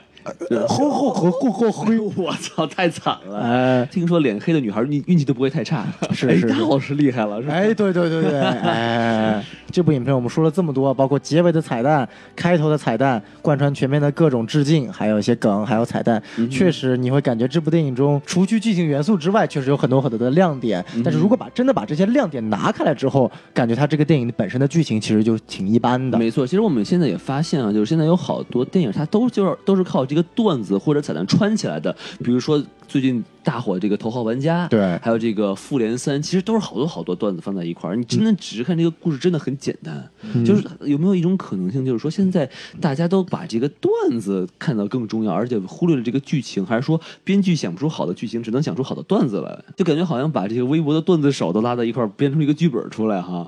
Speaker 4: 后后后后 后灰，
Speaker 3: 我操，太惨了。
Speaker 4: 哎
Speaker 3: 听说脸黑的女孩运运气都不会太差，
Speaker 4: 是
Speaker 3: 哎
Speaker 4: 是
Speaker 3: 大老师厉害了，是吧？
Speaker 4: 哎，对对对对，哎，这部影片我们说了这么多，包括结尾的彩蛋、开头的彩蛋，贯穿全片的各种致敬，还有一些梗，还有彩蛋，确实你会感觉这部电影中，除去剧情元素之外，确实有很多很多的亮点。但是如果把真的把这些亮点拿开来之后，感觉它这个电影本身的剧情其实就挺一般的。
Speaker 3: 没错，其实我们现在也发现啊，就是现在有好多电影，它都就是都是靠这个段子或者彩蛋穿起来的。比如说最近大火这个《头号玩家》，
Speaker 4: 对
Speaker 3: 还有这个《复联三》，其实都是好多好多段子放在一块儿。你真的只是看这个故事，真的很简单。
Speaker 4: 嗯
Speaker 3: 就是有没有一种可能性，就是说现在大家都把这个段子看得更重要，而且忽略了这个剧情，还是说编剧想不出好的剧情，只能想出好的段子来？就感觉好像把这个微博的段子手都拉到一块儿，编出一个剧本出来哈。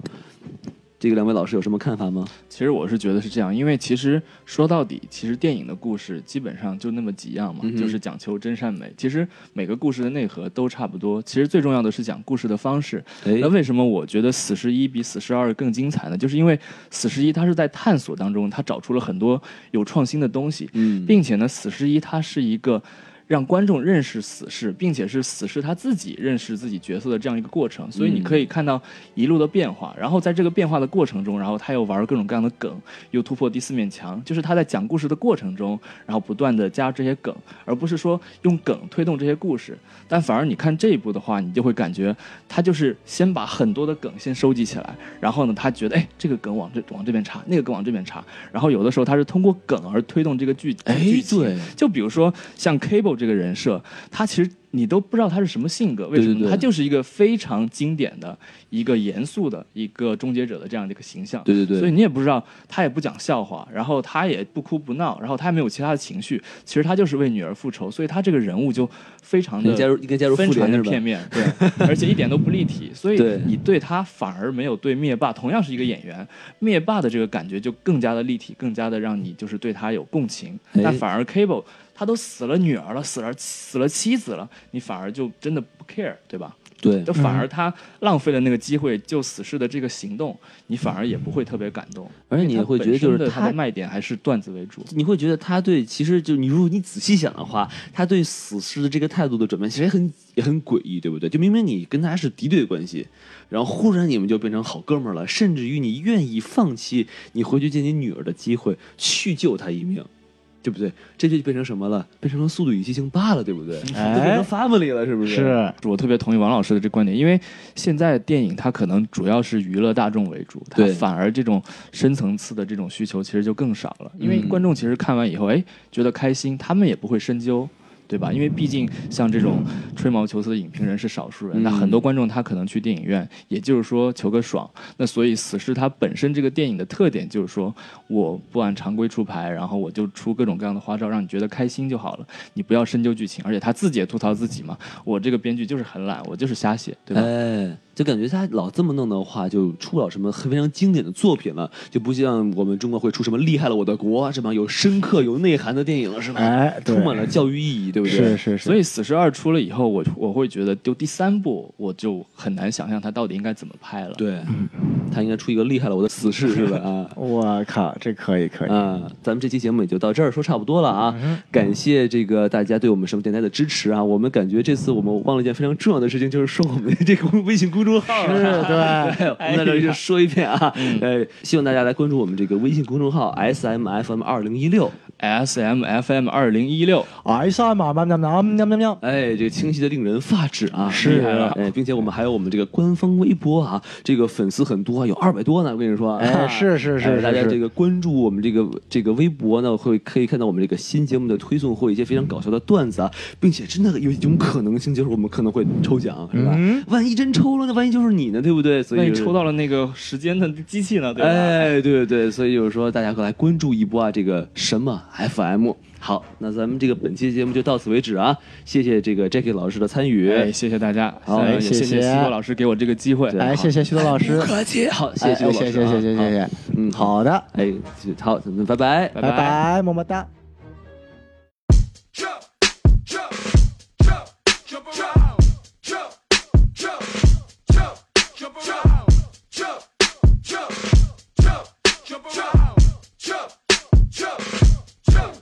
Speaker 3: 这个两位老师有什么看法吗？
Speaker 1: 其实我是觉得是这样，因为其实说到底，其实电影的故事基本上就那么几样嘛，
Speaker 3: 嗯哼
Speaker 1: 就是讲求真善美。其实每个故事的内核都差不多，其实最重要的是讲故事的方式。
Speaker 3: 哎
Speaker 1: 那为什么我觉得《死侍一》比《死侍二》更精彩呢？就是因为《死侍一》它是在探索当中，它找出了很多有创新的东西，
Speaker 3: 嗯
Speaker 1: 并且呢，《死侍一》它是一个。让观众认识死侍，并且是死侍他自己认识自己角色的这样一个过程，所以你可以看到一路的变化。然后在这个变化的过程中，然后他又玩各种各样的梗，又突破第四面墙，就是他在讲故事的过程中，然后不断的加入这些梗，而不是说用梗推动这些故事。但反而你看这一部的话，你就会感觉他就是先把很多的梗先收集起来，然后呢，他觉得哎这个梗往这往这边插，那个梗往这边插，然后有的时候他是通过梗而推动这个剧
Speaker 3: 哎
Speaker 1: 剧情。
Speaker 3: 对
Speaker 1: 就比如说像 Cable 这个人设，他其实你都不知道他是什么性格，为什么呢
Speaker 3: 对对对
Speaker 1: 他就是一个非常经典的一个严肃的一个终结者的这样的一个形象。
Speaker 3: 对对对
Speaker 1: 所以你也不知道他也不讲笑话，然后他也不哭不闹，然后他也没有其他的情绪，其实他就是为女儿复仇，所以他这个人物就非常的
Speaker 3: 嗯应该加入应该加入
Speaker 1: 分
Speaker 3: 复
Speaker 1: 传
Speaker 3: 联
Speaker 1: 的
Speaker 3: 是吧
Speaker 1: 片面， 对，而且一点都不立体，所以
Speaker 3: 对
Speaker 1: 你对他反而没有对灭霸，同样是一个演员，灭霸的这个感觉就更加的立体，更加的让你就是对他有共情，
Speaker 3: 哎
Speaker 1: 但反而 Cable 他都死了女儿了，死了死了妻子了，你反而就真的不 care，对吧？
Speaker 3: 对
Speaker 1: 就反而他浪费了那个机会救死士的这个行动，你反而也不会特别感动，
Speaker 3: 嗯而且你也会觉得就
Speaker 1: 因为它
Speaker 3: 是
Speaker 1: 本身的
Speaker 3: 他嗯
Speaker 1: 它的卖点还是段子为主。
Speaker 3: 你会觉得他对，其实就你如果你仔细想的话，他对死士的这个态度的转变，其实也很也很诡异，对不对？就明明你跟他是敌对关系，然后忽然你们就变成好哥们儿了，甚至于你愿意放弃你回去见你女儿的机会，去救她一命。对不对？这就变成什么了？变成了《速度与激情八》了，对不对？
Speaker 4: 哎
Speaker 3: 就变成 family 了，是不是？啊
Speaker 4: 是
Speaker 1: 我特别同意王老师的这观点，因为现在电影它可能主要是娱乐大众为主，它
Speaker 3: 对
Speaker 1: 反而这种深层次的这种需求其实就更少了，因
Speaker 3: 嗯
Speaker 1: 为观众其实看完以后，哎，觉得开心，他们也不会深究。对
Speaker 3: 嗯
Speaker 1: 吧？因为毕竟像这种吹毛求疵的影评人是少数人，那
Speaker 3: 嗯
Speaker 1: 很多观众他可能去电影院，也就是说求个爽。那所以《死侍》它本身这个电影的特点就是说，我不按常规出牌，然后我就出各种各样的花招，让你觉得开心就好了，你不要深究剧情。而且他自己也吐槽自己嘛，我这个编剧就是很懒，我就是瞎写，对吧？
Speaker 3: 哎，就感觉他老这么弄的话，就出不了什么非常经典的作品了，就不像我们中国会出什么《厉害了我的国》是吧？有深刻、有内涵的电影了是吧？
Speaker 4: 哎对
Speaker 3: 充满了教育意义，对不对？
Speaker 4: 是是是，
Speaker 1: 所以《死侍二》出了以后，我我会觉得，就第三部我就很难想象它到底应该怎么拍了。
Speaker 3: 对，
Speaker 4: 嗯
Speaker 3: 他应该出一个《厉害了我的死侍》是吧？啊。
Speaker 4: 我靠，这可以可以，嗯
Speaker 3: 啊、咱们这期节目也就到这儿，说差不多了啊。感谢这个大家对我们什么电台的支持啊。我们感觉这次我们忘了一件非常重要的事情，就是说我们的这个微信公众号了。
Speaker 4: 是 对哎
Speaker 3: 对，我们在这儿就说一遍啊。呃，希望大家来关注我们这个微信公众号 S M F M 二零一六。
Speaker 1: S M F M 二零一六，
Speaker 4: 哎，上马喵喵喵喵喵喵，
Speaker 3: 哎，这个清晰的令人发指啊！
Speaker 4: 是
Speaker 3: 厉害了哎，并且我们还有我们这个官方微博啊，这个粉丝很多啊，有二百多呢。我跟你说，
Speaker 4: 哎是是是
Speaker 3: 哎
Speaker 4: 是
Speaker 3: 大家
Speaker 4: 是
Speaker 3: 这个关注我们这个这个微博呢，会可以看到我们这个新节目的推送或一些非常搞笑的段子啊，并且真的有一种可能性，就是我们可能会抽奖，是吧？
Speaker 4: 嗯
Speaker 3: 万一真抽了，那万一就是你呢，对不对？所
Speaker 1: 那
Speaker 3: 以
Speaker 1: 你抽。到了那个时间的机器呢？对吧？
Speaker 3: 哎，对对对，所以就是说，大家快来关注一波啊，这个什么 FM。好，那咱们这个本期节目就到此为止啊，谢谢这个 Jackie 老师的参与。
Speaker 1: 哎，谢谢大家，
Speaker 3: 好
Speaker 1: 也
Speaker 4: 谢
Speaker 1: 谢
Speaker 4: 谢
Speaker 1: 西多老师给我这个机会。
Speaker 3: 对
Speaker 4: 哎，谢谢徐多老师，
Speaker 3: 客气，好，谢
Speaker 4: 哎
Speaker 3: 谢徐老师
Speaker 4: 谢
Speaker 3: 啊，
Speaker 4: 谢谢谢谢
Speaker 3: 好
Speaker 4: 谢，
Speaker 3: 嗯，好，
Speaker 4: 好的，
Speaker 3: 哎，就好，咱们拜拜，拜
Speaker 4: 拜拜，么么哒。
Speaker 2: Jump, jump, jump, jump around. Jump, jump, jump, jump around. Jump, jump, jump, jump around. Jump, jump, jump.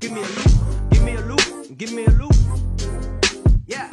Speaker 5: Give me a loop. Give me a loop. Give me a loop. Yeah.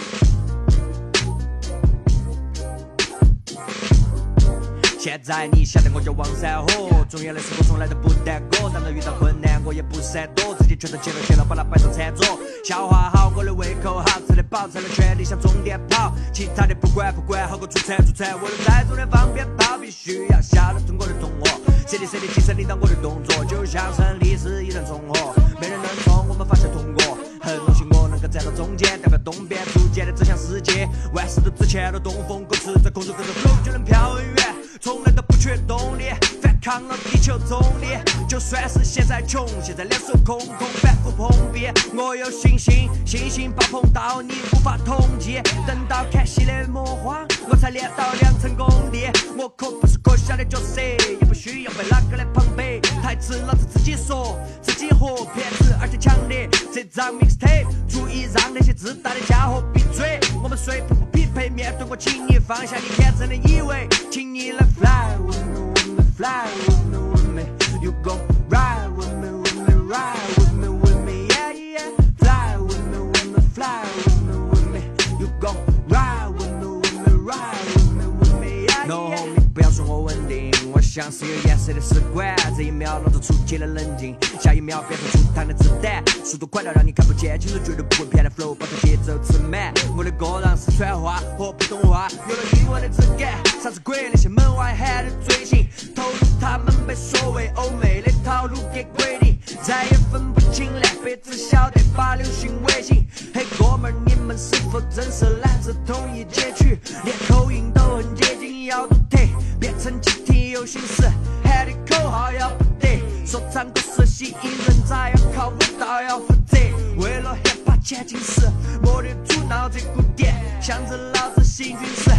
Speaker 5: Now, 现在你晓得我叫王山火，重要的是我从来都不耽搁，当然遇到困难我也不闪躲，直接拳头切了切了，把它摆到餐桌。消化好我的胃口好，吃得饱才能全力向终点跑，其他的不管不管，好过出产出产。为了再重的放鞭炮，必须要晓得中国的同伙，谁的谁的精神领导我的动作，就像胜利是一人重合，没人能从我们发现通过。很荣幸我能够站到中间，代表东边逐渐的走向世界。万事都之前的东风过，吃在空中跟着 flow 就能飘很远，从来都不缺动力，反抗了地球重力。就算是现在穷，现在两手空空，反复碰壁，我有信心，信心把碰到你无法统计。等到看戏的魔幻，我才练到两成功力。我可不是可笑的角色，也不需要被哪个来捧杯。台词老子自己说，自己和骗子而且强烈。这张 mixtape 足以让那些自大的家伙闭嘴。我们水平不匹配，面对我，请你放下你天真的以为，请你来 fly with me, with me, fly with me, with me. You go ride with me, with me, ride with me, with me, yeah, yeah. Fly with me, with me, fly with me, with me. You go ride with me, with me, ride with me, with me, yeah, yeah. 不要说我稳定，我像是一个严丝色的士官，这一秒弄得出街的冷静，下一秒变成出膛的子弹，速度快到让你看不见，今日绝对不会偏的 flow，把这节奏吃满。我的歌让四川话和普通话有了英文的质感，啥子鬼那些门外汉的嘴型，投入他们被所谓欧美的套路给规定，再也分不清南北，只晓得把流行微信。嘿，哥们儿，你们是否真是来自同一街区？连口音都很接近，要独特，变成集体游行时喊的口号要不得。说唱歌是吸引人，咋要靠舞蹈要负责？为了 hiphop 前进时，莫的阻挠这鼓点，向着老子行军时，